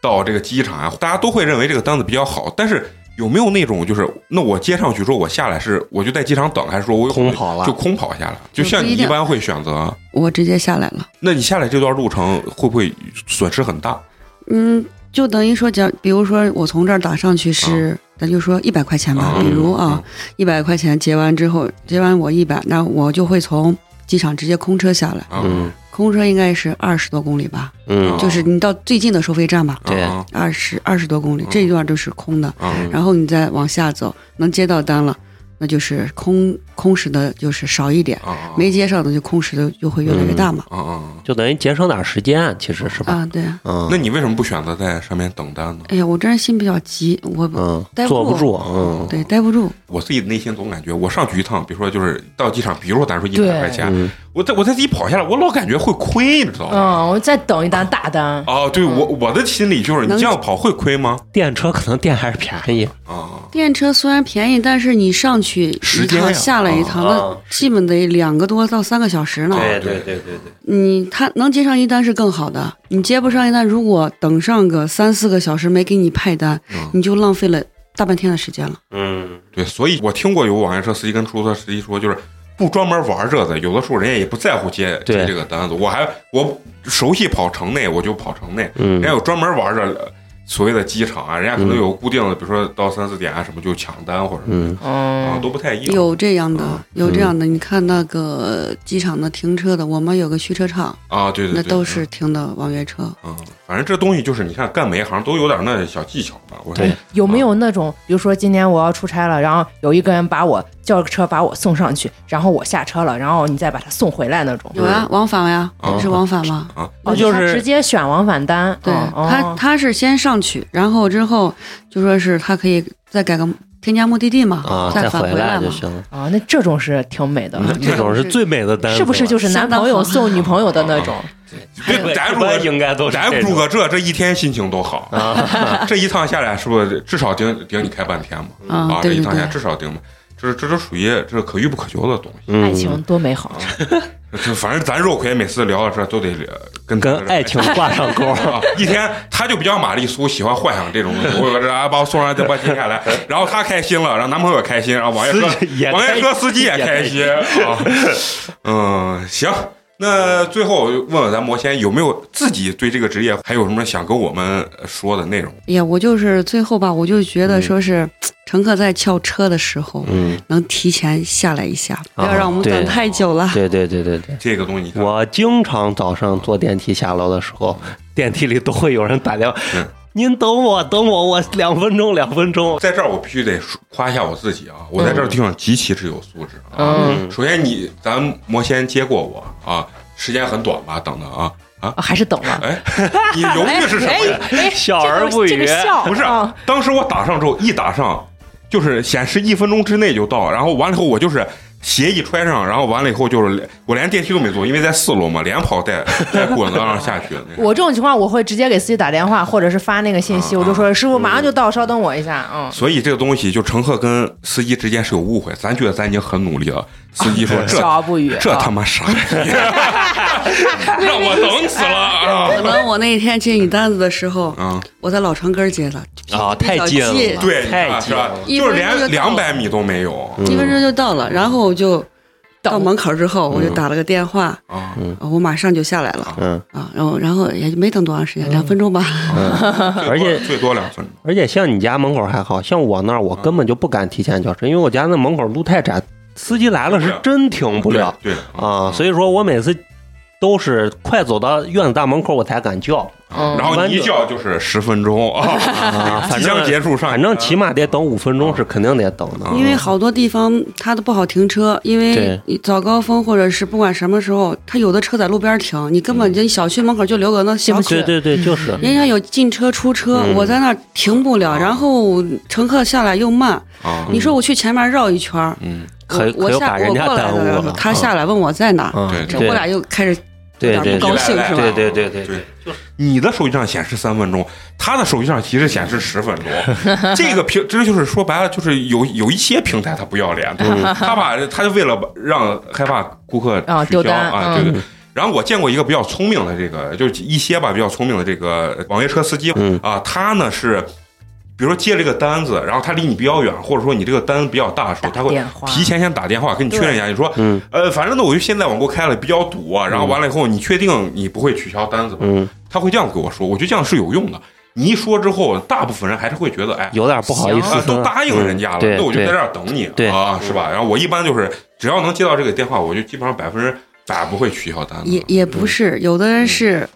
Speaker 1: 到这个机场啊，大家都会认为这个单子比较好，但是有没有那种就是，那我接上去之后，我下来是我就在机场等，还是说我
Speaker 4: 空跑了
Speaker 1: 就空跑下来？就
Speaker 5: 也嗯不
Speaker 1: 像你
Speaker 5: 一
Speaker 1: 一
Speaker 5: 定
Speaker 1: 般会选择，
Speaker 5: 我直接下来了。
Speaker 1: 那你下来这段路程会不会损失很大？
Speaker 5: 嗯，就等于说，假比如说我从这儿打上去是，咱就说一百块钱吧，
Speaker 1: 嗯
Speaker 5: 比如啊，一百块钱结完之后，结完我一百，那我就会从机场直接空车下来，
Speaker 1: 啊，
Speaker 4: 嗯
Speaker 5: 空车应该是二十多公里吧，
Speaker 4: 嗯
Speaker 1: 哦
Speaker 5: 就是你到最近的收费站吧，
Speaker 4: 对
Speaker 1: 啊
Speaker 5: 二十二十多公里
Speaker 1: 嗯，
Speaker 5: 这一段都是空的，
Speaker 1: 啊
Speaker 5: 然后你再往下走，能接到单了，那就是空空时的，就是少一点，
Speaker 1: 啊啊，
Speaker 5: 没接上的就空时的就会越来越大嘛。
Speaker 1: 啊啊，
Speaker 4: 就等于节省点时间，其实是吧？
Speaker 5: 啊，对啊，
Speaker 4: 嗯
Speaker 1: 那你为什么不选择在上面等单呢？
Speaker 5: 哎呀，我这人心比较急，我
Speaker 4: 嗯，
Speaker 5: 待
Speaker 4: 坐不
Speaker 5: 不
Speaker 4: 住
Speaker 5: 住，
Speaker 4: 嗯
Speaker 5: 对待不住。
Speaker 1: 我自己内心总感觉，我上去一趟，比如说就是到机场，比如说咱说一百块钱，
Speaker 4: 嗯，
Speaker 1: 我在我在自己跑下来，我老感觉会亏，你知道吗？
Speaker 2: 嗯，我再等一单大单。
Speaker 1: 哦，对我我的心里就是，你
Speaker 5: 能
Speaker 1: 这样跑会亏吗？
Speaker 4: 电车可能电还是便宜，
Speaker 1: 啊，
Speaker 5: 电车虽然便宜，但是你上去
Speaker 1: 时
Speaker 5: 一
Speaker 1: 间呀
Speaker 5: 趟下来一趟，
Speaker 4: 啊
Speaker 5: 那基本得两个多到三个小时呢。
Speaker 1: 对对
Speaker 4: 对对对，
Speaker 5: 你他能接上一单是更好的，你接不上一单，如果等上个三四个小时没给你派单，
Speaker 1: 嗯
Speaker 5: 你就浪费了大半天的时间了。
Speaker 4: 嗯，
Speaker 1: 对，所以我听过有网约车司机跟出租车司机说，就是不专门玩这的，有的时候人家也不在乎接
Speaker 4: 对
Speaker 1: 接这个单子。我还我熟悉跑城内，我就跑城内，
Speaker 4: 嗯
Speaker 1: 人家有专门玩这所谓的机场啊，人家可能有固定的，比如说到三四点啊什么就抢单或者什么
Speaker 4: 嗯
Speaker 1: 啊
Speaker 2: 嗯，
Speaker 1: 都不太一样。
Speaker 5: 有这样
Speaker 1: 嗯
Speaker 5: 的，有这样的，你看那个机场的停车的，我们有个蓄车场，
Speaker 1: 啊，对对对，
Speaker 5: 那都
Speaker 1: 嗯
Speaker 5: 是停的网约车。
Speaker 1: 嗯，反正这东西就是你看干每一行都有点那小技巧吧。我
Speaker 4: 对
Speaker 2: 有没有那种，比如说今天我要出差了，然后有一个人把我叫个车把我送上去，然后我下车了，然后你再把他送回来那种？
Speaker 5: 有啊，往返呀，
Speaker 1: 啊
Speaker 5: 不是往返吗？
Speaker 4: 那就
Speaker 2: 哦他
Speaker 4: 是
Speaker 2: 直接选往返单。
Speaker 5: 对
Speaker 2: 哦
Speaker 5: 他，他是先上去，然后之后就说是他可以再改个添加目的地嘛，
Speaker 4: 啊，
Speaker 5: 再
Speaker 4: 再
Speaker 5: 返
Speaker 4: 回
Speaker 5: 来
Speaker 4: 就
Speaker 5: 嘛。
Speaker 4: 行了。
Speaker 2: 啊，那这种是挺美的，
Speaker 1: 嗯
Speaker 4: 这种是最美的单词了，
Speaker 2: 是不是就是男朋友送女朋友的那种？
Speaker 1: 对，咱
Speaker 4: 一
Speaker 1: 如果
Speaker 4: 般应该都是
Speaker 1: 咱
Speaker 4: 这
Speaker 1: 住
Speaker 4: 种啊
Speaker 1: 个这，这一天心情都好。 这一趟下来，是不是至少顶顶你开半天嘛？
Speaker 5: 嗯
Speaker 1: 啊，这
Speaker 5: 对
Speaker 1: 一
Speaker 5: 对
Speaker 1: 趟下来
Speaker 5: 对
Speaker 1: 至少顶你，这这都属于这可遇不可求的东西。
Speaker 2: 爱情多美好！啊
Speaker 1: 就反正咱肉葵每次聊到这儿都得跟
Speaker 4: 跟爱情挂上钩。
Speaker 1: 啊，一天他就比较玛丽苏，喜欢幻想这种东西。我有个啊，把我送上来，再把我停下来，然后他开心了，然后男朋友也开心，然后网约车
Speaker 4: 司机也
Speaker 1: 网约车
Speaker 4: 开
Speaker 1: 司机也
Speaker 4: 也
Speaker 1: 开
Speaker 4: 开
Speaker 1: 心啊。嗯，行，那最后我就问问咱魔仙有没有自己对这个职业还有什么想跟我们说的内容？
Speaker 5: 哎呀，我就是最后吧，我就觉得说是乘客在叫车的时候，
Speaker 4: 嗯，
Speaker 5: 能提前下来一下，不要
Speaker 4: 啊
Speaker 5: 让我们
Speaker 4: 对
Speaker 5: 等太久了。
Speaker 4: 对对对对对，
Speaker 1: 这个东西你看，
Speaker 4: 我经常早上坐电梯下楼的时候，电梯里都会有人打电话
Speaker 1: 嗯，
Speaker 4: 您等我，等我，我两分钟，两分钟。
Speaker 1: 在这儿我必须得说夸一下我自己啊，我在
Speaker 5: 嗯
Speaker 1: 这儿地方极其之有素质啊。
Speaker 2: 嗯，
Speaker 1: 首先你咱魔仙接过我啊，时间很短吧，等等啊。
Speaker 2: 啊还是等了。
Speaker 1: 哎， 你犹豫的是什么呀？
Speaker 2: 哎
Speaker 4: 笑而不语
Speaker 2: 这个笑
Speaker 1: 不是
Speaker 2: 啊，
Speaker 1: 当时我打上之后一打上，就是显示一分钟之内就到，然后完了以后我就是鞋一穿上，然后完了以后就是我连电梯都没坐，因为在四楼嘛，连跑带带滚子上下去的那 种。
Speaker 2: 我这种情况，我会直接给司机打电话，或者是发那个信息，
Speaker 1: 啊
Speaker 2: 我就说师傅马上就到，稍等我一下。嗯，
Speaker 1: 所以这个东西就乘客跟司机之间是有误会，咱觉得咱已经很努力了，司机说这
Speaker 2: 笑而不语。
Speaker 1: 这
Speaker 2: 啊
Speaker 1: 他妈 傻逼，让我等死了 啊！
Speaker 5: 可能 我那一天接你单子的时候，
Speaker 1: 啊，
Speaker 5: 我在老城根儿接的，
Speaker 4: 啊，太
Speaker 5: 较
Speaker 4: 近
Speaker 5: 近
Speaker 4: 了，
Speaker 1: 对，你
Speaker 4: 太
Speaker 1: 看
Speaker 4: 近
Speaker 1: 是吧
Speaker 4: 了？。
Speaker 5: 一
Speaker 1: 就是
Speaker 5: 分钟
Speaker 1: 连
Speaker 5: 就到
Speaker 1: 两
Speaker 5: 了
Speaker 1: 百米都没有
Speaker 4: 嗯
Speaker 5: 一分钟就到了，然后我就到门口之后，我就打了个电话，
Speaker 1: 啊！
Speaker 5: 啊我马上就下来了
Speaker 4: 嗯，
Speaker 5: 啊，然后然后也没等多长时间，两分钟吧。
Speaker 1: 而
Speaker 4: 且
Speaker 1: 最多两分钟。
Speaker 4: 而且像你家门口还好像我那儿，我根本就不敢提前叫车，因为我家那门口路太窄，司机来了是真停不了
Speaker 1: 对，对
Speaker 4: 啊。所以说我每次都是快走到院子大门口我才敢叫
Speaker 2: 嗯
Speaker 1: 然后你一叫就是十分钟啊，
Speaker 4: 啊，
Speaker 1: 即
Speaker 4: 反
Speaker 1: 将
Speaker 4: 正
Speaker 1: 结束上，
Speaker 4: 反正起码得等五分钟是肯定得等的
Speaker 1: 嗯
Speaker 5: 因为好多地方它都不好停车，因为
Speaker 4: 对
Speaker 5: 你早高峰或者是不管什么时候，它有的车在路边停，你根本就小区门口就留个那小
Speaker 4: 啊对
Speaker 5: 口。
Speaker 4: 对对，就是
Speaker 5: 人家有进车出车，
Speaker 4: 嗯
Speaker 5: 我在那儿停不了，然后乘客下来又慢。
Speaker 1: 啊，
Speaker 5: 你说我去前面绕一圈儿，
Speaker 1: 嗯，
Speaker 4: 嗯可以
Speaker 5: 我
Speaker 4: 可以
Speaker 5: 我下
Speaker 4: 把人
Speaker 5: 我
Speaker 4: 家
Speaker 5: 过来
Speaker 4: 耽误
Speaker 5: 的时候
Speaker 4: 了
Speaker 5: 他
Speaker 4: 啊
Speaker 5: 下来问我在哪儿，
Speaker 4: 啊，
Speaker 1: 对
Speaker 5: 这
Speaker 4: 对
Speaker 5: 我俩又开始
Speaker 4: 对
Speaker 5: 有
Speaker 4: 对
Speaker 5: 点不高
Speaker 4: 对
Speaker 5: 兴是吧
Speaker 4: 对对对对
Speaker 1: 对
Speaker 4: 对，
Speaker 1: 你的手机上显示三分钟，他的手机上其实显示十 分钟。这个平，这就是说白了，就是有有一些平台他不要脸， 他把他就为了让害怕顾客
Speaker 2: 啊
Speaker 1: 取
Speaker 2: 丢
Speaker 1: 消
Speaker 2: 单
Speaker 1: 啊，
Speaker 2: 嗯
Speaker 1: 对对。然后我见过一个比较聪明的这个，就是一些吧比较聪明的这个呃网约车司机
Speaker 4: 嗯
Speaker 1: 啊，他呢是。比如说接这个单子，然后他离你比较远，或者说你这个单比较大的时候，他
Speaker 2: 打
Speaker 1: 会
Speaker 2: 电话
Speaker 1: 提前先打电话跟你确认一下，你说，
Speaker 4: 嗯
Speaker 1: 呃，反正呢，我就现在往过开了，比较堵啊。然后完了以后，你确定你不会取消单子吗？
Speaker 4: 嗯，
Speaker 1: 他会这样跟我说，我觉得这样是有用的。你一说之后，大部分人还是会觉得，哎，
Speaker 4: 有点不好意思
Speaker 1: 啊，都答应人家了，
Speaker 4: 对
Speaker 1: 那我就在
Speaker 4: 对
Speaker 1: 这儿等你
Speaker 4: 对
Speaker 1: 啊，是吧？然后我一般就是只要能接到这个电话，我就基本上百分之百不会取消
Speaker 4: 啊
Speaker 1: 单
Speaker 5: 也
Speaker 1: 子。
Speaker 5: 也
Speaker 4: 嗯
Speaker 5: 不是，有的人是，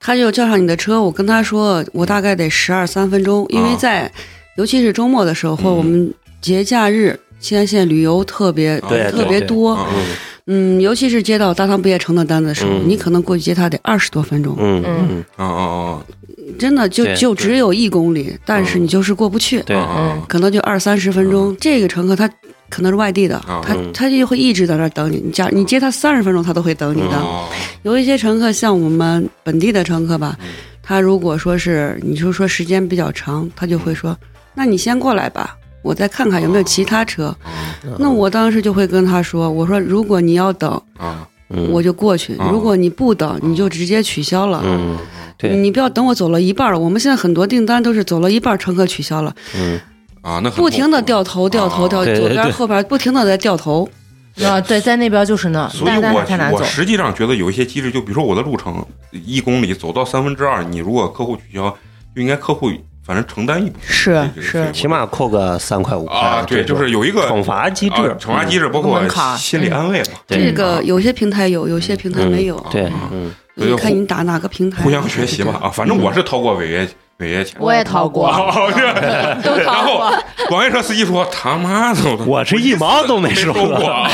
Speaker 5: 他就叫上你的车，我跟他说我大概得十二三分钟，
Speaker 4: 啊
Speaker 5: 因为在尤其是周末的时候，
Speaker 4: 嗯
Speaker 5: 或者我们节假日。西安县旅游特别
Speaker 1: 对
Speaker 5: 特别
Speaker 4: 啊对
Speaker 5: 多，
Speaker 1: 嗯
Speaker 5: 嗯，尤其是接到大唐不夜城的单子的时候，
Speaker 4: 嗯
Speaker 5: 你可能过去接他得二十多分钟，
Speaker 4: 嗯嗯，
Speaker 1: 嗯嗯
Speaker 5: 真的就
Speaker 4: 对
Speaker 5: 就只有一公里，但是
Speaker 4: 嗯
Speaker 5: 你就是过不去，
Speaker 1: 嗯
Speaker 4: 对，
Speaker 1: 嗯
Speaker 5: 可能就二三十分钟。这个乘客他可能是外地的，
Speaker 4: 啊
Speaker 1: 嗯
Speaker 5: 他他就会一直在那儿等你，你假你接他三十分钟，他都会等你的。
Speaker 1: 嗯
Speaker 5: 有一些乘客，像我们本地的乘客吧
Speaker 1: 嗯，
Speaker 5: 他如果说是你就说时间比较长，他就会说：“
Speaker 4: 嗯
Speaker 5: 那你先过来吧，我再看看有没有其他车。
Speaker 4: 哦嗯
Speaker 5: 那我当时就会跟他说：“我说如果你要等，
Speaker 1: 啊
Speaker 4: 嗯哦
Speaker 5: 我就过去；
Speaker 1: 嗯
Speaker 5: 如果你不等，你就直接取消了。
Speaker 4: 嗯对
Speaker 5: 你不要等我走了一半了。我们现在很多订单都是走了一半，乘客取消了，
Speaker 4: 嗯
Speaker 1: 啊，那很
Speaker 5: 不停的掉头、掉
Speaker 1: 啊
Speaker 5: 头、掉
Speaker 4: 对哦对
Speaker 5: 左边、
Speaker 4: 对
Speaker 5: 后边，不停的在掉头。
Speaker 2: 啊，对，在那边就是那，
Speaker 1: 所以
Speaker 2: 但但
Speaker 1: 我
Speaker 2: 是太难走
Speaker 1: 我。实际上觉得有一些机制，就比如说我的路程一公里走到三分之二，你如果客户取消，就应该客户反正承担一部分
Speaker 2: 是
Speaker 1: 这个
Speaker 2: 是，
Speaker 4: 起码扣个三块五块
Speaker 1: 啊，对，
Speaker 4: 这
Speaker 1: 就
Speaker 4: 种
Speaker 1: 是有一个
Speaker 4: 惩罚机制嗯
Speaker 1: 啊，惩罚机制包括
Speaker 2: 门槛儿嗯
Speaker 1: 心理安慰嘛，
Speaker 4: 对
Speaker 5: 这个有些平台有，有些平台没有。
Speaker 4: 嗯对，嗯，
Speaker 1: 所以
Speaker 5: 你看你打哪个平台，
Speaker 1: 互相学习嘛啊，反正我是逃过违约违约钱。
Speaker 3: 我也逃过，都
Speaker 1: 然
Speaker 3: 逃
Speaker 1: 后
Speaker 3: 过。
Speaker 1: 网约车司机说：“他妈的，
Speaker 4: 我是一毛都没
Speaker 1: 收
Speaker 4: 收
Speaker 1: 过
Speaker 4: 过，
Speaker 1: 啊。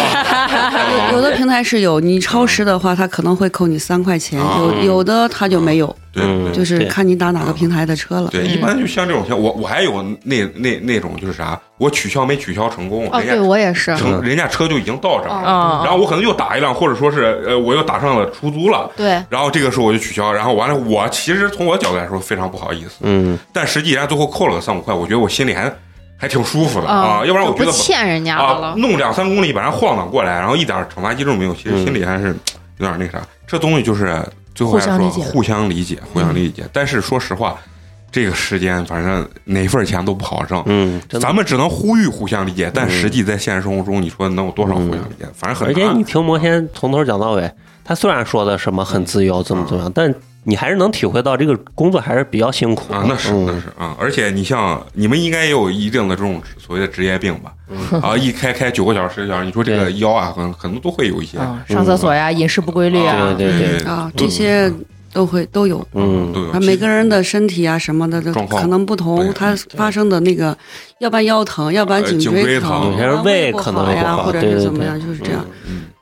Speaker 5: 有的平台是有，你超时的话，他可能会扣你三块钱；
Speaker 1: 嗯啊
Speaker 5: 有有的他就没有。
Speaker 4: 嗯，
Speaker 5: 就是
Speaker 4: 对
Speaker 5: 看你打哪个平台的车了。
Speaker 1: 对，一般就像这种像我我还有那那那种就是啥，我取消没取消成功，
Speaker 3: 哦，
Speaker 1: 人家
Speaker 3: 对我也是，
Speaker 4: 嗯
Speaker 1: 成人家车就已经到这儿了，
Speaker 2: 啊，
Speaker 3: 嗯
Speaker 1: 然后我可能又打一辆，或者说是呃我又打上了出租了。
Speaker 3: 对，
Speaker 1: 然后这个时候我就取消，然后完了，我其实从我角度来说非常不好意思，
Speaker 4: 嗯，
Speaker 1: 但实际人家最后扣了个三五块，我觉得我心里还还挺舒服的、
Speaker 3: 啊
Speaker 1: 啊，要不然我
Speaker 3: 就
Speaker 1: 觉得
Speaker 3: 不欠人家的
Speaker 1: 啊
Speaker 3: 了，
Speaker 1: 弄两三公里把人晃荡过来，然后一点惩罚机制都没有，其实心里还是有点那啥。这东西就是最后来说
Speaker 2: 互相理解
Speaker 1: 互相理解，互相理解。但是说实话，这个时间反正哪份钱都不好挣。
Speaker 4: 嗯，真的
Speaker 1: 咱。们只能呼吁互相理解，
Speaker 3: 嗯
Speaker 1: 但实际在现实生活中，你说能有多少互相理解？反正很
Speaker 4: 而且
Speaker 1: 难
Speaker 4: 你。听魔仙从头讲到尾，他虽然说的什么很自由怎么怎么
Speaker 1: 啊
Speaker 4: 样，但你还是能体会到这个工作还是比较辛苦的
Speaker 1: 啊，那是那
Speaker 4: 嗯
Speaker 1: 是啊，而且你像你们应该也有一定的这种所谓的职业病吧？啊，一开开九个小时、十个小时，你说这个
Speaker 4: 对
Speaker 1: 腰啊，可能可能都会有一些。
Speaker 2: 啊，上厕所呀，饮食不规律
Speaker 1: 啊
Speaker 2: 啊，
Speaker 4: 对对
Speaker 1: 对
Speaker 5: 啊，这些都会都有。
Speaker 4: 嗯
Speaker 1: 都有
Speaker 5: 啊，每个人的身体啊什么的都
Speaker 1: 状况
Speaker 5: 可能不
Speaker 1: 对
Speaker 5: 同，他发生的那个，要不然腰疼，要不然
Speaker 1: 呃
Speaker 5: 颈
Speaker 1: 颈椎
Speaker 5: 椎
Speaker 1: 疼
Speaker 4: 有些人
Speaker 5: 啊
Speaker 4: 胃
Speaker 5: 胃不
Speaker 4: 可能
Speaker 5: 好
Speaker 4: 也不
Speaker 5: 呀，
Speaker 4: 好
Speaker 5: 或者
Speaker 4: 对
Speaker 5: 是
Speaker 4: 对
Speaker 5: 怎么
Speaker 4: 对嗯
Speaker 5: 样，就是这样。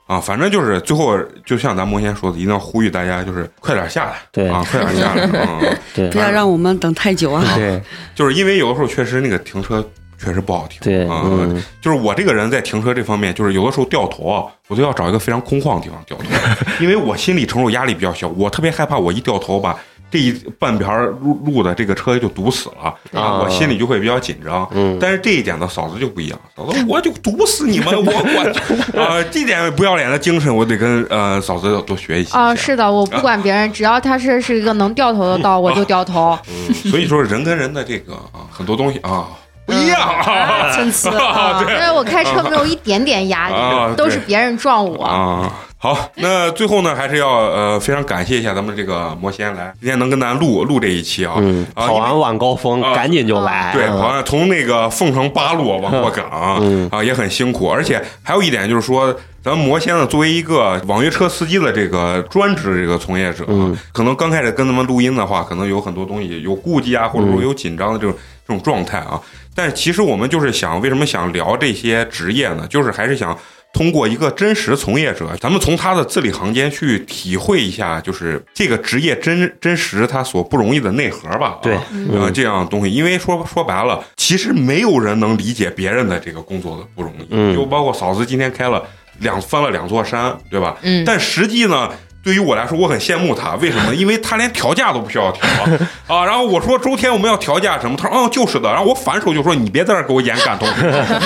Speaker 1: 啊，反正就是最后，就像咱们先说的，一定要呼吁大家，就是快点下来，
Speaker 4: 对
Speaker 1: 啊，快点下来，嗯，
Speaker 4: 对
Speaker 5: 不要让我们等太久啊！
Speaker 4: 对
Speaker 1: 就是因为有的时候确实那个停车确实不好停，
Speaker 4: 对，
Speaker 1: 啊，
Speaker 4: 嗯，
Speaker 1: 就是我这个人在停车这方面，就是有的时候掉头，啊我都要找一个非常空旷的地方掉 头，因为我心理承受压力比较小，我特别害怕我一掉头把这一半边儿路路的这个车就堵死了
Speaker 4: 啊
Speaker 1: 我心里就会比较紧张。
Speaker 4: 嗯
Speaker 1: 但是这一点呢，嫂子就不一样，嫂子我就堵死你们， 我我呃，这点不要脸的精神，我得跟呃嫂子多学一习一
Speaker 3: 啊，
Speaker 1: 下
Speaker 3: 是的，我不管别人，只要他是是一个能掉头的道，我就掉
Speaker 1: 啊
Speaker 3: 头。
Speaker 1: 所以说人跟人的这个啊很多东西啊不一样啊
Speaker 2: 参差
Speaker 1: 啊
Speaker 2: 啊
Speaker 1: 对
Speaker 3: 因为我开车没有一点点压
Speaker 1: 啊
Speaker 3: 力，都是别人撞我。
Speaker 1: 啊。好，那最后呢，还是要呃非常感谢一下咱们这个魔仙来，今天能跟咱录录这一期啊，
Speaker 4: 嗯，
Speaker 1: 啊
Speaker 4: 跑
Speaker 1: 因为
Speaker 4: 完晚高峰
Speaker 1: 啊
Speaker 4: 赶紧就来，
Speaker 1: 对，
Speaker 4: 嗯
Speaker 1: 好像从那个凤城八路往过赶啊，
Speaker 4: 嗯
Speaker 1: 啊也很辛苦，而且还有一点就是说，咱们魔仙呢作为一个网约车司机的这个专职这个从业者啊，
Speaker 4: 嗯
Speaker 1: 可能刚开始跟他们录音的话，可能有很多东西有顾忌啊，或者
Speaker 4: 嗯
Speaker 1: 说有紧张的这种、这种状态啊。但是其实我们就是想，为什么想聊这些职业呢？就是还是想通过一个真实从业者，咱们从他的字里行间去体会一下，就是这个职业真真实他所不容易的内核吧、啊。
Speaker 4: 对
Speaker 1: 呃，这样的东西，因为说说白了，其实没有人能理解别人的这个工作的不容易，
Speaker 4: 嗯
Speaker 1: 就包括嫂子今天开了两翻了两座山，对吧？
Speaker 2: 嗯，
Speaker 1: 但实际呢，对于我来说，我很羡慕他，为什么？因为他连调价都不需要调 啊。然后我说周天我们要调价什么，他说嗯就是的。然后我反手就说你别在这儿给我演感动，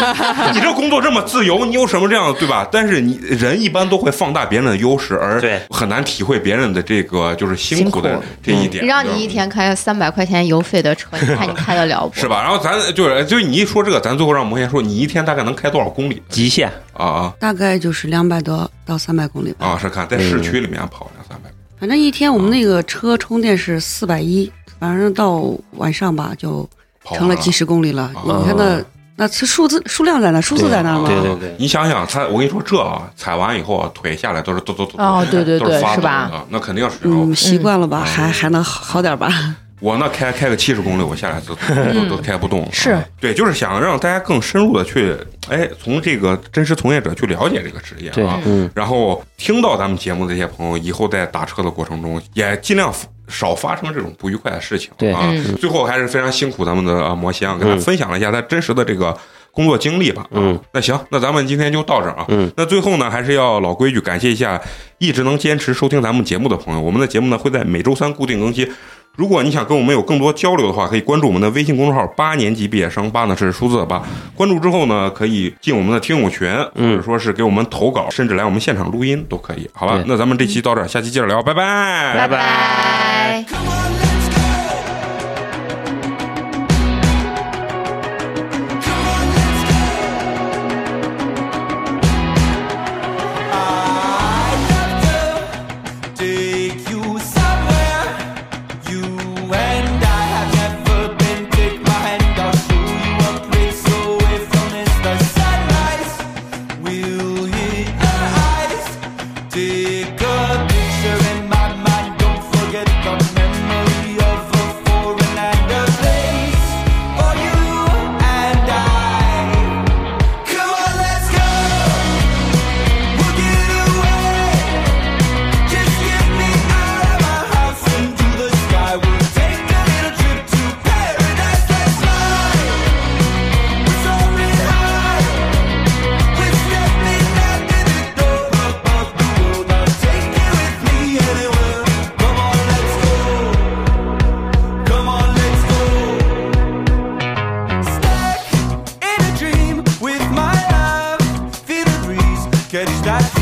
Speaker 1: 你这工作这么自由，你有什么这样的对吧？但是你人一般都会放大别人的优势，而
Speaker 4: 对
Speaker 1: 很难体会别人的这个就是辛苦的
Speaker 2: 辛苦
Speaker 1: 这一点。
Speaker 3: 嗯让你
Speaker 1: 对
Speaker 3: 一
Speaker 1: 吧
Speaker 3: 天开三百块钱油费的车，你看你开得了不？
Speaker 1: 是吧？然后咱就是，就是你一说这个，咱最后让魔仙说，你一天大概能开多少公里
Speaker 4: 极限，
Speaker 1: 啊啊
Speaker 5: 大概就是两百多到三百公里吧。
Speaker 1: 啊！是看在市区里面跑两三百，
Speaker 5: 反正一天我们那个车充电是四百一，反正到晚上吧就
Speaker 1: 跑
Speaker 4: 哦
Speaker 5: 成了
Speaker 1: 完
Speaker 5: 几。十公里了。你
Speaker 1: 啊
Speaker 5: 看那那是数字数量在那，数字在那
Speaker 1: 啊
Speaker 5: 嘛。
Speaker 4: 对对对
Speaker 1: 你想想，他我跟你说这啊，踩完以后啊，腿下来都是抖抖抖，
Speaker 2: 哦对对
Speaker 1: 都是
Speaker 2: 对
Speaker 1: 发
Speaker 2: 是
Speaker 1: 抖
Speaker 2: 吧
Speaker 1: 的？那肯定是。然后
Speaker 5: 嗯，习惯了吧，
Speaker 1: 嗯
Speaker 5: 还还能好好点吧？
Speaker 1: 我那开开个七十公里，我下来 都都都开不动。啊
Speaker 2: 是
Speaker 1: 对，就是想让大家更深入的去，哎，从这个真实从业者去了解这个职业
Speaker 4: 对
Speaker 1: 啊，。
Speaker 4: 嗯，
Speaker 1: 然后听到咱们节目的这些朋友，以后在打车的过程中，也尽量 f- 少发生这种不愉快的事情。
Speaker 4: 对嗯
Speaker 1: 啊，最后还是非常辛苦咱们的啊魔仙啊，跟大家分享了一下他真实的这个工作经历吧。啊
Speaker 4: 嗯，
Speaker 1: 那行，那咱们今天就到这儿啊。
Speaker 4: 嗯，
Speaker 1: 那最后呢，还是要老规矩，感谢一下一直能坚持收听咱们节目的朋友。我们的节目呢会在每周三固定更新。如果你想跟我们有更多交流的话，可以关注我们的微信公众号“八年级毕业生”，八呢是数字的八。关注之后呢，可以进我们的听友群，或
Speaker 4: 嗯
Speaker 1: 者说是给我们投稿，甚至来我们现场录音都可以，好吧
Speaker 4: 对？
Speaker 1: 那咱们这期到这儿，下期接着聊，拜拜，
Speaker 3: 拜拜。
Speaker 6: Take you somewhere you and I have never been. Take my hand, I'll show you a place away from this. The sunrise will hit our eyes. Take a picture in my mind. Don't forget the memory. catch that